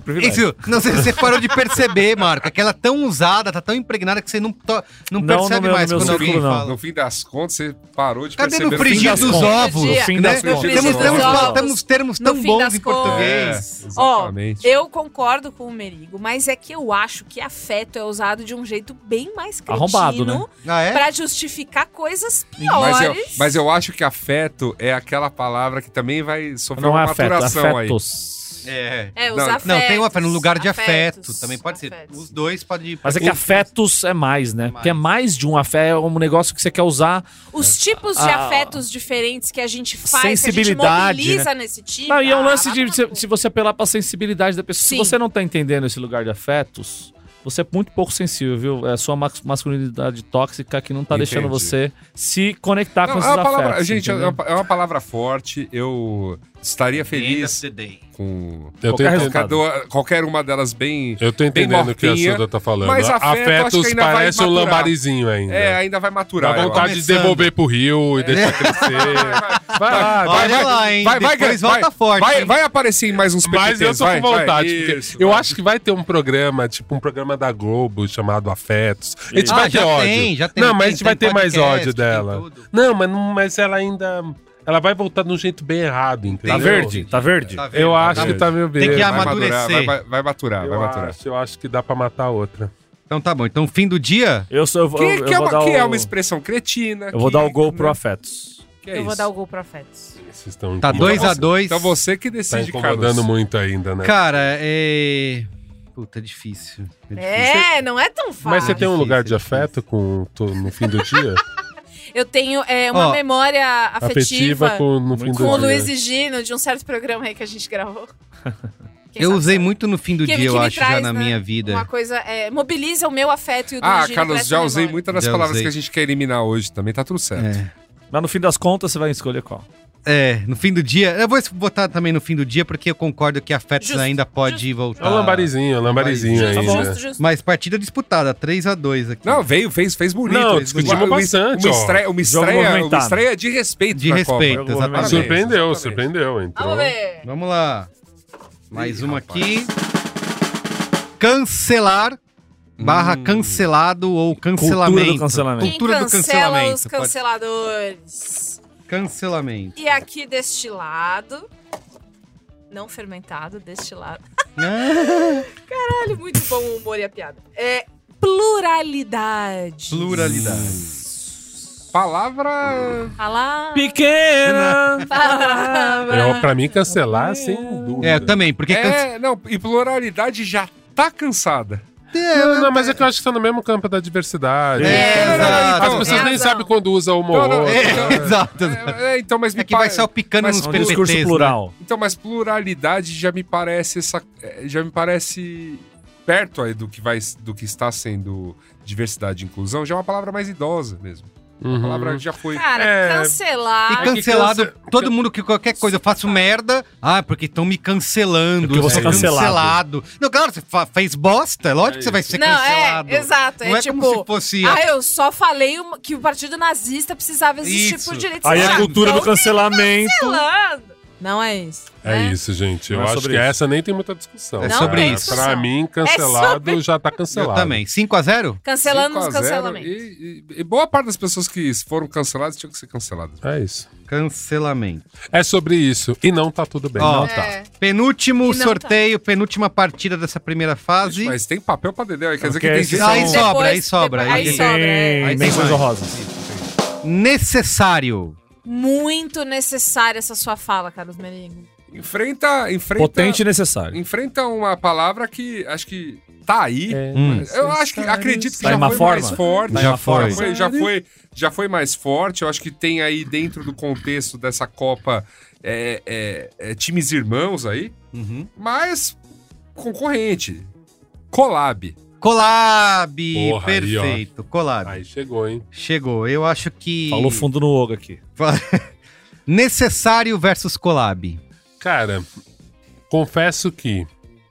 Isso, privilégio. não sei se você parou de perceber, Marco. Aquela tão usada, tá tão impregnada que você não, to- não Não, percebe no meu- mais no meu quando alguém círculo, não. fala. No fim das contas, você parou de Cadê perceber. no fim frigir das dos contas. ovos? No fim né? das No contas. fim Temos, dos temos, ovos. pa- temos termos No tão fim bons das em contas. português. É, Ó, exatamente. eu concordo com o Merigo, mas é que eu acho que afeto é usado de um jeito bem mais cretino Arrombado, né? Ah, é? pra justificar coisas piores. Mas eu, mas eu acho que afeto é aquela palavra que também vai sofrer Não uma é afeto, é maturação aí. afetos. É. É, os Não, não, afetos. Não, tem um afeto, no lugar de afeto. afetos, também pode afetos. ser. Os dois podem. Mas é que afetos é mais, né? Porque é mais de um afeto, é um negócio que você quer usar. Os tipos de Ah. afetos diferentes que a gente faz, Sensibilidade, que a gente mobiliza nesse time. Não, e é um ah, lance vai de tomar se, no se você apelar pra sensibilidade da pessoa. Sim. Se você não tá entendendo esse lugar de afetos, você é muito pouco sensível, viu? É a sua mas- masculinidade tóxica que não tá Entendi. deixando você se conectar Não, com é esses uma afetos. palavra, gente, é entendeu? uma, é uma palavra forte. Eu estaria feliz tá com Eu tô, Qualquer entendendo, resultado. qualquer, qualquer uma delas bem. eu tô entendendo o que a mortinha, Suda tá falando. mas afeto, acho que Afetos ainda vai parece um maturar. lambarizinho ainda. É, ainda vai Dá maturar. eu vontade de Começando. devolver pro rio e deixar crescer. acho. Vai lá, vai, Olha vai, lá, hein? vai, vai, Depois vai, volta forte. vai, hein? vai aparecer em mais uns Mas eu PPTs, tô com vai, vai. vontade. porque Isso, eu vai. acho que vai ter um programa, tipo um programa da Globo chamado Afetos. A gente Ah, vai ter já ódio. tem, já tem. Não, mas Tem- a gente vai tem ter mais podcast, ódio tem dela. tudo. Não mas, não, mas ela ainda. Ela vai voltar de um jeito bem errado, entendeu? Tá verde? Tá verde? Tá vendo? Eu Tá acho vendo? que tá meio verde. que Vai amar- maturar, amadurecer. Vai, vai, vai maturar, vai Eu maturar. acho, eu acho que dá pra matar outra. Então tá bom. Então, fim do dia. Eu, sou, eu, vou- Que, eu que é, vou uma, dar que o, é uma expressão cretina. Eu vou que- dar o gol pro né? afetos. Que é Eu vou isso? dar o gol pro afetos. Vocês estão Tá incomodando. 2x2. Dois Então você que Tá decide, incomodando Carlos. muito ainda, né? Cara, é. Puta, é difícil. É difícil. É, não é tão fácil. Mas você tem um difícil, lugar de difícil. afeto com, tu- no fim do dia? Eu tenho é, uma Ó, memória afetiva, Afetiva com, no fim Muito com do o dia. Luiz e Gino de um certo programa aí que a gente gravou. Quem Eu sabe usei sabe. muito no fim do Que- dia, que eu me acho, já traz, na né, minha Uma vida. coisa é, mobiliza o meu afeto e o do Ah, Gino. um pra Carlos, essa já usei memória. muitas das Já palavras usei. que a gente quer eliminar hoje também, tá tudo certo. É. Mas no fim das contas, você vai escolher qual. É, no fim do dia. Eu vou botar também no fim do dia, porque eu concordo que a Fetus Justo, ainda pode É voltar. um lambarizinho, é um lambarizinho né? Justo, ainda. justo, justo. Mas partida disputada, 3x2 aqui. Não, veio, fez, fez bonito. Não, Fez discutimos bonito. Uma- bastante, Uma ó. estreia, uma Jogo estreia, uma movimentado. estreia de respeito De na respeito, Copa. exatamente. Parabéns, surpreendeu, exatamente. surpreendeu. então. É, Entrou. Vamos ver. Vamos lá. Mais Ih, uma rapaz. aqui. Cancelar, barra Hum. cancelado ou Cultura cancelamento. do cancelamento. Quem Cultura do cancela os cancelamento, pode- canceladores? Cancelamento. E aqui deste lado. Não fermentado, deste lado. Caralho, muito bom o humor e a piada. É pluralidade. Pluralidade. Palavra. Alá. Pequena! Eu, pra mim, cancelar, sem dúvida. É, também, porque. canc- É, não, e pluralidade já tá cansada. Não, não, mas é que eu acho que tá no mesmo campo da diversidade. É, não, não, não, exato. As pessoas nem Razão. sabem quando usa uma Não, ou não, outra. é. né? É, exato. É, então, mas me É que vai pa- salpicando mas nos Um PPTs, discurso PPTs. né? plural. Então, mas pluralidade já me parece essa, eh, já me parece perto aí do que vai, do que está sendo diversidade e inclusão, já é uma palavra mais idosa mesmo. Uma Uhum. palavra que já foi Cara, É. E cancelar. cancelado, que cance- todo mundo que qualquer coisa eu faço merda. Ah, porque estão me cancelando. É porque eu vou ser sou cancelado. Não, claro, você fa- fez bosta, é lógico que você vai ser Não, cancelado. é, exato. Não é, é tipo. como se fosse- Ah, eu só falei uma- que o partido nazista precisava existir Isso. por direito Aí a social. cultura do Então, cancelamento. cancelando. Não é isso. É né? isso, gente. Eu Não é acho sobre que isso. essa nem tem muita discussão. É cara. sobre Pra isso. Pra mim, cancelado É já tá Eu cancelado. também. 5x0? Cancelando os 5 a 0 cancelamentos. E, e- e boa parte das pessoas que foram canceladas tinham que ser canceladas. É isso. Cancelamento. É sobre isso. E não tá tudo bem. Ó, Não tá. É. Penúltimo E não sorteio, penúltima partida dessa primeira fase. Mas tem papel pra Dedéu, aí quer dizer que Ok, tem esses gente. são- Aí Depois- sobra, aí sobra. depois- Aí aí tem. sobra. é. Tem menções mais. honrosas. Necessário. Muito necessária essa sua fala, Carlos Merigo. Enfrenta, enfrenta, Potente e necessário. enfrenta uma palavra que acho que tá aí. Hum. Eu acho que acredito que É, Tá já em uma foi forma? mais forte. Tá em Já uma foi. forma. Foi- já, foi, já foi mais forte. Eu acho que tem aí dentro do contexto dessa Copa é, é, é, times irmãos aí, Uhum. mas concorrente. Collab. Colab, Porra, aí, perfeito. Colab. Aí chegou, hein? Chegou. Eu acho que. Falou fundo no ogo aqui. Necessário versus colab. Cara, confesso que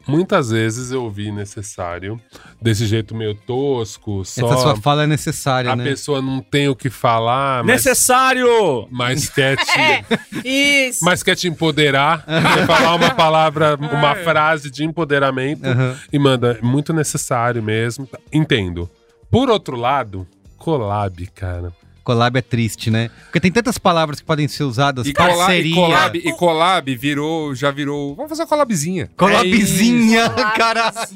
muitas vezes eu ouvi necessário, desse jeito meio tosco, Essa só sua fala é necessária, a né? pessoa não tem o que falar, mas, Necessário! mas quer te. É, isso. mas quer te empoderar, quer falar uma palavra, uma É. frase de empoderamento Aham. e manda, é muito necessário mesmo. tá? Entendo. Por outro lado, collab, cara. Collab é triste, né? Porque tem tantas palavras que podem ser usadas. E, cola, e, parceria. collab, e collab virou, já virou. Vamos fazer uma collabzinha. é Collabzinha, Colabzinha. caralho.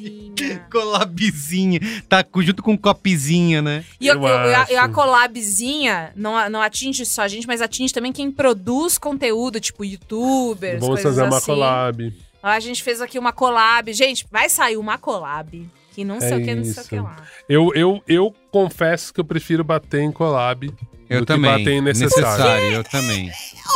Collabzinha. Tá co- junto com copizinha, né? E, a- Eu e a- e a acho. collabzinha não, a- não atinge só a gente, mas atinge também quem produz conteúdo, tipo youtubers, Vamos coisas fazer uma assim. collab. A gente fez aqui uma collab. Gente, vai sair uma collab. Que não sei É o que, não sei o isso. que lá. Eu, eu, eu confesso que eu prefiro bater em collab do que bater em necessário. eu também.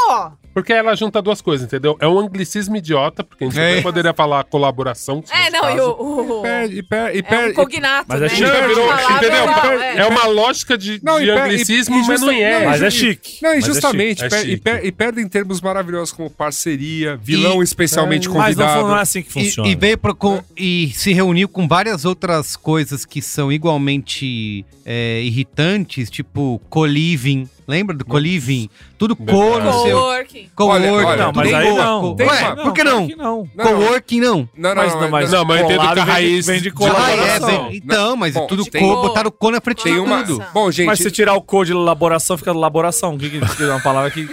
Ó, Porque ela junta duas coisas, entendeu? É um anglicismo idiota, porque a gente É. até poderia falar colaboração. se é, fosse não, caso. e o. o- Perde, e per- e é um per- e- cognato, Mas né? a gente já Não, Uma virou, palavra entendeu? igual, É. uma lógica de, Não, de e per- anglicismo, e- e mas não justa- é. não, Mas e- é chique. Não, e Mas é justamente, chique. É per- e, chique. per- e perdem termos maravilhosos como parceria, vilão especialmente chique. Mas não, convidado. fu- não é assim que funciona. E, e veio pro, com- e se reuniu com várias outras coisas que são igualmente é, irritantes, tipo coliving. Lembra do coliving? Tudo cor, não sei o Coworking. Coworking. Olha, olha, Não, mas tudo aí co- não. co- Tem Ué, uma- por que não? claro não. Não, não, Coworking não. não, não, Mas não, não, mas, não, mas eu entendo que a colado vem de- raiz- vem de Ah, colaboração. é, bem- então, mas Bom, é tudo tem- co, botaram o co na frente Tem de uma. tudo. Nossa. Bom, gente. Mas se tirar o cor de elaboração, fica elaboração. O que, que que é uma palavra que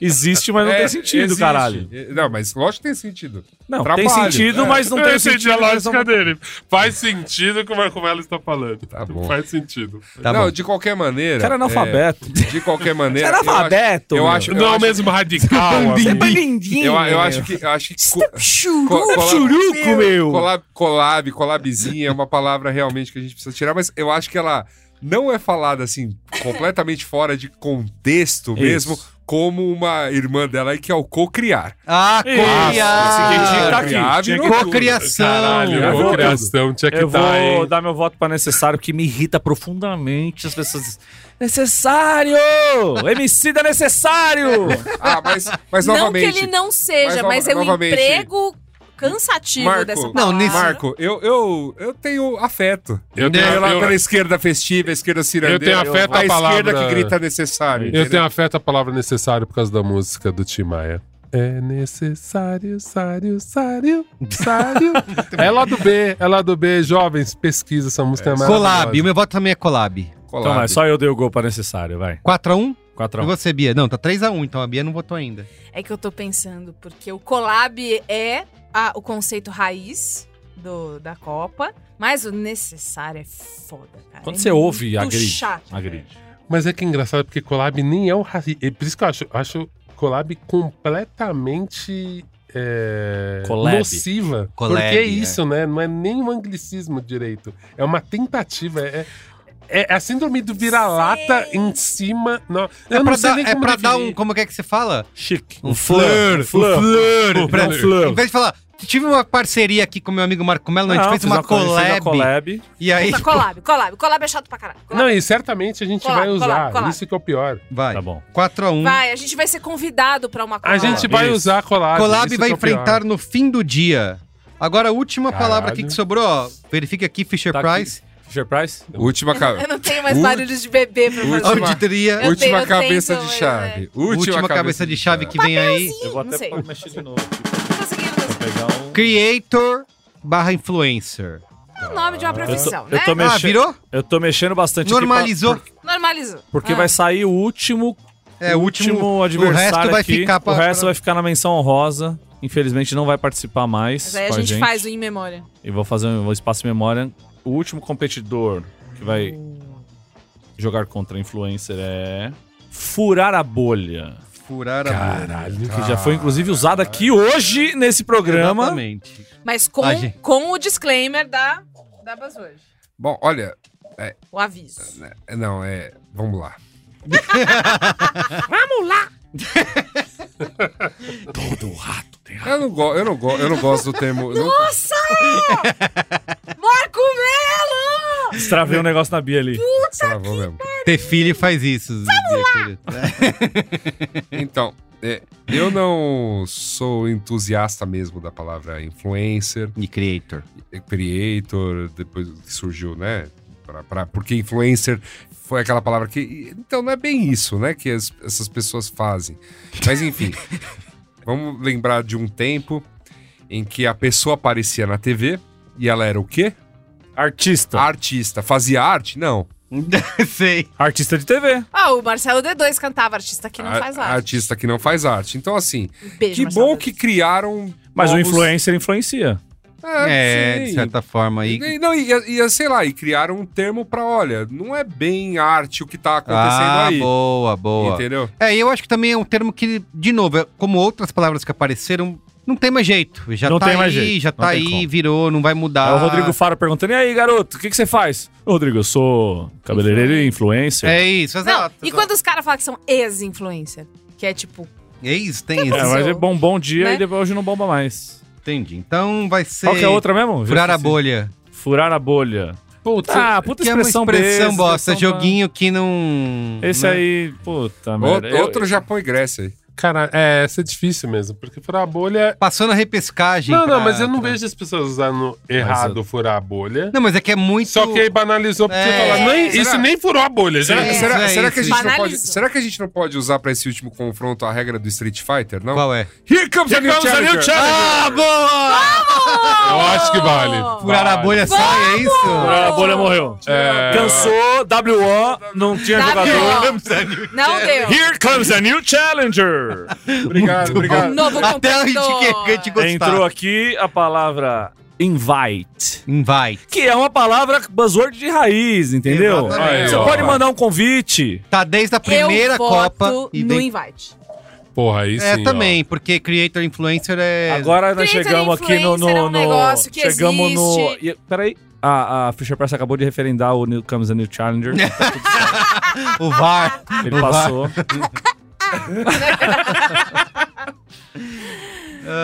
existe, mas não É, tem sentido, existe. É, caralho. Não, mas lógico que tem sentido. Não, Trabalho. tem sentido, É. mas não Eu tem entendi sentido. a mas é não- lógica dele. Faz sentido o que o Marco Melo está falando. Tá bom. Faz sentido. Tá não, bom. de qualquer maneira. O cara é analfabeto. é, de qualquer maneira. Cara eu acho- analfabeto, Eu meu. é acho. não é o eu acho- mesmo radical. assim. amigo. Eu, eu acho que. Eu acho tá que co- co- Churuco, cola- churuco, meu. Collab, collab, collabzinha é uma palavra realmente que a gente precisa tirar, mas eu acho que ela não é falada assim, completamente fora de contexto mesmo, como uma irmã dela aí que é o co-criar. Ah, Ah, Nossa, cocriar! esse aqui tinha que tá aqui, tinha que- Cocriação! Caralho, Eu vou- vou criação, tinha que Eu vou dar, hein? dar meu voto pra necessário, que me irrita profundamente as pessoas. Necessário! MC da necessário! Ah, mas, mas não que novamente. ele não seja, mas mas, é um novamente- emprego cansativo Marco, dessa palavra. não, nesse- Marco, eu, eu, eu tenho afeto. Eu tenho, Pela, É, eu- pela esquerda festiva, a esquerda cirandeira. Eu tenho afeto a à palavra- esquerda que grita necessário. eu entendeu? tenho afeto à palavra necessário por causa da música do Tim Maia. É necessário, sário, sário, sário. é lá do B, é lá do B. Jovens, pesquisa essa música. É, Collab, o maravilhosa. meu voto também é collab. então vai, Colado. só eu dei o gol pra necessário, vai. 4x1? E 4x1. você, Bia? Não, tá 3x1, então a Bia não votou ainda. É que eu tô pensando, porque o collab é a- o conceito raiz do- da Copa, mas o necessário é foda, cara. Quando É você muito ouve a grid, chato. a grid. Mas é que é engraçado porque collab nem é um racismo. Por isso que eu acho, acho collab completamente é, Collab. nociva. Collab, porque é é. isso, né? Não é nem um anglicismo direito. É uma tentativa. É, é, é a síndrome do vira-lata Sei. em cima. Não, É eu pra, não sei dar, nem é como pra dar um. definir. Como é que é que você fala? Chique. Um Um fleur, um fleur, fleur, pra- Em vez de falar, tive uma parceria aqui com meu amigo Marco Melo, a gente fez uma collab, collab. E aí. Puta, collab, collab, collab é chato pra caralho. collab. Não, e certamente a gente Collab, vai usar. collab, collab. Isso que é o pior. Vai. Tá bom. 4x1. Vai, a gente vai ser convidado pra uma A collab. gente vai Isso. usar collab. Collab isso vai que é o pior. enfrentar no fim do dia. Agora, a última Caralho. palavra aqui que sobrou, ó. Verifica aqui, Fisher Tá Price. Fisher Price? Última, ca- Eu não tenho mais Ú- barulhos de bebê pra fazer. Última- Auditoria. Eu tenho, última eu tenho, cabeça mas, de é. chave. Última, Última, cabeça, de chave que vem aí. Eu vou Não até sei. pôr- mexer de novo. Não consegui, não consegui. Pegar um... Creator barra influencer. É o nome de uma Eu tô, profissão, eu, tô né? Ah, mexendo, virou? eu tô mexendo bastante aqui pra- Normalizou. Normalizou. porque Ah. vai sair o último É, o último, adversário. O resto vai aqui. ficar pra. O resto pra- vai ficar na menção honrosa. Infelizmente não vai participar mais. Mas aí a com gente, faz o em memória. E vou fazer um espaço em memória. O último competidor que vai Uh. jogar contra influencer é. Furar a bolha. Furar a Caralho. Que já foi inclusive usada aqui hoje nesse programa. Exatamente. Mas com, A gente- com o disclaimer da, da Buzzword. Bom, olha, O aviso. né? é- não, é. Vamos lá. Todo rato tem Eu não, go, eu, não go, eu não gosto do termo. não- Nossa! Marco Melo! Destravei um negócio na Bia ali. travou mesmo. Ter filho faz isso. É. Vamos Então, é, eu não sou entusiasta mesmo da palavra influencer, E creator. creator, depois que surgiu, né? Pra, pra- porque influencer foi aquela palavra que. Então, não é bem isso, né? Que as- essas pessoas fazem. Mas, enfim, vamos lembrar de um tempo em que a pessoa aparecia na TV e ela era o quê? Ah. Artista. Artista. Fazia arte? Não. Sei. Artista de TV. Ah, o Marcelo D2 cantava artista que não Ah, A- faz arte. Um Artista que não faz arte. Então, assim, Beijo, que Marcelo bom D2. que criaram. Mas o novos- influencer influencia. É, de Ah, sim. certa forma aí. E, não, e, e, sei lá, e criaram um termo pra, olha, não é bem arte o que tá acontecendo Ah, aí. boa, boa. Entendeu? É, eu acho que também é um termo que, de novo, é- como outras palavras que apareceram, não tem mais jeito. Já Não tá tem aí, mais jeito. já Não tá tem aí, como. virou, não vai mudar. É Aí É o Rodrigo Faro perguntando: e aí, caroto, o que, que você faz? Ô, Rodrigo, eu sou cabeleireiro e influencer. É isso, Não, exato. e quando os caras falam que são ex-influencer? Que é tipo, É isso, tem isso. É, mas é bom, bom dia Né? e depois hoje não bomba mais. Entendi. Então vai ser. Qual que é a outra mesmo? Já Furar a esqueci. bolha. Furar a bolha. Puta, Ah, puta que é uma expressão expressão besta, bosta, expressão joguinho né? que não. Esse não- aí, puta merda. Outro, Eu- outro Japão e Grécia aí. cara, é, essa é difícil mesmo. Porque furar a bolha. Passou na repescagem. Não, não, pra- mas eu não pra- vejo as pessoas usando errado furar a bolha. Não, mas é que é muito. Só que aí banalizou porque É. você fala, nem, Será? isso nem furou a bolha, já. É, será, isso é será que a isso. gente não pode, Banalizou. será que a gente não pode usar pra esse último confronto a regra do Street Fighter, não? Qual é? Here comes a new é Here comes a new challenger. challenger. Ah, boa! Eu acho que vale. Furar a Vale. bolha sai, é isso? Furar Ah, a bolha morreu. É, Cansou, WO, não tinha W.O.. jogador. não deu. Here comes a new challenger. obrigado, Um obrigado. novo Até a gente, que, competidor. que a gente gostar. Entrou aqui a palavra invite. Invite. Que é uma palavra buzzword de raiz, entendeu? Exatamente. Aí, Você ó. pode mandar um convite. Tá desde a primeira Eu Copa voto e no vem invite. Porra, aí sim. É, ó. também, porque creator influencer é. Agora nós Creator chegamos aqui no. influencer no, é um no- negócio que chegamos no. existe. e- Peraí, a, a Fisher Price acabou de referendar o New Comes a New Challenger. O VAR. Ele o VAR. passou.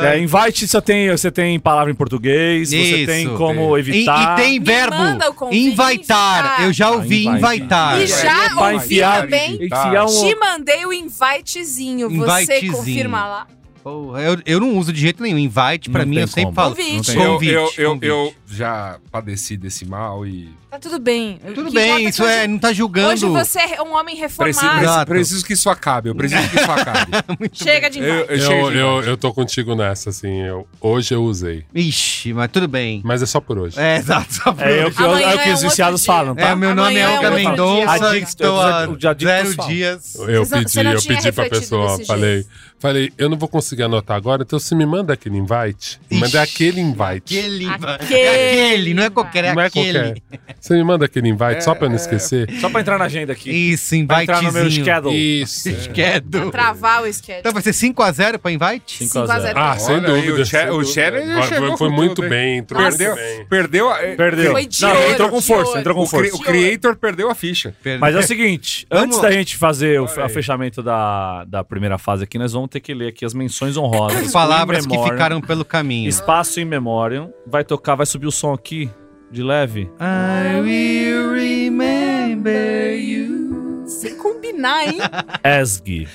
É, invite você tem, você tem palavra em português, você Isso. tem como E- evitar. Ah, E, tem Me verbo. manda o convite. Invitar. Eu já ouvi invitar. invitar. E já Pra ouvi enfiar- também. tá? enfiar um- Te mandei o invitezinho. Você Invitezinho. confirma lá. Porra, eu, eu não uso de jeito nenhum. Invite, pra Não mim, tem eu sempre como. falo. Convite. tem. Eu, Convite, eu, eu, convite. eu já padeci desse mal e. Tá tudo bem. O Tudo que importa bem, que isso hoje- é, não tá julgando. Hoje você é um homem Preciso, reformado. Exato. preciso que isso acabe. Eu preciso que isso acabe. Chega de Eu, invite. eu, chego Eu, de- eu, eu tô contigo nessa, assim. Eu, hoje eu usei. Ixi, mas tudo bem. Mas é só por hoje. É, exato. só pra- É, é o que, Amanhã é o que é um os outro viciados dia. falam, É, tá? meu nome é Amanhã Olga é outro Mendonça, dia. estou há Adicto- adicto zero sexual. dias. Você Eu não- pedi, você não eu tinha pedi pra refletido pessoa, desse falei, falei, eu não vou conseguir anotar agora, então se me manda aquele invite, me manda Ixi, aquele invite. Aquele, Aquele. é aquele, não é qualquer, é não é aquele. qualquer. Você me manda aquele invite É, só pra eu não esquecer. Só pra entrar na agenda aqui. Isso, Pra entrar no meu invitezinho. schedule. Isso. Esquedo. Travar o schedule. Então vai ser 5x0 pra invite? 5 a 0. Ah, sem Olha aí, dúvida. o Che- sem o dúvida. Challenger Foi- chegou Foi, com muito tudo, hein? bem, entrou muito Perdeu, bem. perdeu, a- Perdeu. é. Foi de não, ouro, entrou com de força, ouro. entrou com O, cre- força. o creator perdeu a ficha. Perdeu. Mas é o seguinte, antes da gente fazer o fe- Olha o aí. fechamento da, da primeira fase aqui, nós vamos ter que ler aqui as menções honrosas. Palavras In que memoriam, ficaram pelo caminho. Espaço em memória. Vai tocar, vai subir o som aqui, de leve. I will remember you. Sem combinar, hein? ESG.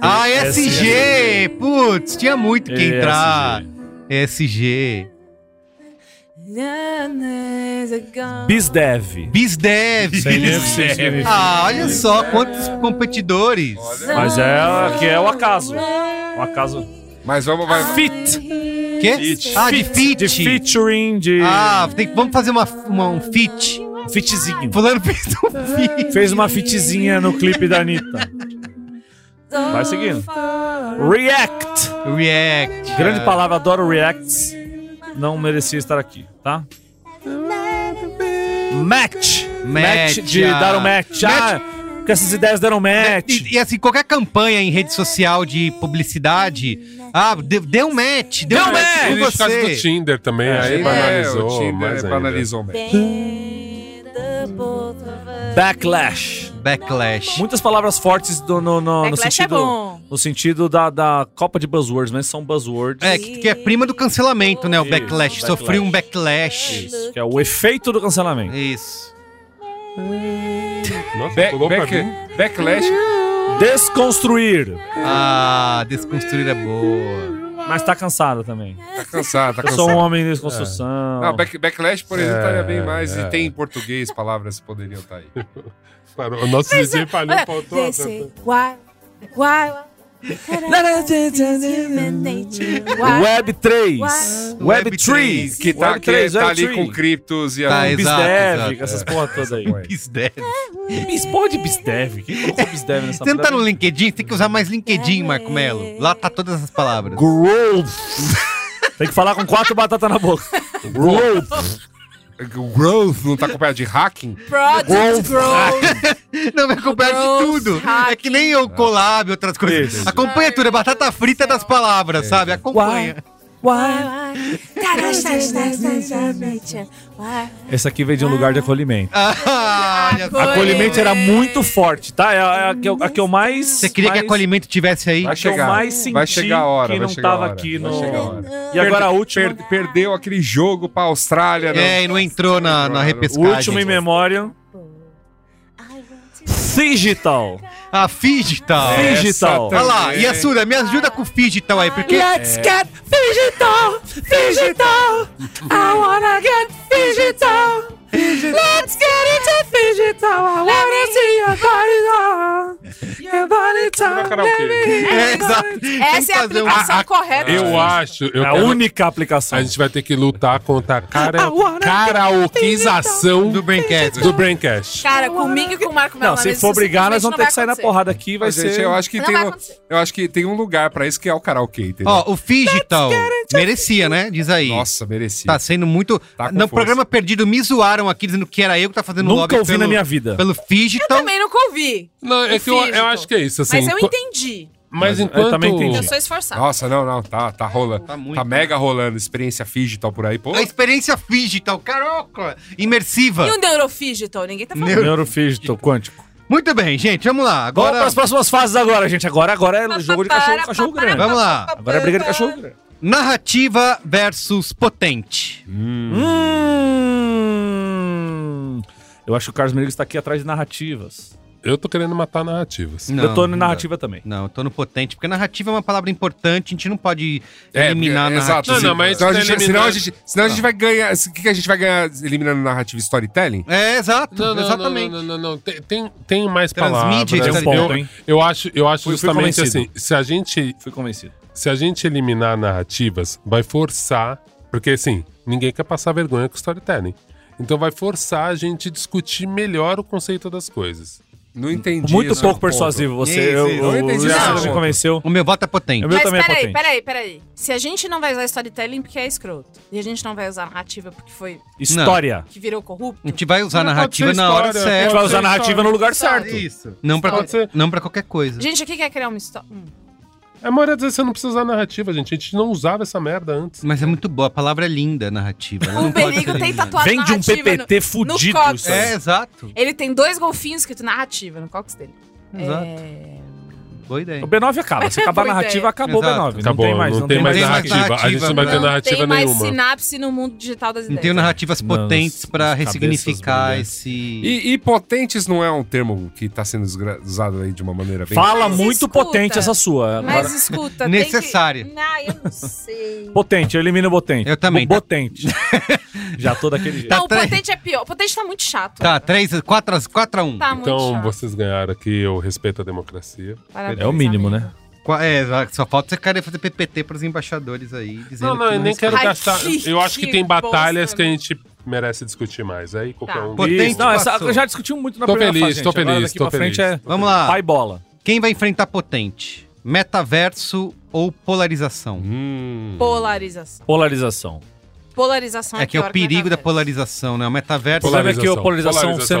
Ah, SG! Putz, tinha muito que entrar. SG. BizDev. Bisdev. Sem nem o que significa. Ah, olha só quantos competidores. Mas é que é o acaso. O acaso. Mas vamos, vai. Fit. Quê? Ah, de fit. De featuring, de. Ah, tem, vamos fazer uma, uma- um fit. Fitzinho. Fulano fez um fit. Fez uma fitzinha no clipe da Anitta. Vai seguindo. React. React. Grande palavra, adoro reacts. Não merecia estar aqui, tá? Match. Match, de ah. dar um match. Ah, porque essas ideias deram match. E, e assim, qualquer campanha em rede social de publicidade. Ah, deu, deu um match. Deu, Deu um match Tudo com por causa do você. Tinder também, aí É, banalizou. o Tinder mais ainda. banalizou mesmo. Backlash. Backlash. Muitas palavras fortes do- no, no- no Backlash é sentido, bom. no sentido da, da Copa de Buzzwords, mas são buzzwords. É, que, que é prima do cancelamento, né? O Isso, backlash. backlash. Sofri um backlash. Isso, que é o efeito do cancelamento. Isso. né? Nossa, Ba- pulou pra back- mim. backlash. É. Desconstruir. Ah, desconstruir é boa. Mas tá cansada também. Tá cansado, tá Eu sou um cansado. homem em desconstrução. Ah, back- backlash, por exemplo, estaria bem mais. é. E tem em português palavras que poderiam estar aí. Parou. O nosso é, DJ falhou, faltou. Why? Why? Web Why? 3. Web Web 3. três. Que tá, Web que três, tá Web ali três. com criptos e Tá, a. exato, Bisdev, exato. com essas porra todas aí. Bisdev. Bisdev de Bisdev. Quem colocou Bisdev nessa Você não tá no porra? LinkedIn? Tem que usar mais LinkedIn, Marco Melo. Lá tá todas essas palavras. Growth. Tem que falar com quatro batatas na boca. Growth. O growth não tá acompanhado de hacking? Product growth. Não, vai acompanhar de Gross, tudo. hack. É que nem o collab, outras coisas. Isso. Acompanha tudo, é batata frita das palavras, sabe? Acompanha. Esse aqui veio de um lugar de acolhimento. Ah, olha só. Acolhimento era muito forte, tá? É a, é a que, eu, a que eu mais. Você queria mais, que acolhimento tivesse aí? a Vai que eu chegar. mais senti Vai chegar a hora, que vai não chegar a tava hora, aqui vai no. chegar a hora. E agora a última. Per- perdeu aquele jogo pra Austrália. né? É, e não entrou na, na O O repescagem. então. último em memória. Digital. Ah, Figital. É. Digital. Olha lá, e a Sura, me ajuda com o Figital aí, porque... Let's get digital, É. digital. I wanna get digital. Let's get into digital. I wanna see your body now. Your body Vai karaokê. É, exato. Tem que Essa é a fazer um- aplicação correta. Eu acho. Eu É A quero- única aplicação. A gente vai ter que lutar contra a cara, Ah, I wanna karaokização Do Braincast. do Braincast. Cara, comigo e com o Marco Melo Não, na se mesa, for brigar, nós simplesmente não vamos ter que sair vai na porrada aqui. Vai Mas, gente, ser. eu acho que Não tem vai um, acontecer. eu acho que tem um lugar pra isso que é o karaokê, entendeu? Ó, o Figital merecia, né? Diz aí. Nossa, merecia. Tá sendo muito... Tá com no força. programa Perdido me zoaram aqui, dizendo que era eu que tá fazendo Nunca lobby ouvi pelo, na minha vida. Pelo Eu Figital. também nunca ouvi. Não, é O que eu, eu fígito. acho que é isso, assim. Mas eu co- entendi. Mas Mas eu enquanto... também entendi. Eu sou esforçado. Nossa, não, não, tá, tá rolando. Tá Tá, muito. mega rolando, experiência digital por aí, pô. A experiência digital, caraca, imersiva. E o neurofigital? Ninguém tá falando. Neuro- Neurofígito, quântico. Muito bem, gente, vamos lá. Bora Agora, para as próximas fases agora, gente. Agora, agora é jogo de cachorro, cachorro grande. Vamos lá. Agora é briga de cachorro grande. narrativa versus potente. Hum. Eu acho que o Carlos Merigo está aqui atrás de narrativas. Eu tô querendo matar narrativas. Hum, Não, eu tô não na narrativa também. Não, eu tô no potente, porque narrativa é uma palavtiva importante, a gente não pode É, eliminar porque- a narrativa. Não, não, mas senão a tá gente, eliminando- Tá. senão a gente, senão a gente vai ganhar. O que, que a gente vai ganhar eliminando narrativa e storytelling? É, exato, exatamente. Não, não, não, não. Tem, tem, tem mais Transmídia, palavras. Tem um ponto, eu, hein? eu acho, eu acho Fui- fui justamente assim, convencido. se a gente Fui convencido. se a gente eliminar narrativas, vai forçar. Porque assim, ninguém quer passar vergonha com storytelling. Então vai forçar a gente discutir melhor o conceito das coisas. Não entendi. Muito é esse pouco um ponto. persuasivo você. Isso, eu, isso. eu, Eu entendi Luciano esse me ponto. convenceu. O meu voto é potente. O meu Mas também é peraí, potente. peraí, peraí. Se a gente não vai usar storytelling porque é escroto, e a gente não vai usar narrativa porque foi História. que virou corrupto, A gente vai usar Mas pode ser narrativa na hora história, A gente certa. vai Pode ser usar narrativa história. no lugar certo. Isso. Não pra, Pode ser. não pra qualquer coisa. a gente aqui quer criar uma história. Hum. A maioria das vezes você não precisa usar narrativa, gente. A gente não usava essa merda antes. Mas é muito boa, a palavra é linda, narrativa. ela O não pode Berigo ser um tem eliminada. tatuagem Vem de um PPT fudido. cox. isso aí. É, exato. Ele tem dois golfinhos escrito narrativa no cox dele. Exato. É... Boa ideia. O B9 acaba. Se acabar a Boa narrativa, ideia. acabou Exato. o B9. Acabou, não tem mais, não tem mais narrativa. narrativa. A gente não vai ter narrativa. Não narrativa tem mais nenhuma. sinapse no mundo digital das Não ideias. tem narrativas Mano, potentes as- pra as cabeças ressignificar brilhantes. esse. E, e potentes não é um termo que tá sendo esgra- usado aí de uma maneira bem. Fala Mas muito escuta. potente essa sua. Mas Agora, escuta, tem Necessária. que... Ah, eu não sei. Potente, eu elimino o potente. Eu também, Bo- tá? Potente. Já tô daquele jeito. Tá Não, o tre- potente é pior. O potente tá muito chato. Tá, 3, 4, 4 a 1. Tá muito Então chato. vocês ganharam aqui, eu respeito a democracia. Parabéns, É o mínimo, amigo. né? Qua- É, exato. só falta você querer fazer PPT pros embaixadores aí. Dizendo Não, não, que eu nem respeita. quero Ai, gastar. que- Eu acho que que tem batalhas bosta, que a gente merece discutir mais. Aí qualquer Tá. um. Pô, Potente Isso, Não, essa, passou. já discutimos muito na Tô primeira feliz, fase, tô gente. Agora feliz, daqui tô pra frente feliz. é Vamos lá. pai bola. Quem vai enfrentar potente? Metaverso ou polarização? né? Hum. Polarização. Polarização. Polarização é que é o pior perigo da metaverso. polarização, né? O metaverso. Polar- Polarização. Polarização. Polarização. Polarização.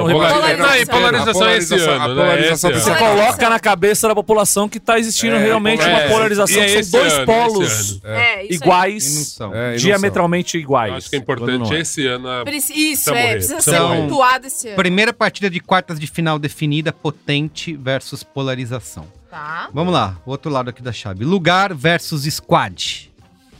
Não, e polarização é esse A polarização- ano, a né? polarização Esse Você precisa- ano. coloca na cabeça da população que tá existindo É, realmente é, uma polarização. e é esse São dois ano, esse polos ano. É, isso aí. E não iguais, são. É, e não diametralmente iguais. Eu Acho que é Quando não importante é. esse ano. a- Preci- Isso, Precisa é, morrer, precisa precisa ser morrer. pontuado esse ano. Primeira partida de quartas de final definida, potente versus polarização. Tá. Vamos lá, o outro lado aqui da chave. Lugar versus squad.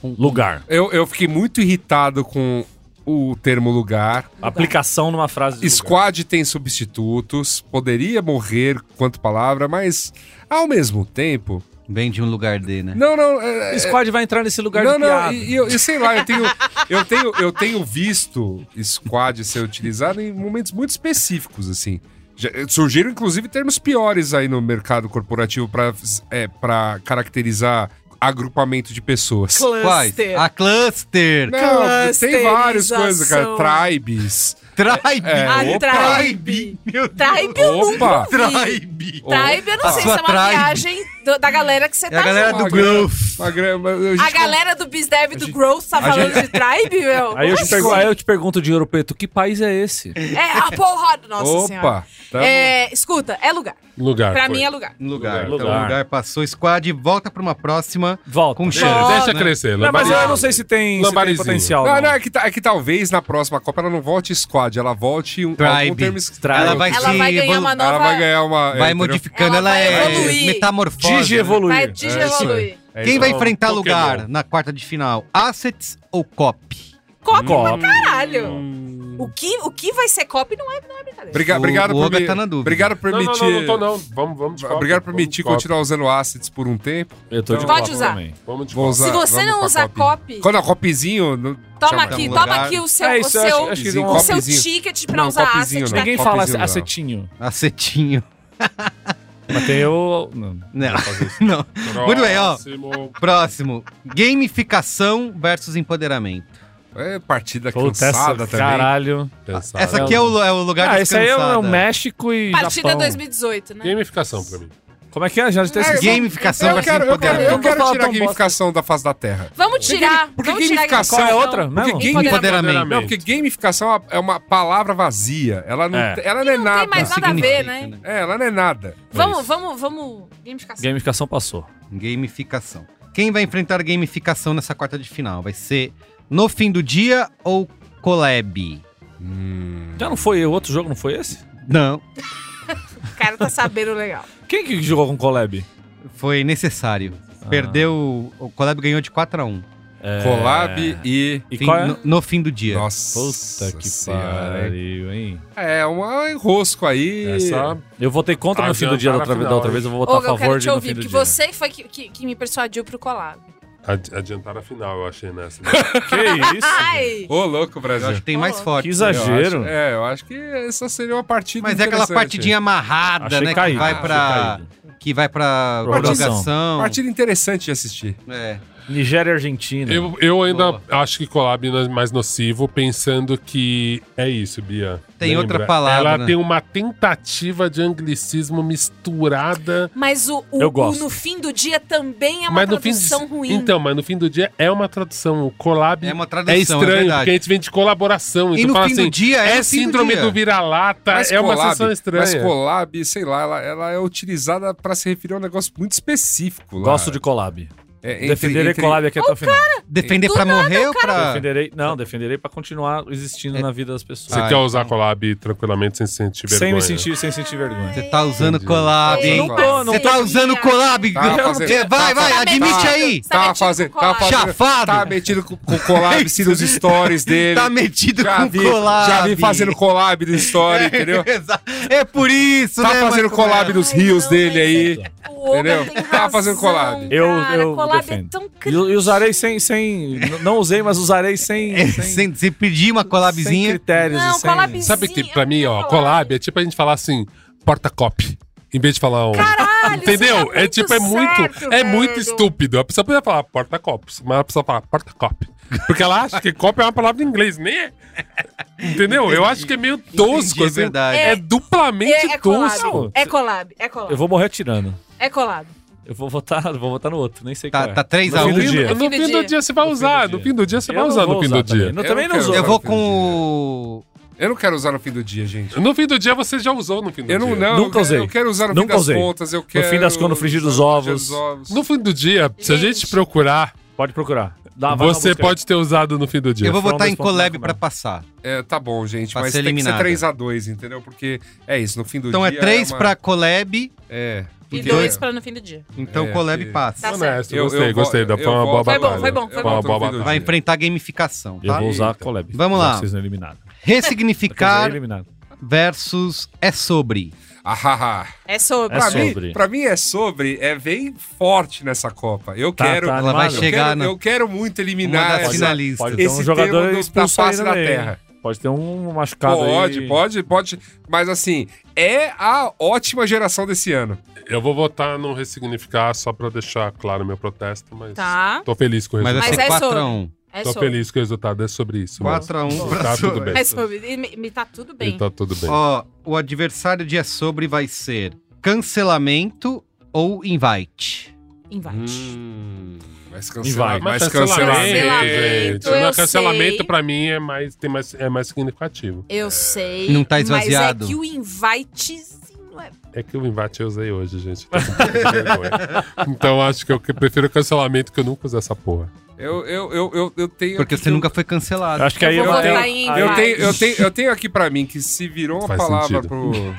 um Lugar. Eu, eu fiquei muito irritado com o termo lugar. Aplicação numa frase de lugar. Squad tem substitutos, poderia morrer quanto palavra, mas ao mesmo tempo. Vem de um lugar D, né? Não, não. é- é- Squad vai entrar nesse lugar não, de não, piada. e, e eu, e sei lá, eu tenho, eu, tenho, eu tenho visto squad ser utilizado em momentos muito específicos, assim. Já- surgiram, inclusive, termos piores aí no mercado corporativo para é, pra caracterizar agrupamento de pessoas. Quais? A cluster. Não, tem várias coisas, cara. Clusterização. Tribes. Tribe. A É, Opa. tribe. Meu Deus. Tribe eu nunca Opa. ouvi. Tribe. Tá Tribe, eu não A sei se é sua uma tribe. viagem do- da galera que você É a tá galera junto. do Uma Growth. Uma grama- a A gente- galera do BizDev e do Growth tá falando de tribe, meu? Aí eu, te pergunto, aí eu te pergunto, de ouro preto, que país é esse? É, a porra, nossa senhora. Opa! Tá É, escuta, é lugar. Lugar. Pra foi. mim é lugar. Lugar. Lugar. Então, Lugar. lugar passou. Squad, volta pra uma próxima. Volta. Com Deixa, chance. deixa né? Não, crescer. mas eu Lambarizinho. não sei se tem, se tem Lambarizinho. potencial. Não, Não, não, é que, ta- é que talvez na próxima Copa ela não volte squad, ela volte um algum Tribe. termo escravo. Tribe. Ela vai Ela se vai ganhar evolu- uma Ela nova... vai ganhar uma. é, Vai entendeu? modificando, ela, Ela vai é evoluir. metamorfose. né? Digievoluir. Vai É, isso um. aí. digievoluir. Quem vai Então, enfrentar Pokémon. lugar na quarta de final? Assets ou copy? Cop pra Cop. caralho. Hum. O que, o que vai ser cop não é, não é brincadeira. Briga- O- obrigado o por Olga me- tá na dúvida. Obrigado por Não, permitir. não, não, não tô não. Vamos, vamos de copo. Obrigado por Vamos de permitir copo. Então, continuar usando assets por um tempo. Eu tô de Pode copo usar. também. Vamos de Vou copo. usar- Se você vamos não pra usar copy, Quando é copzinho. não- toma chama. aqui, um toma lugar. aqui o seu, É o isso, eu acho- seu, acho que eles vão- o seu Copzinho. ticket pra Não, usar copzinho asset não. daqui. Ninguém fala Popzinho, não. acetinho. Acetinho. Mas tem o... não. Não, não. Muito bem, ó. Próximo. Próximo. Gamificação versus empoderamento. É partida Puta, essa- cansada também. Caralho. Pensar. Essa aqui é o, é o lugar Ah, ah, esse aí é o México e Partida Japão. 2018, né? Gamificação pra mim. Como é que é? Já até É, esqueci. Gamificação Eu assim vai ser quero, eu quero, empoderamento. eu quero Não tô tirar a falando tão gamificação da face da Terra. Vamos tirar. porque vamos tirar gamificação- Qual é a gamificação. outra? Porque Mesmo? game- Empoderamento. Não, porque gamificação é uma palavra vazia. Ela não, É. te- ela não é não nada. tem mais nada a ver, né? É, ela não é nada. Vamos, vamos, vamos. Gamificação. Gamificação passou. Gamificação. Quem vai enfrentar a gamificação nessa quarta de final? Vai ser no fim do dia ou Collab? Já não foi o outro jogo, não foi esse? Não, O cara tá sabendo legal. Quem que jogou com collab? foi necessário. Perdeu. O Collab ganhou de 4 a 1 É. Collab e. E Fim- qual é? no, no fim do dia. Nossa Puta que senhora, hein? pariu, É hein? É, um enrosco aí. Essa Eu votei contra no fim do dia da outra, da outra vez, eu vou votar Ô, a eu favor quero te de no ouvir, fim do porque dia. você que foi que, que, que me persuadiu pro collab. ad- adiantar a final, eu achei nessa. Que isso? gente? Ai! Ô, Eu louco, acho Brasil. que tem Ô, mais louco. forte. Que exagero. Eu acho- é, eu acho que essa seria uma partida Mas é aquela interessante. partidinha amarrada, Achei né? caído, que vai achei pra. caído. Que vai pra Prorrogação. prorrogação. Partida interessante de assistir. É. Nigéria e Argentina. Eu, eu ainda Boa. acho que collab é mais nocivo, pensando que é isso, Bia. Tem outra palavra, Ela né? tem uma tentativa de anglicismo misturada. Mas o, o- Eu gosto. o no fim do dia também é uma mas no fim tradução ruim. Então, mas no fim do dia é uma tradução. O collab É uma tradução, é é estranho, verdade. porque a gente vem de colaboração. E então no fala fim assim, do dia é, é, no fim síndrome do, do, dia. vira-lata, Mas é uma collab- sensação estranha. Mas collab, sei lá, ela, ela é utilizada pra se referir a um negócio muito específico. Lá. Gosto de collab. É, entre- defenderei entre- collab aqui até o final. Defender pra morrer ou pra. Defenderei, não, defenderei pra continuar existindo na vida das pessoas. Você Ah, quer usar collab tranquilamente sem se sentir sem vergonha? me sentir, sem sentir vergonha. Você tá usando collab, Ei, hein? Não tô, não Você tá tô. usando collab. Tá fazendo- É, vai, vai, tá- admite tá- aí. Você tá Tava metido fazendo. com Tava collab. fazendo. Chafado. Tava metido com, com collab, sim, nos stories dele. Tá metido já com vi, collab. Já vi fazendo collab no story, entendeu? Exa- É por isso, Tá né? fazendo Marco collab Melo? nos Ai, rios não, é. dele mas aí. O Oga Entendeu? tem Tava fazazão, fazendo collab. Eu, um cara. eu collab defendo. é tão E cri- eu- e usarei sem, sem... n- Não usei, mas usarei sem... É, sem, sem, sem pedir uma sem collabzinha. critérios. e Não, sem... collabzinho. Sabe que pra mim, ó, collab é tipo a gente falar assim, porta-cop. Em vez de falar um. Caralho, Entendeu? isso tá é tipo, é muito. certo, é velho. muito estúpido. A pessoa podia falar porta-copos, mas ela precisa falar porta-cop. Porque ela acha que cop é uma palavra em inglês, né? Entendeu? Eu acho que é meio tosco. Entendi, é assim. verdade. É É, duplamente é tosco. collab. É collab. É collab. Eu vou morrer tirando. É collab. Eu vou votar, vou votar no outro, nem sei Tá- qual é. tá três No a fim um. do No dia. No fim do dia você vai usar. No fim do dia você vai Eu não usar no vou fim também. do dia. Eu também Eu não quero. usou. Eu vou com o. Eu não quero usar no fim do dia, gente. No fim do dia você já usou no fim do Eu não, dia. não Nunca eu- usei. Eu quero usar no Nunca fim usei. das contas. Eu No quero fim das contas, no frigir dos usar no frigir ovos. dos ovos. No fim do dia, se a gente procurar, Pode procurar. Dá- Tá, vai lá você buscar. pode ter usado no fim do dia. Eu vou From votar em this collab point, pra Marco passar. É, tá bom, gente. Pra mas ser tem que ser eliminada. 3x2, entendeu? Porque é isso, no fim do Então dia. é três uma- pra collab, É. E Porque- dois pra no fim do dia. então É, collab porque- passa. Tá Honesto, Eu- eu gostei, vo- gostei. da- eu Foi uma voto boa Foi bom, batalha. foi bom, foi Foi bom. uma boa Eu voto no fim do batalha. Vai enfrentar a gamificação, Eu tá? vou usar a collab. Vamos Já lá. que Vocês não eliminaram. Ressignificar Tá eliminado. versus é sobre. Ah, ah, ah. É sobre. É Pra, sobre. Mim, pra mim é sobre, é bem forte nessa Copa. Eu Tá, quero. tá Ela vai animado? eu, chegar quero na- eu quero muito eliminar Uma das essa- finalistas. Pode ter Esse um jogador termo do- expulso da aí face no da meio. terra. Pode ter um machucado Pode, aí. pode, pode. Mas assim, é a ótima geração desse ano. Eu vou votar no ressignificar só pra deixar claro meu protesto, mas Tá. tô feliz com o Mas assim, resultado. vai Mas ser é 4x1. É É tô sobre. feliz com o resultado, é sobre isso. mesmo. 4x1 pra Tá, tudo sobre. bem. É sobre. E me, me tá tudo bem. E tá tudo bem. Ó, o adversário de é sobre vai ser cancelamento ou invite. Hum. Invite. Mas vai. cancelar, mas tá cancelamento, cancelamento, gente. Não, eu cancelamento sei. pra mim é mais, tem mais, é mais significativo. Eu sei. Não tá esvaziado. Mas é que o invitezinho é. É que o invite eu usei hoje, gente. Tô com um pouco de vergonha. então acho que eu que- prefiro cancelamento que eu nunca usei essa porra. Eu, eu, eu, eu, eu tenho. Porque aqui você que nunca foi cancelado. Eu Acho que aí Eu eu, vou tenho, votar em aí Eu Vai. tenho, eu, tenho, eu tenho aqui pra mim que se virou uma Faz palavra sentido. pro.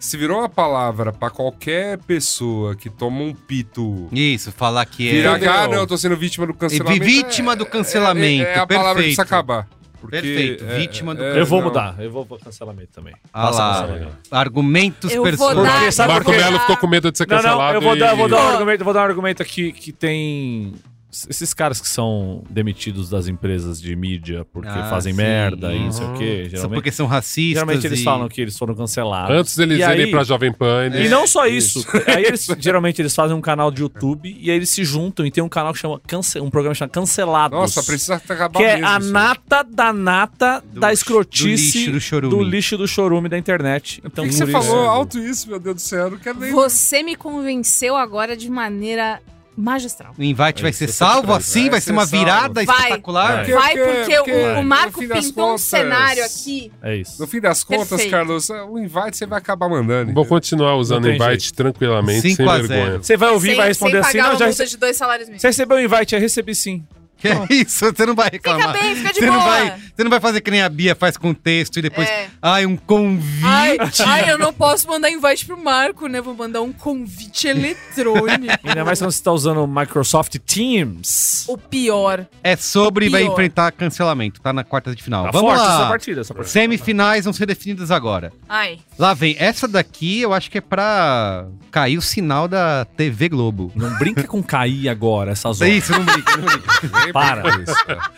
Se virou uma palavra pra qualquer pessoa que toma um pito. Isso, falar que Virar é. Entendeu? ah, não, eu tô sendo vítima do cancelamento. vítima do cancelamento, É, é, a palavra que perfeito. precisa acabar. Porque, Perfeito, é, vítima do é, Eu vou não. mudar. Eu vou pro cancelamento também. Ah lá, cancelamento. argumentos Eu vou personais. dar- Porque sabe Marco por quê? Melo ficou com medo de ser Não, não, cancelado. eu vou dar, eu vou e- dar um argumento, eu vou dar um argumento aqui que tem s- Esses caras que são demitidos das empresas de mídia porque Ah, fazem sim. merda e não sei o quê. Só Geralmente, porque são racistas. geralmente eles e- falam que eles foram cancelados. Antes deles E irem aí- É. pra Jovem Pan. E eles- não só isso. Aí eles geralmente eles fazem um canal de YouTube e aí eles se juntam e tem um canal que chama cance- um programa que chama Cancelados. Nossa, precisa acabar que é mesmo a isso. nata da nata da escrotice do lixo do chorume. do lixo do chorume da internet. Então, Por que, que você Murilo, falou alto isso, meu Deus do céu? Eu não quero nem. Você me convenceu agora de maneira magistral. O invite vai ser isso é salvo sacanagem. assim, vai Vai ser ser uma salvo. virada Vai. espetacular. Vai. Vai, Porque- porque, porque, o, o Marco no fim das pintou um contas- cenário aqui. É No isso. fim das contas, Perfeito. Carlos, é, o invite você vai acabar mandando. Vou continuar usando Não tem invite tranquilamente, sem 5 a 0. vergonha. Você vai ouvir e sem, vai responder sem assim, pagar não, uma já multa rece- de dois salários mínimos. Você recebeu o invite, eu recebi sim. Que é isso, você não vai tá reclamar. bem, fica de você Não boa. vai, você não vai fazer que nem a Bia faz com texto e depois. É. Ai, um convite. Ai, ai, eu não posso mandar invite pro Marco, né? Vou mandar um convite eletrônico. Ainda mais quando você está usando o Microsoft Teams. o pior. É sobre e vai Pior. enfrentar cancelamento. Tá na quarta de final. Tá Vamos forte lá. essa partida, é essa partida. Semifinais vão ser definidas agora. Ai. Lá vem. Essa daqui eu acho que é pra cair o sinal da TV Globo. Não brinca com cair agora, essas É horas. isso, não brinca, não brinca. Nem Para. por isso, cara.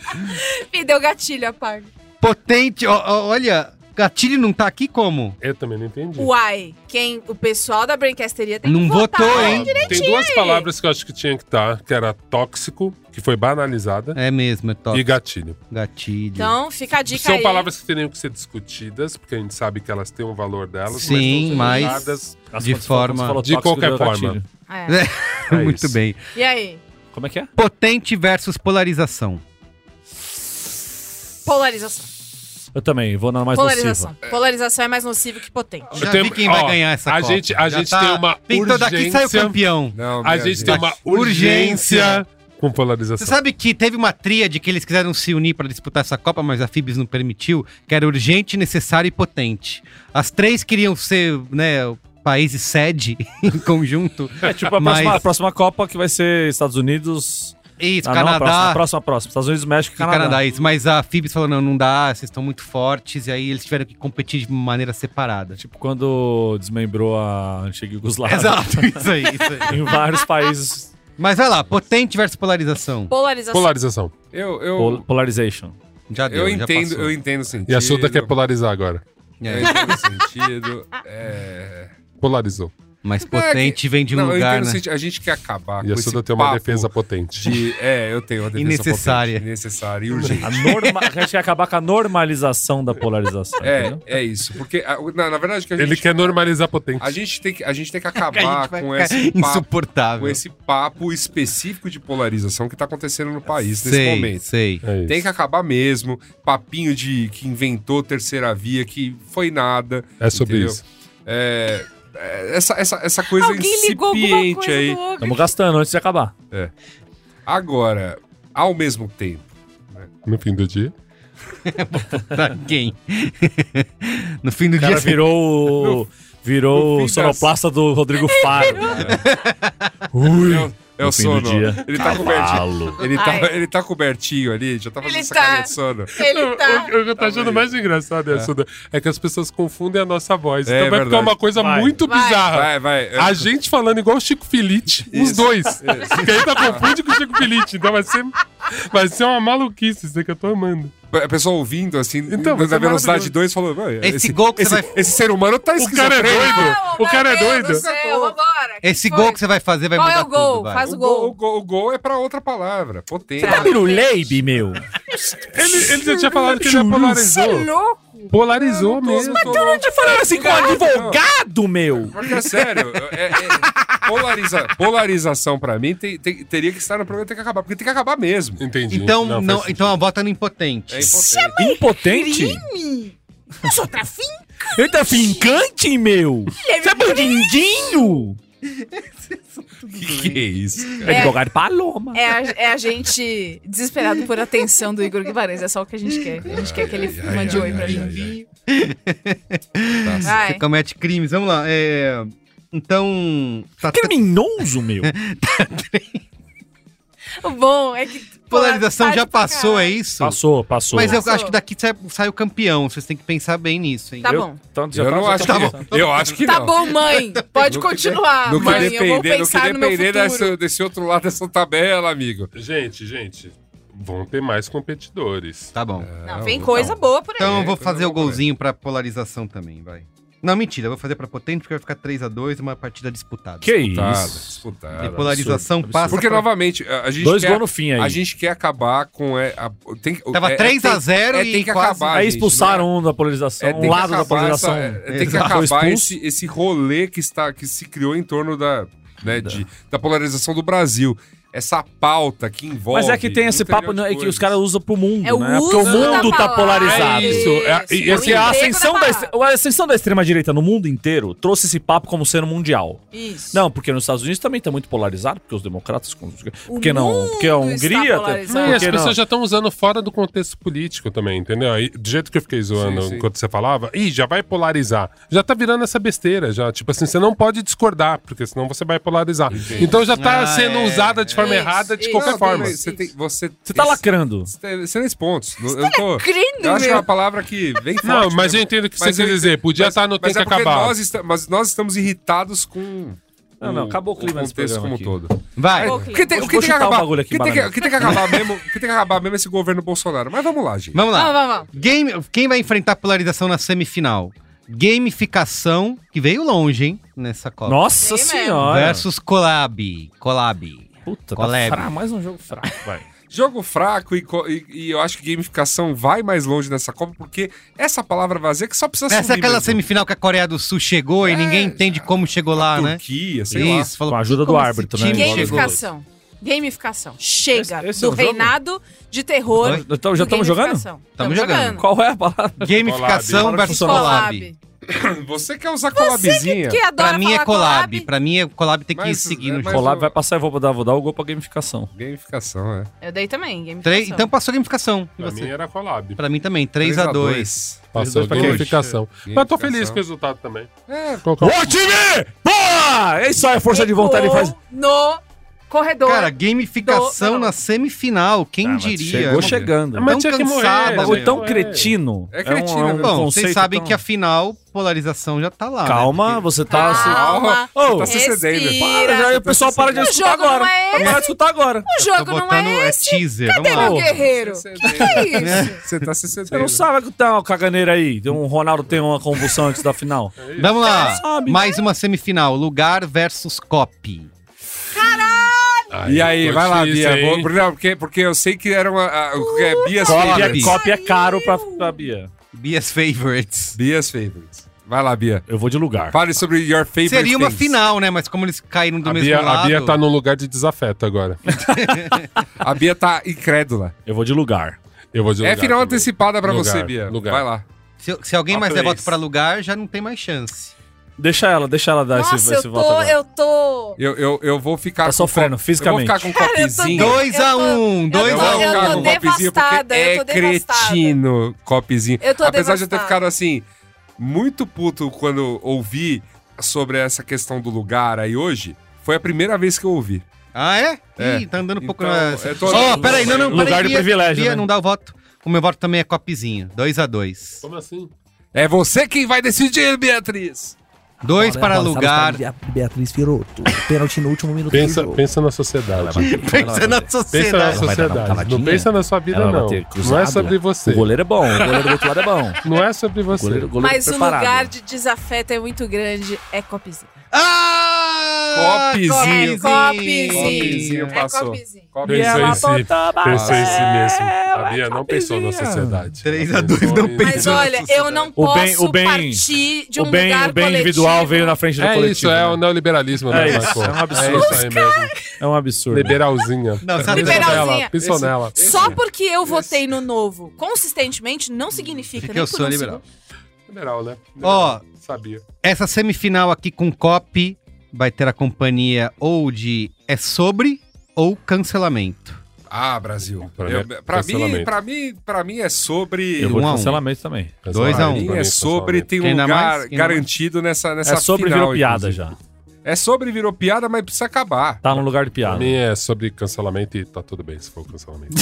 Me deu gatilho, apaga. Potente. ó, ó, olha, Gatilho não tá aqui como? Eu também não entendi. Uai, quem, o pessoal da Braincasteria tem Não que votar. votou, hein? Tem duas palavras que eu acho que tinha que estar, que era tóxico, que foi banalizada, É mesmo, é top. e gatilho. Gatilho. Então, fica a dica é São aí. palavras que teriam que ser discutidas, porque a gente sabe que elas têm um valor delas, Sim, mas mas- não são usadas. As De quando você falou- forma- você falou De tóxico, qualquer deu forma. gatilho. É. É Muito isso. bem. E aí? Como é que é? Potente versus polarização. Polarização. Eu também, vou na mais Polarização. nociva. Polarização é mais nocivo que potente. Eu Já tenho- vi quem vai ó, ganhar essa a Copa. gente- a Já tá gente tem uma Pintou daqui, saiu urgência. campeão. Não, A minha gente tem uma urgência com Você polarização. sabe que teve uma tríade que eles quiseram se unir para disputar essa Copa, mas a Fibes não permitiu, que era urgente, necessário e potente. As três queriam ser, né, o país e sede em conjunto. É tipo a, Mas- próxima, a próxima Copa que vai ser Estados Unidos. Isso, Ah, não, a próxima, a Canadá. próxima, a próxima. Estados Unidos, México e e Canadá. Canadá, isso. Mas a Fibes falou: não, não dá, vocês estão muito fortes. E aí eles tiveram que competir de maneira separada. Tipo quando desmembrou a antiga Yugoslávia. Exato, isso aí, isso aí. Em vários países. Mas vai lá, potente versus polarização. Polarização. Polarização. Eu, Pol- eu, polarization. Já deu, eu já entendo, passou. eu entendo o sentido. E a Suda quer polarizar agora. Eu É, entendo o sentido. É... Polarizou. mas potente vem de um Não, eu lugar, entendo o né? sentido. A gente quer acabar E a com esse Suda tem uma papo defesa potente. de... É, eu tenho uma defesa Innecessária. potente, Necessária e urgente. A, norma... a gente quer acabar com a normalização da polarização. É, entendeu? é isso. Porque, a- na, na verdade, que a gente, Ele quer normalizar potente. a, gente tem que, a gente tem que A gente acabar vai com ficar esse papo com insuportável. esse papo específico de polarização que tá acontecendo no país nesse sei, momento. sei. É isso. Tem que acabar mesmo. Papinho de que inventou terceira via, que foi nada. É sobre entendeu? isso. É, é, essa, essa, essa coisa Alguém ligou alguma incipiente coisa aí. do Ogre. Estamos gastando antes de acabar. Agora, ao mesmo tempo, No fim do dia. Pra quem? no fim do O cara dia. virou o. no Virou fim o sonoplasta do Rodrigo Faro. né? é, o- é o No fim do sono. dia. Ele tá cobertinho. Cavalo. Ele tá, Ai. ele tá cobertinho ali, já tá fazendo Ele essa tá. carinha de sono. Ele tá. Eu, eu já tô achando mais engraçado, é. Suda, é que as pessoas confundem a nossa voz. É, então vai verdade. ficar uma coisa Vai. muito Vai. bizarra. Ah, Vai, vai. A gente falando igual o Chico Filite, os Isso. dois. Porque ainda confunde com o Chico Filite. Então vai ser, vai ser uma maluquice isso que eu tô amando. A pessoa ouvindo, assim, Então, na isso é maravilhoso. velocidade 2, falou: "Mano, esse, Esse gol que esse, você vai- esse ser humano tá O cara é esquizofrênico." Não, doido. O meu cara é Deus doido. do céu, vambora. Esse Que gol foi? que você vai fazer vai Qual mudar é o gol? tudo. vai. Faz O o gol, o gol. gol, o gol é pra outra palavra. Potente. Tá. Biruleibe, meu. Ele, ele já tinha falado que Você ele é polarizou. louco? Polarizou mesmo. Tá falando assim com advogado, meu. Porque é sério. é- é- polariza- polarização pra mim tem- tem- teria que estar no programa, tem que acabar. Porque tem que acabar mesmo. Entendi. assim. Então, não, faz sentido. então a bota no impotente. É importante. Impotente? Eu sou trafim? Ele tá fincante, meu. Você é bandidinho. Que que é isso? É advogado paloma. É a, é a gente desesperado por atenção do Igor Guimarães. É só o que a gente quer. A gente quer que ele ai, mande ai, oi pra ai, gente. Tá certo. Vai. Você comete crimes. Vamos lá. é, Então. tá- tá- Criminoso, meu. O bom é que polarização já Polaridade pra passou, é caralho. isso? Passou, passou. Mas eu Passou. acho que daqui sai, sai o campeão. Vocês têm que pensar bem nisso, hein? Tá Eu- bom. tanto já Eu tá- não já acho tá que pensando. não. Eu acho que Tá não. bom, mãe. Pode No que de- continuar, No que mãe. Eu vou depender, no que pensar no meu depender futuro. dessa, desse outro lado dessa tabela, amigo. Gente, gente, vão ter mais competidores. Tá bom. É, Não, vem coisa boa por aí. Então eu vou foi fazer o uma boa. golzinho pra polarização também, vai. Não, mentira, eu vou fazer pra potente porque vai ficar 3x2, uma partida disputada. Que Disputado, isso? disputado. E polarização absurdo, passa. Tá, Porque, pra- novamente, a a gente Dois quer... gols no fim aí. é- A gente quer acabar com... É, a- tem, que- Tava é- é- 3 a tem- 0 é, e tem que quase- acabar, Aí gente, não é- expulsaram um da polarização, É, tem um que lado da acabar polarização. essa- é, tem que Exato. Foi acabar expulso. esse, esse rolê que, está, que se criou em torno da, né, de- da polarização do Brasil. Essa pauta que envolve. Mas é que tem esse um trilhão papo de né, é que coisas. os caras usam pro mundo, É o né? Porque o uso da mundo tá palavra. polarizado. É isso, é- e É o assim, Porque a emprego ascensão, da palavra. extre- a ascensão da extrema-direita no mundo inteiro trouxe esse papo como sendo mundial. Isso. Não, porque nos Estados Unidos também tá muito polarizado, porque os democratas... com- Porque não? mundo Porque a está Hungria... tá- polarizado. Não, e porque as não? pessoas já estão usando fora do contexto político também, entendeu? Aí, do jeito que eu fiquei zoando Sim, sim. enquanto você falava, ih, já vai polarizar. Já tá virando essa besteira, já. Tipo assim, você não pode discordar, porque senão você vai polarizar. Então já tá Ah, sendo é, usada de forma Isso, errada de isso. qualquer Não, forma. tudo bem, Você, tem, você, Você tá esse- lacrando. Você tem- você tem esses pontos. eu tô, lacrando, eu acho que é meu. uma palavra que vem forte. Não, mas eu mesmo. entendo o que é Mas você eu quer entendo- dizer. Podia mas- estar no mas Tem é que porque Acabar. Nós esta- mas nós estamos irritados com. Não, não, o- acabou o clima desse contexto como programa um aqui. todo. Vai. Vou- O que tem, o que Vou tem que chutar um acabar? bagulho aqui, o que tem que- banana. o que tem que acabar mesmo? o que tem que acabar mesmo é esse governo Bolsonaro. Mas vamos lá, gente. Vamos lá. Vamos, vamos, vamos. Game, quem vai enfrentar a polarização na semifinal? Gamificação, que veio longe, hein, nessa Copa. Nossa Sim, mesmo. senhora. Versus Collab. Collab. Puta, tá Collab. fraco, mais um jogo fraco, vai. Jogo fraco e, co- e- e eu acho que gamificação vai mais longe nessa Copa, porque essa palavra vazia que só precisa Essa é subir aquela mesmo. semifinal que a Coreia do Sul chegou e É, ninguém entende como chegou lá, né? Turquia, sei lá. Isso, falou. Com a ajuda do como árbitro, esse né? time chegou? Gamificação. Gamificação. Chega Esse- esse é do um jogo? reinado de terror. Oi? Então, já do estamos jogando? gamificação. Tamo jogando. Qual é a palavra? Gamificação Collab. versus Collab. Collab. Você quer usar colabizinha? Que adora Pra mim é falar collab. Pra mim é collab tem que Mas, seguir é, no mas- jogo. Olá, o- vai passar, eu vou dar, vou dar o gol pra gamificação. Gamificação, é. Eu dei também, Três- gamificação. então passou a gamificação. E Pra você? mim é era collab. Pra mim também, 3x2. Passou assim. pra pra quem? gamificação. Mas tô feliz com o resultado também. É, Colocar um- Ô, time! Boa! É isso aí, força de vontade Ecoou faz. No corredor. Cara, gamificação Do- não. na semifinal, quem diria? Tá, Chegou É uma- chegando. Mas Mas tinha que morrer, é um bagulho né, tão meu? cretino. um, É cretino, né? Bom, vocês conceito sabem tão- que a final, polarização já tá lá. né? Calma, Porque- você Ah, tá. se- Calma. Oh. Ô, tá se cedendo. respira. Para, já, o pessoal para de O escutar jogo agora. não é Para de escutar agora. o Tô jogo não botando é é esse. teaser. Cadê Vamos meu lá. guerreiro? Você tá Que que é isso? Você tá se cedendo. Você não sabe que tá uma caganeira aí. Tem Um Ronaldo tem uma convulsão antes da final. Vamos lá. sabe, Mais uma semifinal, lugar versus copy. E aí, Ficou vai lá, difícil, Bia. hein? Vou- Não, porque, porque eu sei que era uma. a- o que é Bias Cola, Cópia, Bia. Favorites. cópia é caro pra, pra Bia. Bias favorites. Bias Favorites. Vai lá, Bia. Eu vou de lugar. Fale sobre Your Favorite Seria uma things. final, né? Mas como eles caíram do A mesmo Bia, lado... a Bia tá num lugar de desafeto agora. A Bia tá incrédula. Eu vou de lugar. Eu vou de É lugar final também. antecipada pra Lugar, você, Bia. lugar. Vai lá. Se, se alguém mais der place. voto pra lugar, já não tem mais chance. Deixa ela, deixa ela dar esse, Nossa, esse eu voto tô, agora. eu tô. Eu, eu, eu vou ficar. Tá com sofrendo co- fisicamente. Eu vou ficar com um Cara, eu tô- copzinho. Eu 2x1, tô- eu tô- 2x1. eu tô um copzinho, porque devastada, eu tô É cretino, copzinho. Eu tô Apesar de eu ter devastada. ficado assim, muito puto quando ouvi sobre essa questão do lugar aí hoje, foi a primeira vez que eu ouvi. Ah, é? É. Ih, tá andando um pouco... Então, na- eu tô- Ó, peraí, não, não. Lugar peraí, de Bia, privilégio, Bia, né? não dá o voto. O meu voto também é copizinho. 2x2. Como assim? É você quem vai decidir, É Beatriz! 2 para lugar. Beatriz Firoto. Pênalti no último minuto Pensa, pensa na sociedade. tá Pensa é na Pensa na sociedade. vai dar uma sociedade. Não cavadinha? pensa na sua vida, Ela vai não. bater Não é cruzado? sobre você. O goleiro é bom, o goleiro do outro lado é bom. Não é sobre você. Goleiro, goleiro Mas o preparado. um lugar de desafeto é muito grande. É copizinho. Ah! Copizinho. É copizinho. Copizinho É passou. copizinho. Pensou Copzinho. em ela si. botou Pensou em si mesmo. A vai, Bia não pensou na cabezinha. sociedade. 3 Ela a 2 não em- pensou. Mas olha, eu não O bem- posso o bem- partir de um o bem, lugar o bem individual coletivo. veio na frente do É coletivo. isso, é o né? neoliberalismo, né, É isso, Marco? é um absurdo. É isso aí mesmo. É um absurdo. Liberalzinha. Não, sabe- Pensou Liberalzinha. nela, Pensou Esse- nela. Só porque eu votei no novo consistentemente não significa Porque nem eu por sou um liberal. segundo. Liberal, né? Ó. Liberal. Sabia. Essa semifinal aqui com copy vai ter a companhia ou de é sobre ou cancelamento. Ah, Brasil. Pra Eu- mim é Pra mim, cancelamento. pra mim, pra mim é sobre. Eu vou Um de a um. cancelamento também. Dois a Pra um. mim é sobre tem um Quem dá mais? lugar Quem dá mais? garantido nessa nessa é sobre final, virou piada inclusive. já. É sobre virou piada, mas precisa acabar. Tá no lugar de Pra piada. mim é sobre cancelamento e tá tudo bem se for cancelamento.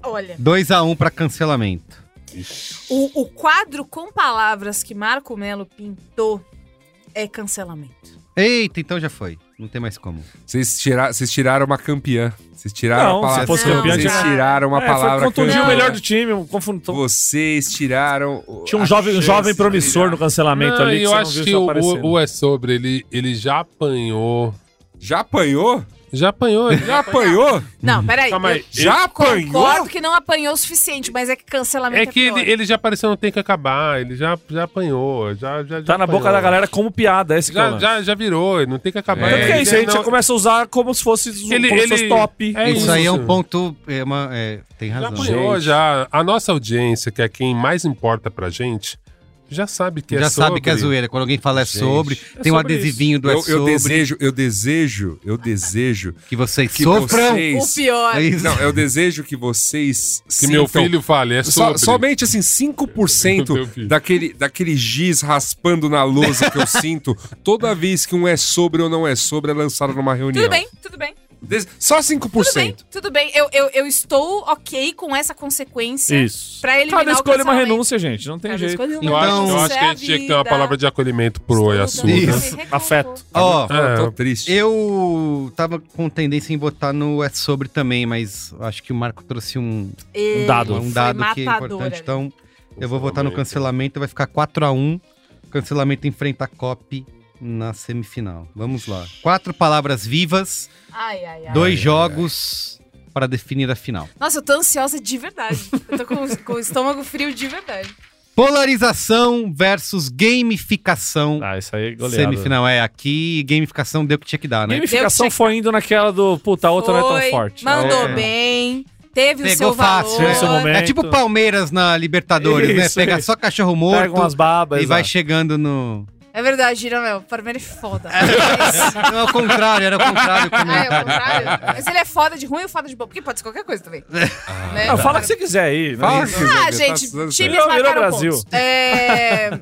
Olha, 2x1 pra cancelamento. o, o quadro com palavras que Marco Melo pintou é cancelamento. Eita, então já foi. Não tem mais como. Vocês, tira- vocês tiraram uma campeã. Vocês tiraram Não, a palavra. se fosse campeã, vocês tinha- tiraram uma É, palavra. foi contundir campeã. o melhor do time, um confronto. Vocês tiraram. o- Tinha um a jovem, um chance jovem de promissor brilhar. no cancelamento Não, ali que eu você não acho viu que só o, aparecendo. o- o é sobre, ele, ele já apanhou. Já apanhou? Já apanhou, ele Já apanhou? Uhum. Não, peraí. Calma aí. Eu Já apanhou? Concordo que não apanhou o suficiente, mas é que cancelamento É é, que ele, pior. ele já apareceu no Tem Que Acabar, ele já, já apanhou, já, já, já Tá na apanhou. boca da galera como piada, esse que é o Já, lance. já, já virou, ele não tem que acabar. Tanto que é Ele isso, a gente não- começa a usar como se fosse, zo- Ele- como se ele- fosse top. É isso, isso. aí é um ponto. é uma- é, tem Já razão. apanhou, Gente. já. A nossa audiência, que é quem mais importa pra gente, já sabe que é já sabe sobre. que é zoeira. Quando alguém fala é Gente, sobre, é tem um sobre adesivinho do é Eu, eu sobre desejo, eu desejo, eu desejo que vocês que sofram. O vocês. pior. É isso. Não, eu desejo que vocês. Que meu então. sintam- filho fale, é So- sobre. somente assim, 5% Meu filho. daquele, daquele giz raspando na lousa que eu sinto toda vez que um é sobre ou não é sobre é lançado numa reunião. Tudo bem, tudo bem. Des- Só 5%. Tudo bem, tudo bem. Eu, eu, eu estou ok com essa consequência. Isso. Pra eliminar Cada o escolha é uma cancelamento. renúncia, gente. Não tem Cada jeito. escolha é uma Eu acho, eu Então, acho que a gente tinha que ter uma palavra de acolhimento pro Oi Estuda, Assuda. Isso. se Afeto. Ó, Ah, É. tô triste. eu tava com tendência em botar no é sobre também, mas acho que o Marco trouxe um, Ele Um dado. um foi dado que é matador importante. ali. Então, eu vou votar no cancelamento, vai ficar 4x1. Cancelamento enfrenta a COP na semifinal. Vamos lá. Quatro palavras vivas, Ai, ai, ai. dois jogos para definir a final. Nossa, eu tô ansiosa de verdade. Eu tô com, com o estômago frio de verdade. Polarização versus gamificação. Ah, isso aí é goleado. semifinal é aqui, gamificação deu o que tinha que dar, né? Gamificação Deu foi indo naquela do puta, a outra não é Foi, tão forte. Mandou É. bem. Teve o Pegou seu fácil, valor. né? Esse momento. É tipo Palmeiras na Libertadores, né? Isso, Pega isso. só cachorro Pega morto umas babas. e vai ah. chegando no. É verdade, Giramel. Parmeiro é foda. Não, é o contrário, era o contrário. o ah, é o comentário. contrário? Mas ele é foda de ruim ou foda de bom? Porque pode ser qualquer coisa também. Né? Ah, fala o que você quiser aí. né? Fala, Silvia, Ah, tá gente, tudo certo. times Virou- virou marcaram Brasil. pontos. É...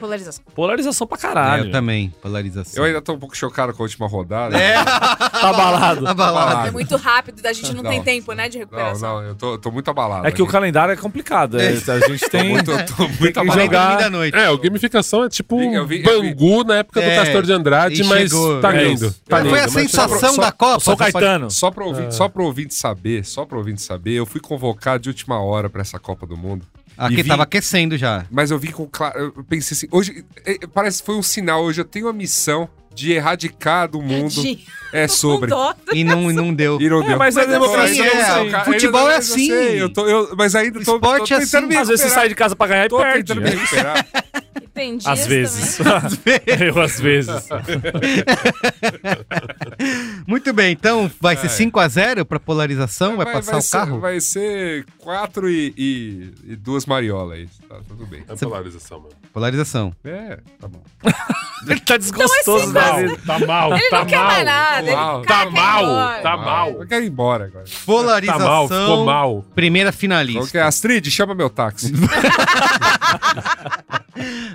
Polarização. Polarização pra É, caralho. eu também, polarização. Eu ainda tô um pouco chocado com a última rodada. Tá abalado. Abalado. É muito rápido, a gente não, Não. tem tempo, né, de Não, recuperação. não, eu tô, eu tô muito abalado. É que o cara calendário é complicado. é, a gente tô tem. muito, eu tô muito que Vai abalado. jogar. dormir da noite. É, o gamificação é tipo Eu vi- eu vi- Bangu na época É, do Castor de Andrade, e mas chegou, tá é lindo. isso. Tá Foi lindo, a mas chegou. sensação da Copa. Sou você pode- Caetano. Só pra, ouvir, É. só pra ouvinte saber, só pra ouvinte saber, eu fui convocado de última hora pra essa Copa do Mundo. Aqui E vi- Ah, tava aquecendo já. Mas eu vim com claro. Eu pensei assim, hoje. eh, Parece que foi um sinal. Hoje eu tenho a missão de erradicar do mundo. Tadinho. É sobre. Com dó. E não, e não deu. E não É, deu. mas é eu tô- democracia, eu tô- é, eu tô- futebol é eu sei, assim. Eu tô, eu, mas ainda tô, Esporte tô é tentando assim. me Às vezes você sai recuperar. de casa pra ganhar e Tô perde. né? tentando me recuperar. E tem dias Às vezes. Eu, às vezes. Muito bem, então vai ser 5x0 pra polarização? Vai, é passar o ser- carro? É. Vai ser quatro e, e, e duas mariolas aí. Tá tudo bem. É polarização, mano. Polarização. É, tá bom. Ele tá desgostoso Então é da assim, vida. Tá mal, Ele não tá quer mais mal. nada. ele- cara, Uau. Tá quer ir mal, embora. tá mal. Ah, Eu quero ir embora agora. Tá Polarização. mal, ficou mal. Primeira finalista. Ok, Astrid, chama meu táxi.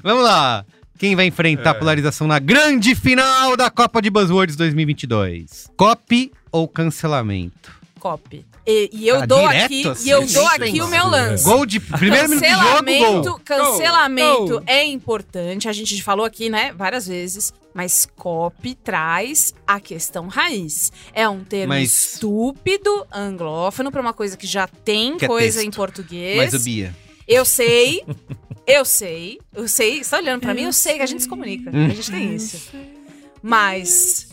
Vamos lá. Quem vai enfrentar a É. polarização na grande final da Copa de Buzzwords 2022? Copy ou cancelamento? Copy. E, e eu Ah, dou direto aqui, assim, e eu dou sem aqui o senso. meu lance. Gol de primeiro minuto de jogo, Cancelamento, gol. cancelamento Gol. é importante. A gente falou aqui, né, várias vezes. Mas COP traz a questão raiz. É um termo Mas- estúpido, anglófono, pra uma coisa que já tem Que é coisa texto. em português. Mas o Bia. Eu sei, eu sei, eu sei. Você tá olhando pra mim? Eu sei que a gente se comunica. Hum. A gente tem isso. Mas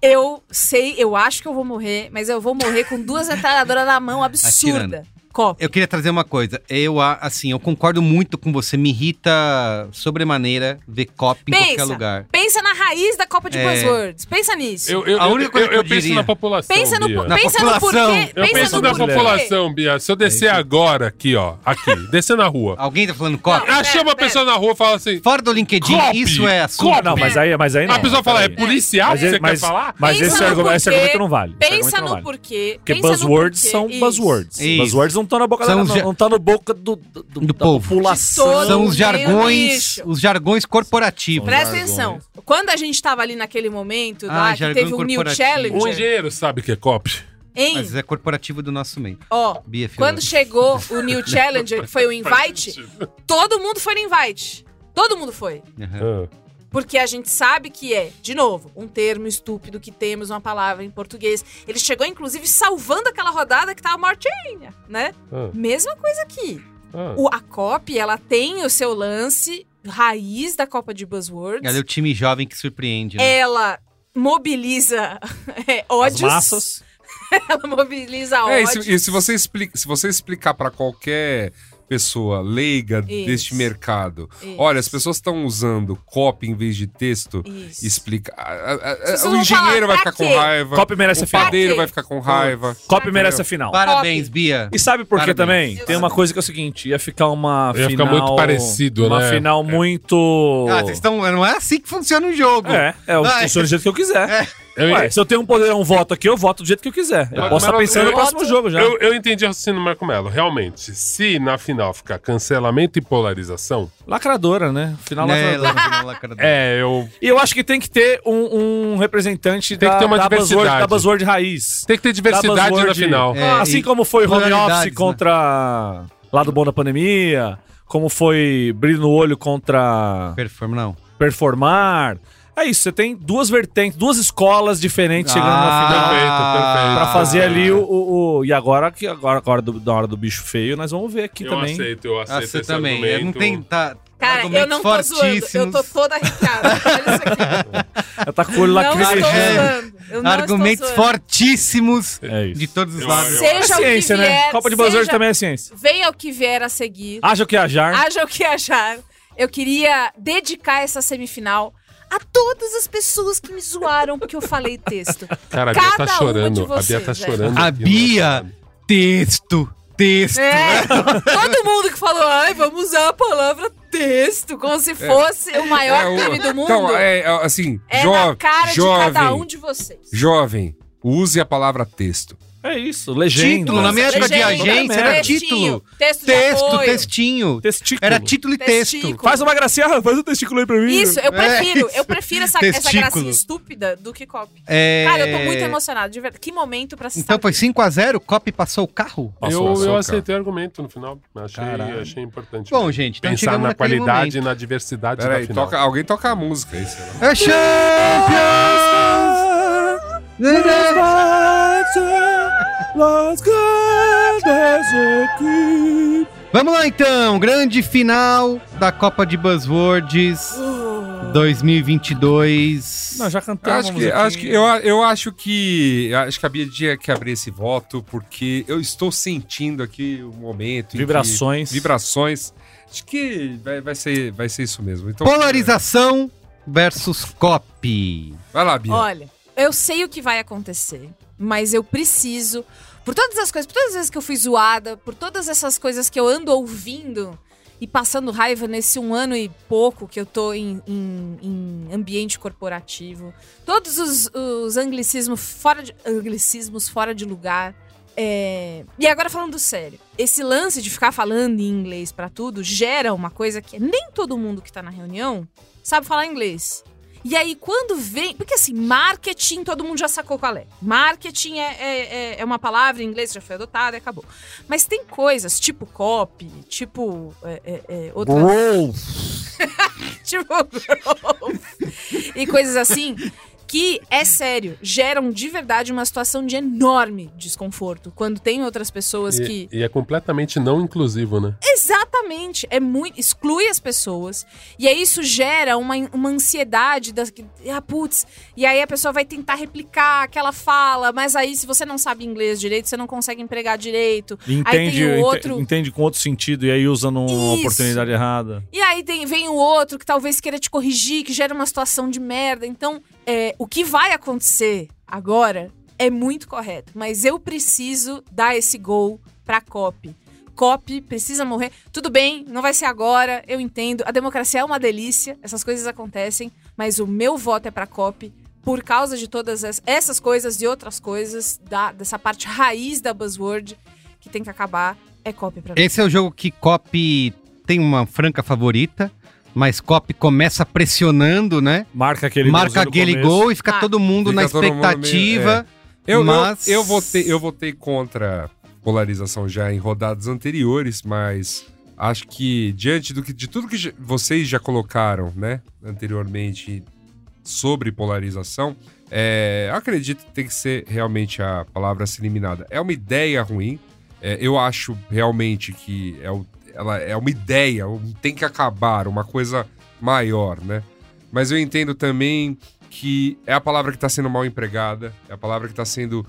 eu sei, eu acho que eu vou morrer, mas eu vou morrer com duas metralhadoras na mão absurda. Copa. Eu queria trazer uma coisa. Eu, a- assim, eu concordo muito com você. Me irrita sobremaneira ver copy em qualquer Pensa. lugar. Pensa na raiz da Copa de É. Buzzwords. Pensa nisso. Eu, eu, A única eu- coisa eu- que eu eu penso diria. na população. pensa no, Bia. Na pensa no população. porquê. Eu penso na porquê. população, Bia. Se eu descer É agora aqui, ó, aqui, descer na rua. Alguém tá falando copy? Não. Ah, chama a pera. pessoa na rua e fala assim. Fora do LinkedIn, Copy, isso é assunto. copy. Não, mas aí, mas aí não. A pessoa fala, é peraí. policial Mas, que você ele- é mas, quer falar? mas Pensa esse, no argumento, esse porquê, argumento não vale. Esse Pensa argumento não no vale. porquê. Porque pensa no buzzwords porquê, são isso. buzzwords. Isso. Buzzwords não estão na boca São da os não, ja- não tá na boca do, do, do- Do da povo. população. De todo um São os Meu jargões, lixo. os jargões corporativos. Presta atenção. Quando a gente tava ali naquele momento, Ah, lá, que jargão teve o New corporativo. Um Challenger, engenheiro sabe o que é copy. hein? Mas é corporativo do nosso meio. Ó, Bia Fiorotto. quando chegou o New Challenger, que foi o invite, todo mundo foi no invite. Todo mundo foi. Aham. É. Ah. Porque a gente sabe que é, de novo, um termo estúpido que temos uma palavra em português. Ele chegou, inclusive, salvando aquela rodada que tava mortinha, né? Ah. Mesma coisa aqui. Ah. O, a COP, ela tem o seu lance raiz da Copa de Buzzwords. Ela é o time jovem que surpreende, né? Ela mobiliza é, ódios. As massas. Ela mobiliza É, e ódios. se, e se você, explica, se você explicar pra qualquer pessoa leiga Isso. deste mercado, Isso. olha, as pessoas estão usando copy em vez de texto, Isso. explica. a- a- a- pessoas o vão engenheiro falar, vai "Pra ficar com quê?" raiva, Copy merece a o final. padeiro Pra quê? vai ficar com raiva. Copy merece a final. Parabéns, Bia. E sabe por que Parabéns. também? Eu Tem uma sei. coisa que é o seguinte, ia ficar uma Ia ficar final... muito parecido, uma né? Uma final muito... É. Ah, vocês estão. Não é assim que funciona o jogo. É, é, eu Não, é- funciona do jeito que eu quiser. Eu, Ué, se eu tenho um poder, um voto aqui, eu voto do jeito que eu quiser. Eu Mas- posso estar mas- pensando no eu- próximo jogo já. eu, eu entendi o raciocínio do Marco Melo. Realmente, se na final ficar cancelamento e polarização, Lacradora, né? Final Né, lacradora. lá no final, lá, cara. é, eu. E eu acho que tem que ter um, um representante Tem da, que ter uma da, buzzword, diversidade. da buzzword raiz. Tem que ter Da diversidade na buzzword, final. É, assim e como foi home pluralidades, né? office contra lado bom da pandemia, como foi brilho no olho contra Performa, não. performar. É isso, você tem duas vertentes, duas escolas diferentes chegando na Ah, final. perfeito, perfeito. Pra fazer ali o, o- o- E agora, que agora, agora do, da hora do bicho feio, nós vamos ver aqui eu também. aceito, eu aceito Ah, você esse também. argumento. É, Não tem. Tá, Cara, eu não tô zoando, eu tô toda arrepiada. Olha isso aqui. Ela tá com o olho Não estou lacrimejando. zoando. Eu não argumentos estou zoando. fortíssimos É isso. de todos os Eu- lados. eu- É Seja ciência, o que vier, né? Copa de Buzzword seja- também é ciência. Venha o que vier a seguir, Haja o que é ajar. haja o que achar. Eu queria dedicar essa semifinal a todas as pessoas que me zoaram porque eu falei texto. Cara, a Bia tá Cada uma de chorando. a vocês, é. Bia tá velho. chorando. A aqui, Bia, né? texto, texto. É, todo mundo que falou, ai, vamos usar a palavra texto, como se fosse o maior o- crime É do mundo. Então, é é, é, assim, na jovem, cara jovem, de cada um de vocês. jovem, use a palavra texto. É isso, legenda. É Título, na minha época de Legenda, agência, era textinho, título. Texto, de Texto, apoio. textinho. Testículo. Era título e texto. Testículo. Faz uma gracinha, faz um testículo aí pra mim. Isso, eu prefiro. É isso. Eu prefiro essa, essa gracinha Testículo. estúpida do que copy. É, Cara, eu tô muito emocionada, de verdade. Que momento pra se Então foi 5x0, Cop passou o carro? Eu, Passou, eu cara. aceitei o argumento no final. Achei, achei importante. Bom, gente, então Pensar chegamos na naquele qualidade e momento. na diversidade da Peraí, final. toca, alguém toca a música aí, sei lá. É Champions! Vamos lá então, grande final da Copa de Buzzwords Uh. 2022. Não, já cantamos. Então, Acho que, acho que, eu, eu acho que acho que havia dia que abrir esse voto, porque eu estou sentindo aqui o momento. em Vibrações. que- vibrações. Acho que vai, vai ser, vai ser isso mesmo. Então, Polarização versus copy. Vai lá, Bia. Olha, eu sei o que vai acontecer, mas eu preciso, por todas as coisas, por todas as vezes que eu fui zoada, por todas essas coisas que eu ando ouvindo e passando raiva nesse um ano e pouco que eu tô em, em- em ambiente corporativo, todos os, os anglicismos fora de anglicismos fora de lugar. é, E agora falando sério, esse lance de ficar falando em inglês pra tudo gera uma coisa que nem todo mundo que tá na reunião sabe falar inglês. E aí, quando vem. Porque assim, marketing, todo mundo já sacou qual é. Marketing é, é, é- é uma palavra em inglês que já foi adotada e acabou. Mas tem coisas, tipo copy, tipo. É, é, é, outras- tipo growth. e coisas assim. Que é sério, geram de verdade uma situação de enorme desconforto. Quando tem outras pessoas que. E, e é completamente não inclusivo, né? Exatamente. É muito. Exclui as pessoas. E aí isso gera uma, uma ansiedade das. Ah, putz. E aí a pessoa vai tentar replicar aquela fala, mas aí se você não sabe inglês direito, você não consegue empregar direito. aí Entende, tem o ente- outro. entende com outro sentido e aí usa numa Isso. oportunidade errada. E aí tem- vem o outro que talvez queira te corrigir, que gera uma situação de merda. Então, é, o que vai acontecer agora é muito correto. Mas eu preciso dar esse gol pra COP. COP precisa morrer. Tudo bem, não vai ser agora, eu entendo. A democracia é uma delícia, essas coisas acontecem. Mas o meu voto é pra COP por causa de todas es- essas coisas e outras coisas, da- dessa parte raiz da buzzword que tem que acabar. É COP pra mim. Esse é o jogo que copy tem uma franca favorita. mas Cop começa pressionando, né? Marca aquele marca aquele gol e fica Ah. todo mundo Fica na todo mundo meio- expectativa. Eu, Mas- eu, eu, votei, eu votei contra polarização já em rodadas anteriores, mas acho que diante do que, de tudo que já- vocês já colocaram, né, anteriormente sobre polarização, é, eu acredito que tem que ser realmente a palavra a ser eliminada. É uma ideia ruim, é, eu acho realmente que é, o- ela é uma ideia, um- tem que acabar, uma coisa maior, né? Mas eu entendo também que é a palavra que está sendo mal empregada, é a palavra que está sendo.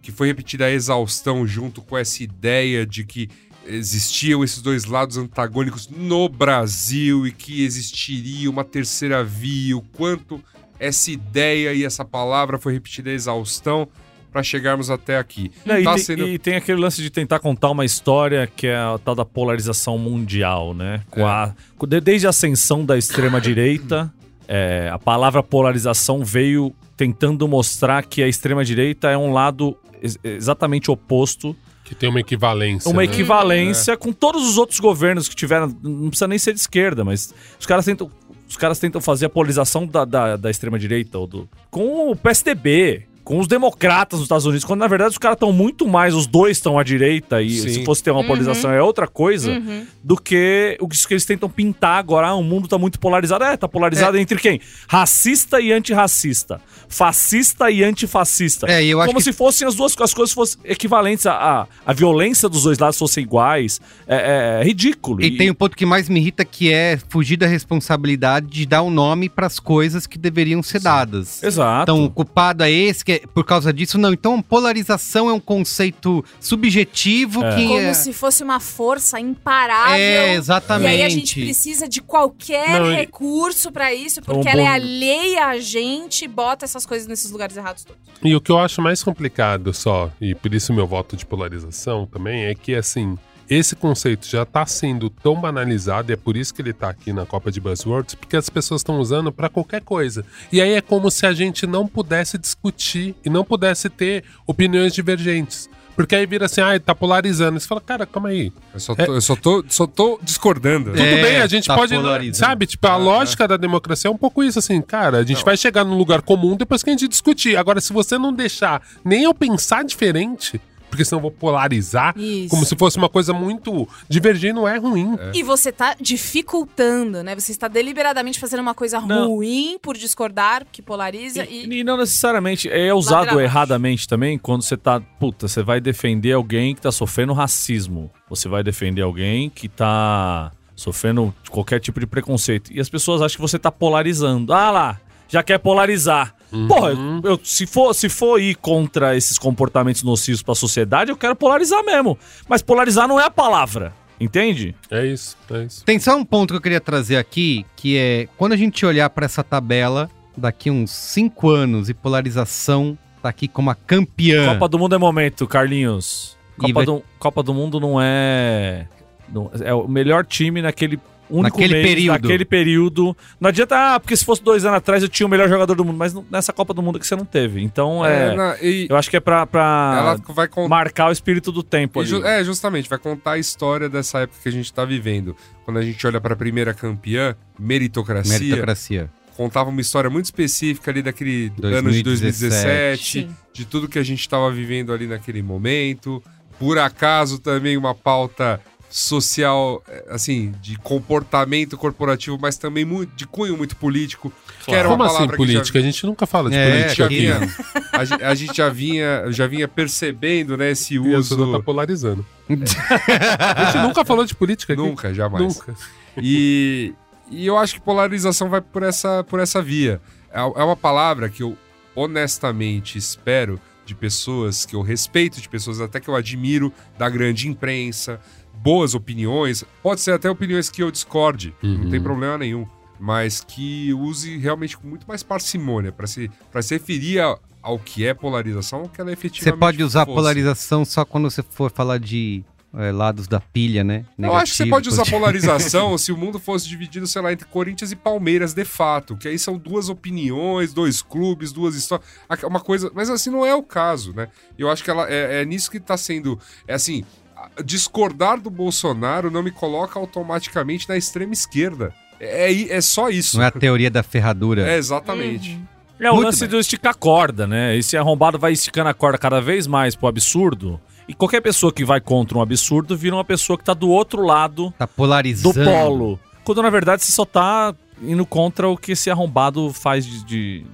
que foi repetida a exaustão junto com essa ideia de que existiam esses dois lados antagônicos no Brasil e que existiria uma terceira via, o quanto essa ideia e essa palavra foi repetida a exaustão para chegarmos até aqui. e, Tá tem, sendo- e tem aquele lance de tentar contar uma história que é a tal da polarização mundial, né? É. Com a- com- de- desde a ascensão da extrema-direita, é, a palavra polarização veio tentando mostrar que a extrema-direita é um lado ex- exatamente oposto Que tem uma equivalência. uma né? equivalência com todos os outros governos que tiveram. Não precisa nem ser de esquerda, mas os caras tentam, os caras tentam fazer a polarização da, da, da extrema-direita ou do. Com o PSDB. Com os democratas nos Estados Unidos, quando na verdade os caras estão muito mais, os dois estão à direita, e Sim. se fosse ter uma polarização é outra coisa, do que o que que eles tentam pintar agora. Ah, o mundo tá muito polarizado. É, tá polarizado entre quem? Racista e antirracista. Fascista e antifascista. É, e eu acho Como que- se fossem as duas as coisas fossem equivalentes, a, a, a violência dos dois lados fossem iguais. É, é- é Tá. ridículo. E tem o ponto que mais me irrita que é fugir da responsabilidade de dar um nome pras coisas que deveriam ser dadas. Exato. Então, o culpado é esse, que é por causa disso, não. Então, polarização é um conceito subjetivo que Como é, se fosse uma força imparável. é exatamente. E aí a gente precisa de qualquer Não, e- recurso pra isso, Um porque ela é bom- alheia a gente e bota essas coisas nesses lugares errados todos. E o que eu acho mais complicado só, e por isso meu voto de polarização também, é que assim, esse conceito já tá sendo tão banalizado, e é por isso que ele tá aqui na Copa de Buzzwords, porque as pessoas estão usando pra qualquer coisa. E aí é como se a gente não pudesse discutir e não pudesse ter opiniões divergentes. Porque aí vira assim, ah, tá polarizando. Você fala, cara, calma aí. Eu só tô, eu só tô, só tô discordando. Tudo É, bem, a gente tá pode. polarizando. Sabe, tipo, a lógica da democracia é um pouco isso, assim, cara. A gente vai chegar num lugar comum depois que a gente discutir. Agora, se você não deixar nem eu pensar diferente, porque senão eu vou polarizar, Isso. como se fosse uma coisa muito. Divergir não é ruim. E você tá dificultando, né? Você está deliberadamente fazendo uma coisa Não. ruim por discordar, que polariza e. E, e não necessariamente. É usado Lateral. erradamente também quando você tá. Puta, você vai defender alguém que tá sofrendo racismo. Você vai defender alguém que tá sofrendo qualquer tipo de preconceito. E as pessoas acham que você tá polarizando. Ah lá, já quer polarizar. Porra, eu, eu- se, for, se for ir contra esses comportamentos nocivos pra sociedade, eu quero polarizar mesmo. Mas polarizar não é a palavra. Entende? É isso, é isso. Tem só um ponto que eu queria trazer aqui, que é quando a gente olhar para essa tabela daqui uns 5 anos e polarização tá aqui como a campeã. Copa do Mundo é momento, Carlinhos. E Copa, vai- do, Copa do Mundo não é. não- é o melhor time naquele único Naquele mês, período. Naquele período. Não adianta, ah, porque se fosse dois anos atrás eu tinha o melhor jogador do mundo, mas não- nessa Copa do Mundo que você não teve. Então é. É, na- e Eu acho que é pra, pra ela vai contar. marcar o espírito do tempo E ali. ju- É, justamente, vai contar a história dessa época que a gente tá vivendo. Quando a gente olha pra primeira campeã, meritocracia, Meritocracia. contava uma história muito específica ali daquele ano de 2017. 2017, de tudo que a gente tava vivendo ali naquele momento. Por acaso também uma pauta social, eh, assim, de comportamento corporativo, mas também muito, de cunho muito político. Que era uma como assim, palavra que já- política? A gente nunca fala de É, política já aqui. vinha, a, gen- a gente já vinha, já vinha percebendo, né, esse E a Suda tá uso. polarizando. a gente nunca falou de política aqui. Nunca, jamais. Nunca. E, e eu acho que polarização vai por essa, por essa via. É, é uma palavra que eu honestamente espero de pessoas que eu respeito, de pessoas até que eu admiro, da grande imprensa, boas opiniões, pode ser até opiniões que eu discorde, não Uhum. tem problema nenhum, mas que use realmente com muito mais parcimônia para se, pra se referir a- ao que é polarização, ao que ela efetivamente Você pode usar fosse. polarização só quando você for falar de é, lados da pilha, né? eu acho que você Negativo, pode usar positivo. polarização se o mundo fosse dividido, sei lá, entre Corinthians e Palmeiras de fato, que aí são duas opiniões, dois clubes, duas histórias, Aqui- uma coisa, mas assim não é o caso, né? Eu acho que ela é, é nisso que tá sendo, é assim, a- discordar do Bolsonaro não me coloca automaticamente na extrema esquerda. É, é só isso. Não é a teoria da ferradura. É, exatamente. É o Muito lance bem. do esticar a corda, né? Esse arrombado vai esticando a corda cada vez mais pro absurdo. E qualquer pessoa que vai contra um absurdo vira uma pessoa que tá do outro lado Tá do polarizando. polo. Quando na verdade você só tá indo contra o que esse arrombado faz de, de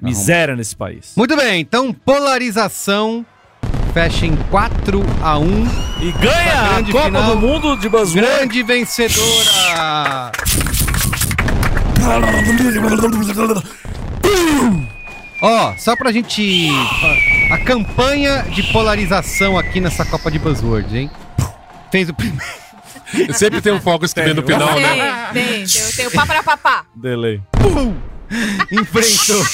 miséria nesse país. Muito bem, então polarização fecha em 4 a 1 E ganha a grande Copa final. do Mundo de Buzzword. Grande vencedora! Ó, só pra gente. A campanha de polarização aqui nessa Copa de Buzzwords, hein? Fez o primeiro. Sempre tem um foco escrevendo no final, né? Tem, tem, tem, tem o paparapapá. Delay. enfrentou.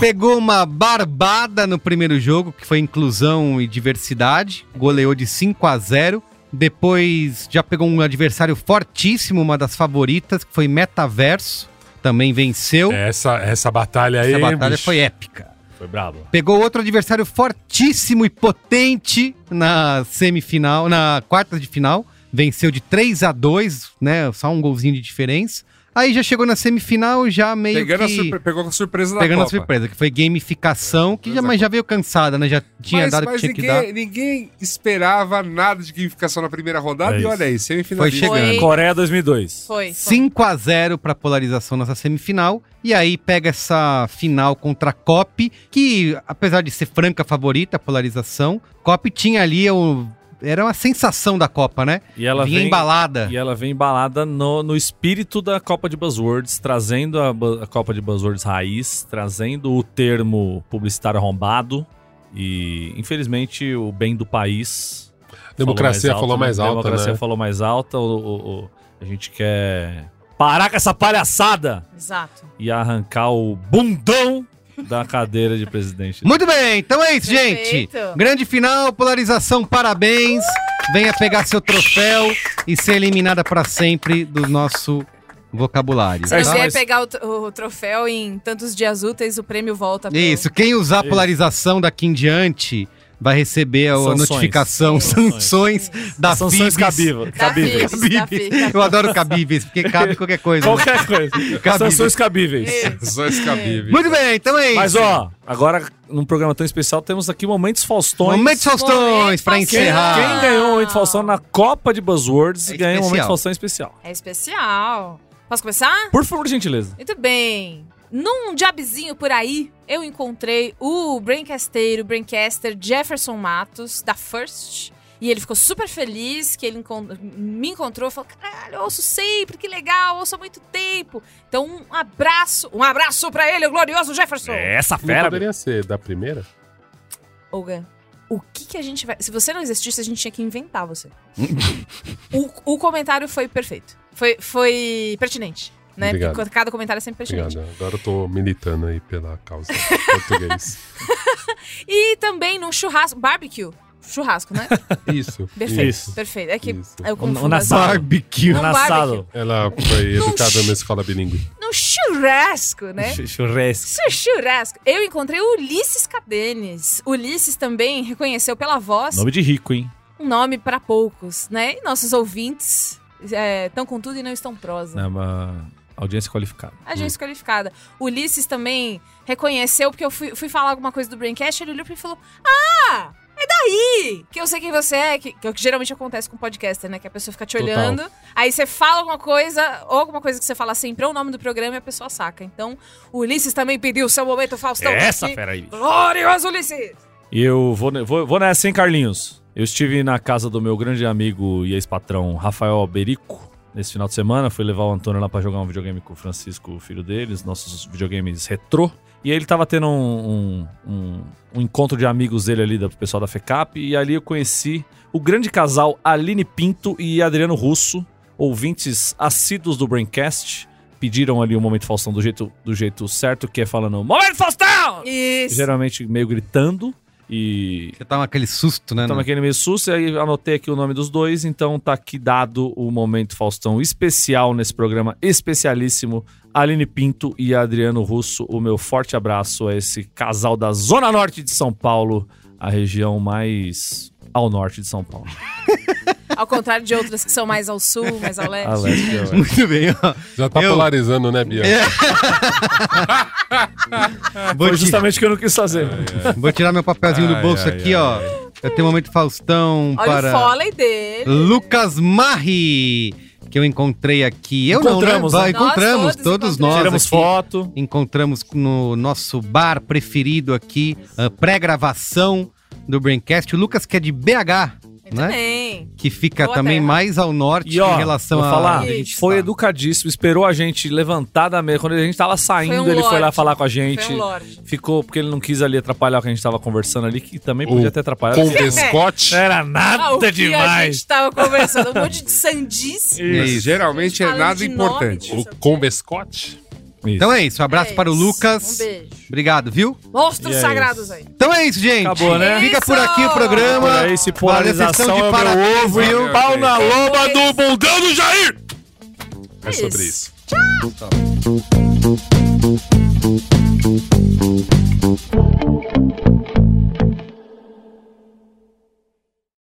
Pegou uma barbada no primeiro jogo, que foi inclusão e diversidade, goleou de 5 a 0. Depois já pegou um adversário fortíssimo, uma das favoritas, que foi Metaverso, também venceu. Essa, essa batalha É, aí. Essa batalha bicho. foi épica. Foi brabo. Pegou outro adversário fortíssimo e potente na semifinal, na quarta de final. Venceu de 3 a 2, né? Só um golzinho de diferença. Aí já chegou na semifinal, já meio Pegando a que surpre- Pegou a surpresa da pegando a Copa. surpresa, que foi gamificação, que já, mas já veio cansada, né? Já tinha mas dado o que mas é tinha que dar. ninguém, ninguém esperava nada de gamificação na primeira rodada. É e isso. olha aí, semifinalista. Foi chegando. Foi, Coreia 2002. foi. foi. 5 a 0 para polarização nessa semifinal. E aí pega essa final contra a COP, que apesar de ser franca favorita, a polarização, COP tinha ali o. Era uma sensação da Copa, né? E ela Vinha vem embalada. É. E ela vem embalada no, no espírito da Copa de Buzzwords, trazendo a, bu- a Copa de Buzzwords raiz, trazendo o termo publicitário arrombado e, infelizmente, o bem do país. Democracia falou mais né? alta, Democracia né? falou mais alta. o- o- o- a gente quer parar com essa palhaçada Exato. e arrancar o bundão da cadeira de presidente. Muito bem, então é isso, Perfeito. gente. Grande final, polarização, parabéns. Venha pegar seu troféu e ser eliminada para sempre do nosso vocabulário. Se isso, você mas- pegar o, tr- o troféu em tantos dias úteis, o prêmio volta. pro- Isso, quem usar a polarização daqui em diante vai receber a Sanções. notificação, sanções, Sanções. da Sanções FIBS. cabíveis. Da cabíveis. Fibes, da Fibes. Eu adoro cabíveis, porque cabe qualquer coisa. né? Qualquer coisa. Cabíveis. Sanções cabíveis. Só esse cabível. Muito bem, então é isso. Mas ó, agora num programa tão especial temos aqui momentos Faustões. Momentos Faustões Momentos pra Faustões. Quem, encerrar. quem ganhou o momento Faustão na Copa de Buzzwords É ganhou um especial. momento Faustão especial. É especial. Posso começar? Por favor, gentileza. Muito bem. Num diabezinho por aí, eu encontrei o braincasteiro, braincaster Jefferson Matos, da First. E ele ficou super feliz que ele encon- me encontrou. Falou, caralho, eu ouço sempre, que legal, eu ouço há muito tempo. Então, um abraço, um abraço pra ele, o glorioso Jefferson. É essa Não fera. poderia ser da primeira? Olga, o que que a gente vai... Se você não existisse, a gente tinha que inventar você. o, o comentário foi perfeito. Foi, foi pertinente, né? Obrigado. Porque cada comentário é sempre pertinente. Obrigado. Agora eu tô militando aí pela causa português. E também num churrasco, barbecue. Churrasco, né? Isso. Perfeito, Isso. perfeito. É que Isso. eu O- o confundo. as- Nassau. Barbecue. Um Nassado. Ela foi Não educada ch- numa escola bilíngue. Num churrasco, né? Ch- Churrasco. Isso é churrasco. Eu encontrei o Ulisses Cadenes. Ulisses também reconheceu pela voz Nome de rico, hein? um nome pra poucos, né? E nossos ouvintes estão com tudo e não estão prosa. É uma audiência qualificada. Agência qualificada. é Ulisses também reconheceu, porque eu fui, fui falar alguma coisa do Braincast, ele olhou pra mim e falou: Ah, é daí! Que eu sei quem você é, que, que é o que geralmente acontece com podcaster, né? Que a pessoa fica te Total. olhando, aí você fala alguma coisa, ou alguma coisa que você fala sempre, ou o nome do programa e a pessoa saca. Então, o Ulisses também pediu seu momento, Faustão. É essa aqui. fera aí. Glorioso Ulisses! E eu vou, ne- vou, vou nessa, hein, Carlinhos? Eu estive na casa do meu grande amigo e ex-patrão Rafael Berico nesse final de semana. Fui levar o Antônio lá pra jogar um videogame com o Francisco, o filho deles, nossos videogames retrô. E aí ele tava tendo um, um, um- um encontro de amigos dele ali, do pessoal da FECAP. E ali eu conheci o grande casal Aline Pinto e Adriano Russo, ouvintes assíduos do Braincast. Pediram ali o Momento Faustão do jeito, do jeito certo, que é falando Momento Faustão! Isso! Geralmente meio gritando. E Você tava tá aquele susto, né? Tamo né? aqui no meio susto, e aí anotei aqui o nome dos dois, então tá aqui dado o momento Faustão especial nesse programa especialíssimo. Aline Pinto e Adriano Russo, o meu forte abraço a esse casal da Zona Norte de São Paulo, a região mais ao norte de São Paulo. Ao contrário de outras que são mais ao sul, mais ao leste. Ah, leste, é, ué. Muito bem, ó. Já tá Eu- polarizando, né, Bia? Vou, Ah, Foi ti- justamente o que eu não quis fazer. vou tirar meu papelzinho do Ai, bolso ai, aqui, ó. Eu tenho um momento Faustão Olha o para fôlei dele. Lucas Marri, que eu encontrei aqui. Eu Encontramos, não, né? Vai, né? Nós encontramos, todos todos encontramos. nós. Tiramos aqui. foto. encontramos no nosso bar preferido aqui, ah, pré-gravação do Braincast. O Lucas, que é de BH, Muito né? bem. Que fica Boa também terra. mais ao norte E ó, em relação vou a. falar, onde a gente foi tá. educadíssimo, esperou a gente levantar da mesa. Quando a gente tava saindo, Foi um ele foi lá lorde. falar com a gente. Foi um lorde. Ficou, porque ele não quis ali atrapalhar o que a gente tava conversando ali, que também O podia ter atrapalhado. Com pescote. É. Não era Ah, o nada que a demais. gente tava conversando? Um monte de sandice. Mas Isso. geralmente é Falando nada de nome, importante. O Combescote? Então é isso, um abraço É para o isso. Lucas. Um beijo. Obrigado, viu? Monstros E é sagrados aí. Então é isso, gente. Acabou, né? Fica por aqui o Isso! programa. Por aí, se polarização Valeu, vocês estão é de meu parabéns, ovo viu? e um pau na É lomba do É bundão do Jair. É sobre isso.